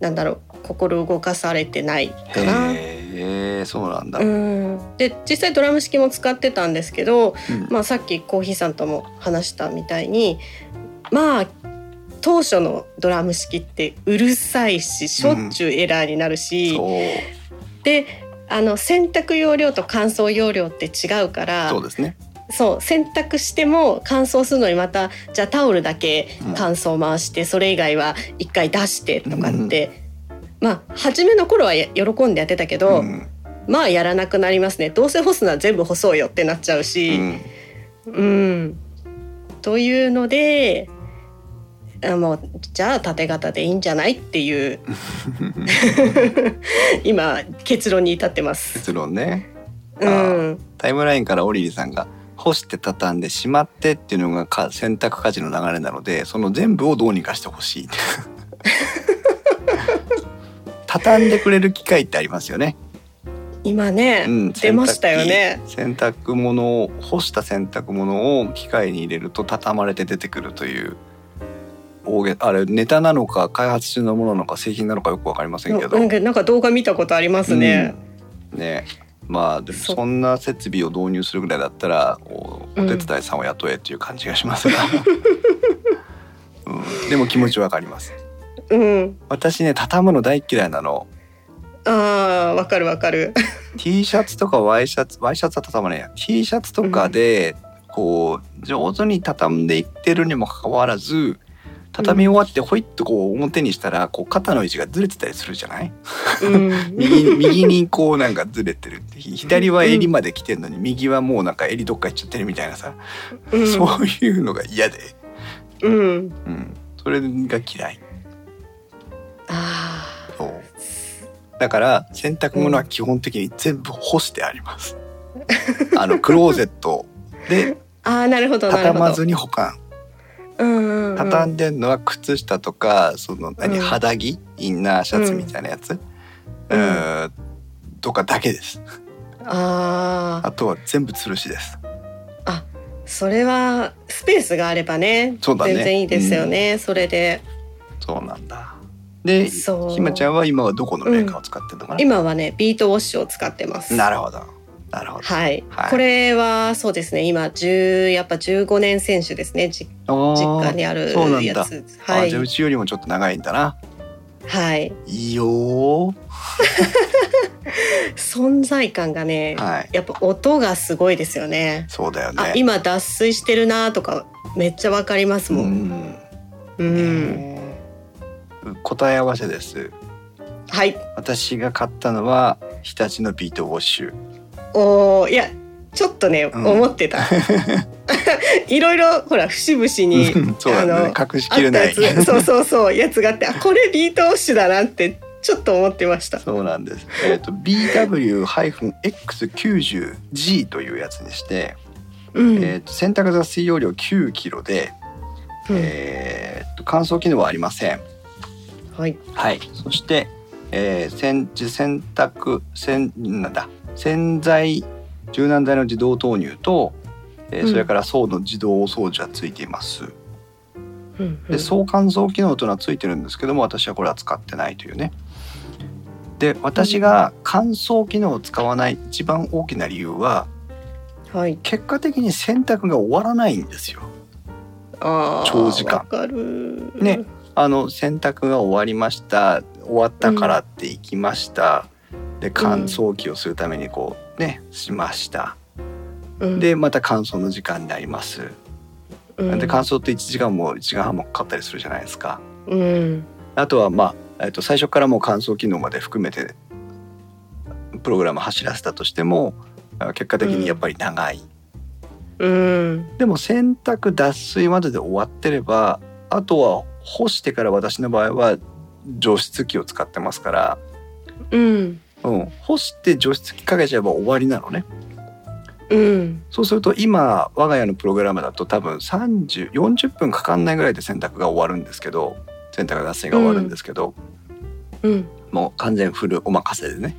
Speaker 2: なんだろう心動かされてないかな。
Speaker 1: へえ、そうなんだ。
Speaker 2: うん、で実際ドラム式も使ってたんですけど、
Speaker 1: うん
Speaker 2: まあ、さっきコーヒーさんとも話したみたいにまあ当初のドラム式ってうるさいししょっちゅうエラーになるし、
Speaker 1: そう、
Speaker 2: であの洗濯容量と乾燥容量って違うから
Speaker 1: そうですね。
Speaker 2: そう洗濯しても乾燥するのにまたじゃあタオルだけ
Speaker 1: うん
Speaker 2: 乾燥回して、それ以外は一回出してとかって、まあ初めの頃はや喜んでやってたけど、
Speaker 1: うん
Speaker 2: まあやらなくなりますねどうせ干すなら全部干そうよってなっちゃうし。
Speaker 1: うん
Speaker 2: うん、というのであもうじゃあ縦型でいいんじゃないっていう
Speaker 1: (laughs)
Speaker 2: 今結論に至ってます。
Speaker 1: 結論ね。
Speaker 2: うん、
Speaker 1: タイムラインからオリリさんが干して畳んでしまってっていうのがか洗濯家事の流れなので、その全部をどうにかしてほしい。
Speaker 2: (laughs)
Speaker 1: 畳んでくれる機会ってありますよね。
Speaker 2: 今ね、
Speaker 1: うん
Speaker 2: (laughs) 出ましたよね。
Speaker 1: 洗濯物を干した洗濯物を機械に入れると畳まれて出てくるという大げあれネタなのか開発中のものなのか製品なのかよくわかりませんけど、
Speaker 2: なんかなんか動画見たことありますね。
Speaker 1: うんねまあでも
Speaker 2: そう
Speaker 1: そんな設備を導入するぐらいだったらおお
Speaker 2: うん
Speaker 1: 手伝いさんを雇えっていう感じがしますが、 (laughs) うん、でも気持ちわかります
Speaker 2: うん
Speaker 1: 私ね畳むの大嫌いなの
Speaker 2: あーわかるわ
Speaker 1: (laughs)
Speaker 2: かる
Speaker 1: T シャツとかワイシャツワイシャツは畳まないや T シャツとかでこう上手に畳んでいってるにもかかわらず畳み終わってほいっとこう表にしたらこう肩の位置がずれてたりするじゃない
Speaker 2: うん
Speaker 1: 右右にこうなんかずれてるひ左は襟まで来てんのに右はもうなんか襟どっか行っちゃってるみたいなさ、
Speaker 2: うん
Speaker 1: そういうのが嫌で、
Speaker 2: うん
Speaker 1: うん、それが嫌い
Speaker 2: あ
Speaker 1: そうだから洗濯物は基本的に全部干してあります、あのクローゼットで
Speaker 2: ーあーなるほどなるほ
Speaker 1: 畳
Speaker 2: ど
Speaker 1: まずに保管
Speaker 2: うんうんうん
Speaker 1: 畳んでんのは靴下とかその何
Speaker 2: うん
Speaker 1: 肌着インナーシャツみたいなやつ、うんとかだけです
Speaker 2: あ
Speaker 1: あ
Speaker 2: あ
Speaker 1: とは全部吊るしです
Speaker 2: それはスペースがあればね
Speaker 1: そうだね
Speaker 2: 全然いいですよね、それで
Speaker 1: そうなんだ。で、ひ
Speaker 2: そう
Speaker 1: まちゃんは今はどこのメーカーを使ってるのかな、
Speaker 2: 今はねビートウォッシュを使ってます
Speaker 1: なるほど。なるほど。
Speaker 2: はい、
Speaker 1: はい
Speaker 2: これはそうですね今10やっぱ15年選手ですねじ
Speaker 1: おー
Speaker 2: 実家にある
Speaker 1: そうなんだ
Speaker 2: やつ
Speaker 1: あ
Speaker 2: は
Speaker 1: じゃあう
Speaker 2: い
Speaker 1: ちよりもちょっと長いんだな。
Speaker 2: はい
Speaker 1: いいよー。
Speaker 2: 存在感がね、
Speaker 1: はい。
Speaker 2: やっぱ音がすごいですよね
Speaker 1: そうだよね。
Speaker 2: あ今脱水してるなとかめっちゃわかりますも
Speaker 1: うんん。
Speaker 2: うん、
Speaker 1: ねー答え合わせです。
Speaker 2: はい
Speaker 1: 私が買ったのは日立のビートウォッシュ。
Speaker 2: おーいやちょっとね、
Speaker 1: うん
Speaker 2: 思っ
Speaker 1: (laughs)
Speaker 2: てたいろいろほら節々に
Speaker 1: そうだね。
Speaker 2: あ
Speaker 1: 隠しき
Speaker 2: の
Speaker 1: れ
Speaker 2: あ
Speaker 1: な
Speaker 2: っ
Speaker 1: い。
Speaker 2: たやつそうそうそう (laughs) やつがあってあこれビートウォッシュだなってちょっと思ってました
Speaker 1: (laughs) そうなんです。えっ、と BW-X90G というやつでして、
Speaker 2: うん、
Speaker 1: えー、と洗濯雑水容量9キロで、えーと乾燥機能はありません。
Speaker 2: うんはい
Speaker 1: はい。そして、えー、洗洗濯洗なんだ洗剤柔軟剤の自動投入と、えー
Speaker 2: うん
Speaker 1: それから層の自動掃除はついています。
Speaker 2: うんうん
Speaker 1: で総乾燥機能というのはついてるんですけども私はこれは使ってないというね。で私が乾燥機能を使わない一番大きな理由は
Speaker 2: はい、
Speaker 1: 結果的に洗濯が終わらないんですよ。
Speaker 2: あー
Speaker 1: 長時間
Speaker 2: わかる
Speaker 1: ねあの洗濯が終わりました終わったからって行きました、で乾燥機をするためにこうねしました
Speaker 2: うん
Speaker 1: でまた乾燥の時間になります、
Speaker 2: うん
Speaker 1: で乾燥って1時間も1時間半もかかったりするじゃないですか
Speaker 2: うん
Speaker 1: あとはまあ、えっと最初からもう乾燥機能まで含めてプログラム走らせたとしてもあ結果的にやっぱり長い、
Speaker 2: うん
Speaker 1: でも洗濯脱水までで終わってればあとは干してから私の場合は除湿機を使ってますから
Speaker 2: うん
Speaker 1: うん、干して除湿機かけちゃえば終わりなのね
Speaker 2: うん
Speaker 1: そうすると今我が家のプログラムだと多分3040分かかんないぐらいで洗濯が終わるんですけど洗濯脱水が終わるんですけど、
Speaker 2: うん
Speaker 1: もう完全フルお任せでね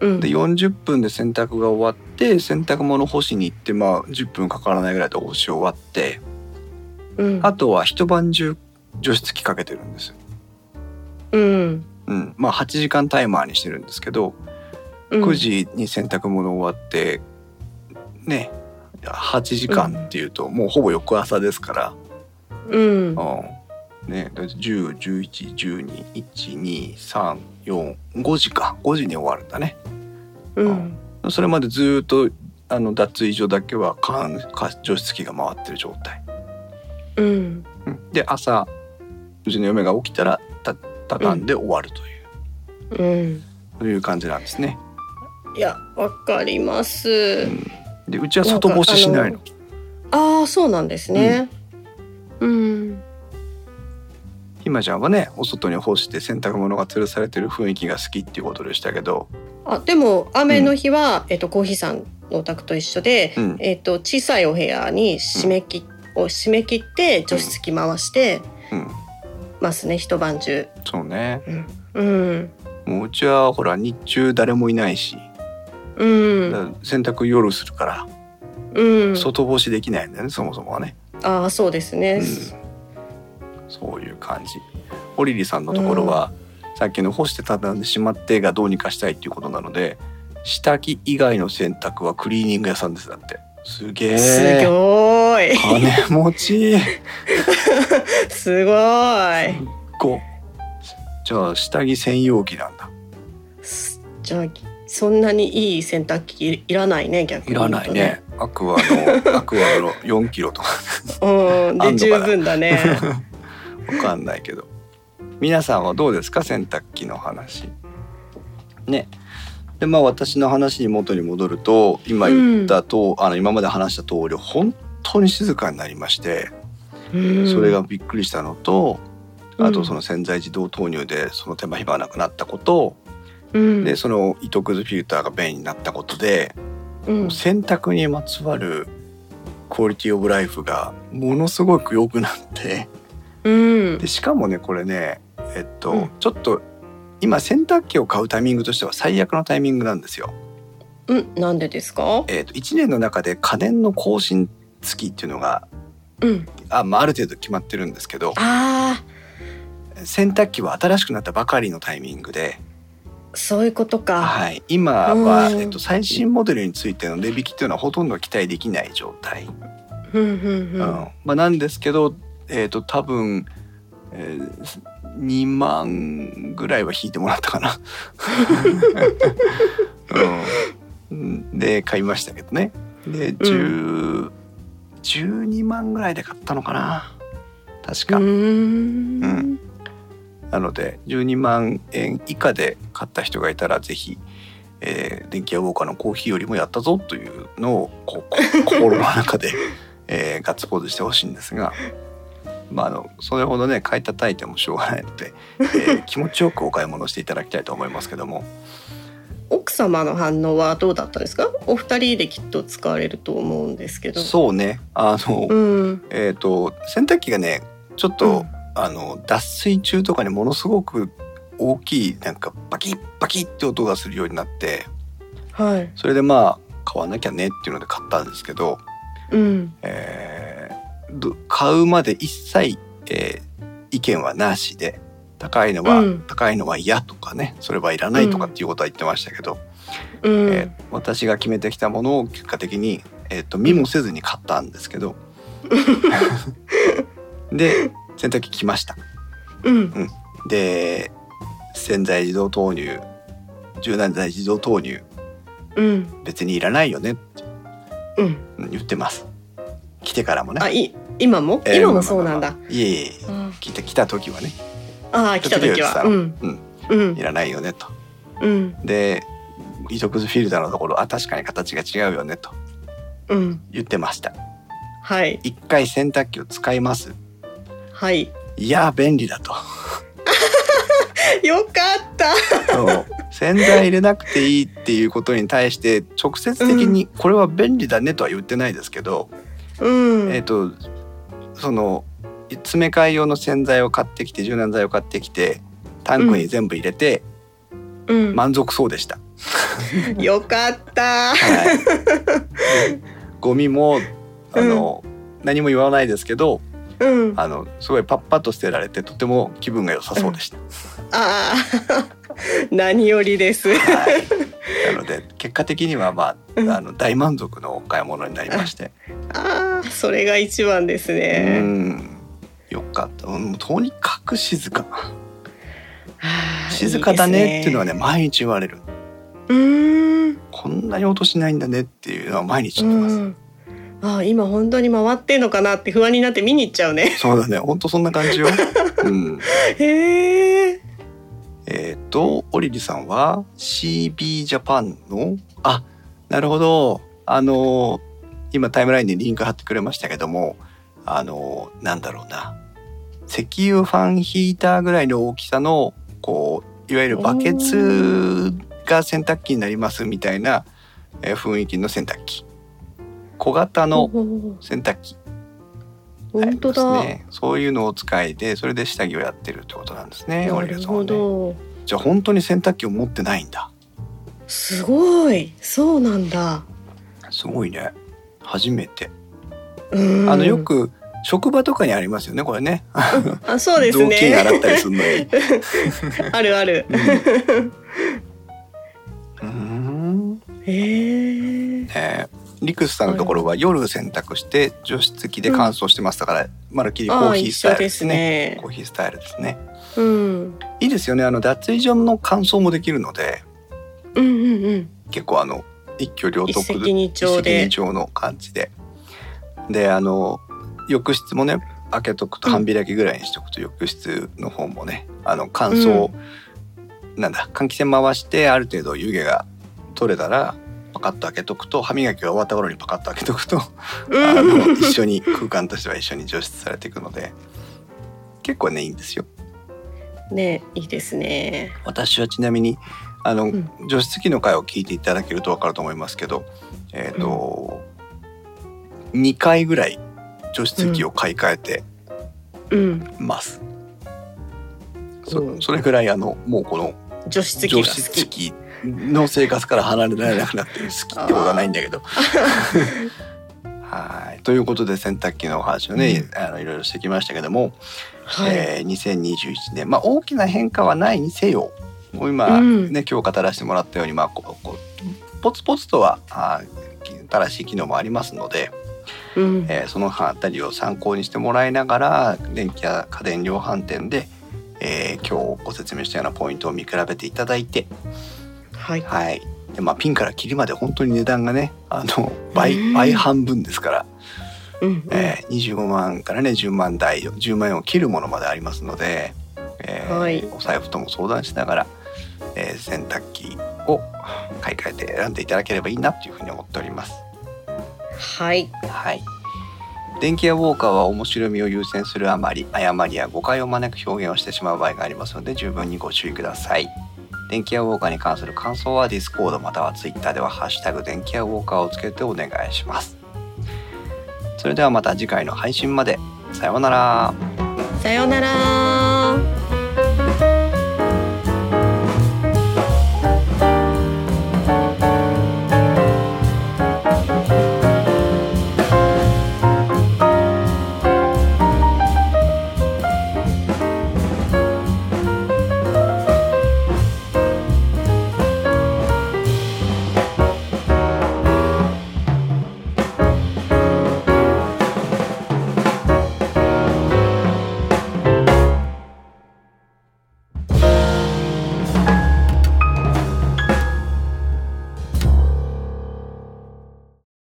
Speaker 2: うん
Speaker 1: で40分で洗濯が終わって洗濯物干しに行ってまあ10分かからないぐらいで干し終わって
Speaker 2: うん
Speaker 1: あとは一晩中除湿機かけてるんですよ、
Speaker 2: うん
Speaker 1: うん、まあ8時間タイマーにしてるんですけど
Speaker 2: うん
Speaker 1: 9時に洗濯物終わってね8時間っていうともうほぼ翌朝ですから、
Speaker 2: うん
Speaker 1: うんね、1011121234時か5時に終わるんだね
Speaker 2: うん
Speaker 1: それまでずーっとあの脱衣所だけは乾か除湿機が回ってる状態
Speaker 2: うん
Speaker 1: うんで朝うちの嫁が起きたらた畳んで終わるという、
Speaker 2: うん
Speaker 1: という感じなんですね
Speaker 2: いやわかります
Speaker 1: でうちは外干ししないの
Speaker 2: んああそうなんですねうん
Speaker 1: ひまちゃんはねお外に干して洗濯物が吊るされてる雰囲気が好きっていうことでしたけど、
Speaker 2: あでも雨の日はえっとコーヒーさんのお宅と一緒で
Speaker 1: うん
Speaker 2: えっと小さいお部屋に締め切を締め切って除湿機回して
Speaker 1: うん、
Speaker 2: ますね一晩中
Speaker 1: そうね
Speaker 2: うん
Speaker 1: もううちはほら日中誰もいないし、
Speaker 2: う
Speaker 1: だから
Speaker 2: ん
Speaker 1: 洗濯夜するから
Speaker 2: うん
Speaker 1: 外干しできないんだよね、そもそもはね、
Speaker 2: ああそうです
Speaker 1: う
Speaker 2: ね
Speaker 1: ん、そういう感じオリリさんのところは、さっきの干して畳んでしまってがどうにかしたいっていうことなので下着以外の洗濯はクリーニング屋さんですだってすげ
Speaker 2: す
Speaker 1: え
Speaker 2: ごーい
Speaker 1: 金持ち
Speaker 2: すごーい
Speaker 1: こじゃあ下着専用機なんだ
Speaker 2: すじゃあそんなにいい洗濯機いらないね逆に
Speaker 1: いら
Speaker 2: 言う
Speaker 1: な
Speaker 2: と
Speaker 1: いねアクアのアクアの4キロとか
Speaker 2: うん
Speaker 1: あんのか
Speaker 2: で
Speaker 1: な
Speaker 2: 十分だね
Speaker 1: (laughs) わかんないけど皆さんはどうですか洗濯機の話ねでまあ私の話に元に戻ると今言ったと、あの今まで話した通り本当に静かになりまして、
Speaker 2: うん
Speaker 1: それがびっくりしたのとあ
Speaker 2: う
Speaker 1: と
Speaker 2: ん
Speaker 1: その洗剤自動投入でその手間暇なくなったこと、
Speaker 2: うん
Speaker 1: でその糸くずフィルターが便利になったことで、
Speaker 2: うん
Speaker 1: 洗濯にまつわるクオリティオブライフがものすごく良くなって。
Speaker 2: うん
Speaker 1: でしかもねこれねえっと、
Speaker 2: うん
Speaker 1: ちょっと今洗濯機を買うタイミングとしては最悪のタイミングなんですよ。
Speaker 2: うんなんでですか
Speaker 1: えっと1年の中で家電の更新月っていうのが
Speaker 2: うん
Speaker 1: あ,、まあ、ある程度決まってるんですけど
Speaker 2: あ
Speaker 1: 洗濯機は新しくなったばかりのタイミングで、
Speaker 2: ーそういうことか
Speaker 1: はい、今は、
Speaker 2: うん
Speaker 1: えっと、最新モデルについての値引きっていうのはほとんど期待できない状態、
Speaker 2: うん
Speaker 1: うん
Speaker 2: うんうん
Speaker 1: まあ、なんですけど、えっと多分、えー2万ぐらいは引いてもらったかな。うん、で買いましたけどねで、10 12万ぐらいで買ったのかな確か、
Speaker 2: うーん
Speaker 1: なので12万円以下で買った人がいたらぜひ、えー電気屋ウォーカーのコーヒーよりもやったぞというのをこ
Speaker 2: (laughs)
Speaker 1: うこ心の中で、えーガッツポーズしてほしいんですが。まあ、あのそれほどね買い叩いてもしょうがないので、え
Speaker 2: (laughs)
Speaker 1: ー気持ちよくお買い物していただきたいと思いますけども
Speaker 2: 奥様の反応はどうだったんですかお二人できっと使われると思うんですけど
Speaker 1: そうねあの、
Speaker 2: うん
Speaker 1: えっ、と洗濯機がねちょっと、あの脱水中とかにものすごく大きいなんかバキッバキッって音がするようになって
Speaker 2: はい
Speaker 1: それでまあ買わなきゃねっていうので買ったんですけど、
Speaker 2: うん
Speaker 1: えーど買うまで一切、えー意見はなしで高いのは、
Speaker 2: うん
Speaker 1: 高いのは嫌とかねそれはいらないとかっていうことは言ってましたけど、
Speaker 2: うん、
Speaker 1: えー私が決めてきたものを結果的に、えー、と見もせずに買ったんですけ
Speaker 2: (laughs)
Speaker 1: どで洗濯機来ました
Speaker 2: うん
Speaker 1: で洗剤自動投入柔軟剤自動投入
Speaker 2: うん
Speaker 1: 別にいらないよねって
Speaker 2: うん
Speaker 1: うん言ってます来てからもね
Speaker 2: あい今も、
Speaker 1: えー
Speaker 2: 今もそうなんだ
Speaker 1: まあまあまあいえいえ
Speaker 2: あ
Speaker 1: 来て来た時はね
Speaker 2: あー来た時はうんう
Speaker 1: い
Speaker 2: ん
Speaker 1: らないよねと
Speaker 2: うん
Speaker 1: で糸くずフィルターのところあ確かに形が違うよねと
Speaker 2: うん
Speaker 1: 言ってました
Speaker 2: はい
Speaker 1: 一回洗濯機を使います
Speaker 2: はい
Speaker 1: いや便利だ
Speaker 2: (laughs)
Speaker 1: と
Speaker 2: よかった
Speaker 1: そう洗剤入れなくていいっていうことに対して直接的にこれは便利だねとは言ってないですけど、
Speaker 2: うん
Speaker 1: えっ、とその詰め替え用の洗剤を買ってきて柔軟剤を買ってきてタンクに全部入れて
Speaker 2: うん
Speaker 1: 満足そうでした。
Speaker 2: よかっ
Speaker 1: は
Speaker 2: た
Speaker 1: いでゴミもあの、何も言わないですけど
Speaker 2: うんあ
Speaker 1: あのすごいパッパッと捨てられてとても気分が良さそうでした。
Speaker 2: あー (laughs) 何よりです
Speaker 1: はい、なので結果的には、ま
Speaker 2: うん
Speaker 1: あ、あの大満足のお買い物になりまして
Speaker 2: ああそれが一番です
Speaker 1: う
Speaker 2: ね
Speaker 1: んよかったうんとにかく静か
Speaker 2: あー
Speaker 1: 静かだねっていうのはね
Speaker 2: いいです
Speaker 1: 毎日言われる
Speaker 2: うーん
Speaker 1: こんなに音しないんだねっていうのは毎日
Speaker 2: う
Speaker 1: 言ってます、
Speaker 2: ん、ああ今本当に回ってんのかなって不安になって見に行っちゃうね
Speaker 1: そうだねほんとそんな
Speaker 2: (laughs)
Speaker 1: 感じよ、うん、
Speaker 2: へえ
Speaker 1: えっ、とオリリさんは CB ジャパンのあなるほどあのー今タイムラインにリンク貼ってくれましたけどもあのーなんだろうな石油ファンヒーターぐらいの大きさのこういわゆるバケツが洗濯機になりますみたいな、えー雰囲気の洗濯機小型の洗濯機タイ
Speaker 2: 本
Speaker 1: プ
Speaker 2: 当
Speaker 1: です
Speaker 2: だ、
Speaker 1: ねそういうのを使いでそれで下着をやってるってことなんですね
Speaker 2: な
Speaker 1: オリ
Speaker 2: る
Speaker 1: リさん
Speaker 2: ほ
Speaker 1: はね。
Speaker 2: ど
Speaker 1: じゃあ本当に洗濯機を持ってないんだ。
Speaker 2: すごいそうなんだ
Speaker 1: すごいね。初めて。
Speaker 2: うん
Speaker 1: あのよく職場とかにありますよね。これね。
Speaker 2: あそうです
Speaker 1: 雑巾
Speaker 2: ね
Speaker 1: 洗ったりするのに。
Speaker 2: (laughs) あるある
Speaker 1: うん。うーん
Speaker 2: えー、
Speaker 1: えーリクスさんのところは夜洗濯して除湿機で乾燥してましたから、まるっきりコ
Speaker 2: あ
Speaker 1: ー
Speaker 2: あ
Speaker 1: ヒー
Speaker 2: 一
Speaker 1: スタイ
Speaker 2: 緒
Speaker 1: ルで
Speaker 2: ですす
Speaker 1: ね
Speaker 2: ね
Speaker 1: コ。ーヒースタイルですね
Speaker 2: うん、
Speaker 1: いいですよねあの脱衣所の乾燥もできるので
Speaker 2: うんうんうん。
Speaker 1: 結構あの一挙両
Speaker 2: 一
Speaker 1: 得
Speaker 2: 石二鳥
Speaker 1: 一石
Speaker 2: で
Speaker 1: 二。鳥の感じでであの浴室もね開けとくと
Speaker 2: う
Speaker 1: 半
Speaker 2: ん
Speaker 1: 開きぐらいにしておくと、浴室の方もねあの乾燥、なんだ換気扇回してある程度湯気が取れたらパカッと開けとくと歯磨きが終わった頃にパカッと開けとくとあ
Speaker 2: うん
Speaker 1: の一緒に空間としては一緒に除湿されていくので結構ねいいんですよ。
Speaker 2: ねいいですね。
Speaker 1: 私はちなみにあの、
Speaker 2: ん
Speaker 1: 除湿機の回を聞いていただけると分かると思いますけど、えーと2回ぐらい除湿機を買い替えて
Speaker 2: うん。
Speaker 1: ます。
Speaker 2: う
Speaker 1: そ
Speaker 2: ん
Speaker 1: それぐらいあのもうこの
Speaker 2: 除湿機
Speaker 1: 除
Speaker 2: が好
Speaker 1: 湿
Speaker 2: き。
Speaker 1: 機の生活から離れられなくなってる好きってことはないんだけ
Speaker 2: (laughs)
Speaker 1: ど。はいということで洗濯機のお話をね、あのいろいろしてきましたけども、
Speaker 2: はい。
Speaker 1: えー2021年、まあ、大きな変化はないにせよもう今、ね
Speaker 2: うん
Speaker 1: 今日語らせてもらったように、まあ、こうこうポツポツとはあー新しい機能もありますので、
Speaker 2: うん。
Speaker 1: えーそのあたりを参考にしてもらいながら電気や家電量販店で、えー今日ご説明したようなポイントを見比べていただいて、
Speaker 2: はい。
Speaker 1: はいでまあ、ピンからキリまで本当に値段がねあの倍倍半分ですから、
Speaker 2: うんうん。
Speaker 1: えー25万からね10万台10万円を切るものまでありますので、えー
Speaker 2: はい
Speaker 1: お財布とも相談しながら、えー洗濯機を買い替えて選んでいただければいいなというふうに思っております。
Speaker 2: はい。
Speaker 1: はい電気屋ウォーカーは面白みを優先するあまり誤りや誤解を招く表現をしてしまう場合がありますので十分にご注意ください電気屋ウォーカーに関する感想は Discord または Twitter では「ハッシュタグ電気屋ウォーカー」をつけてお願いしますそれではまた次回の配信までさようなら
Speaker 2: さようなら。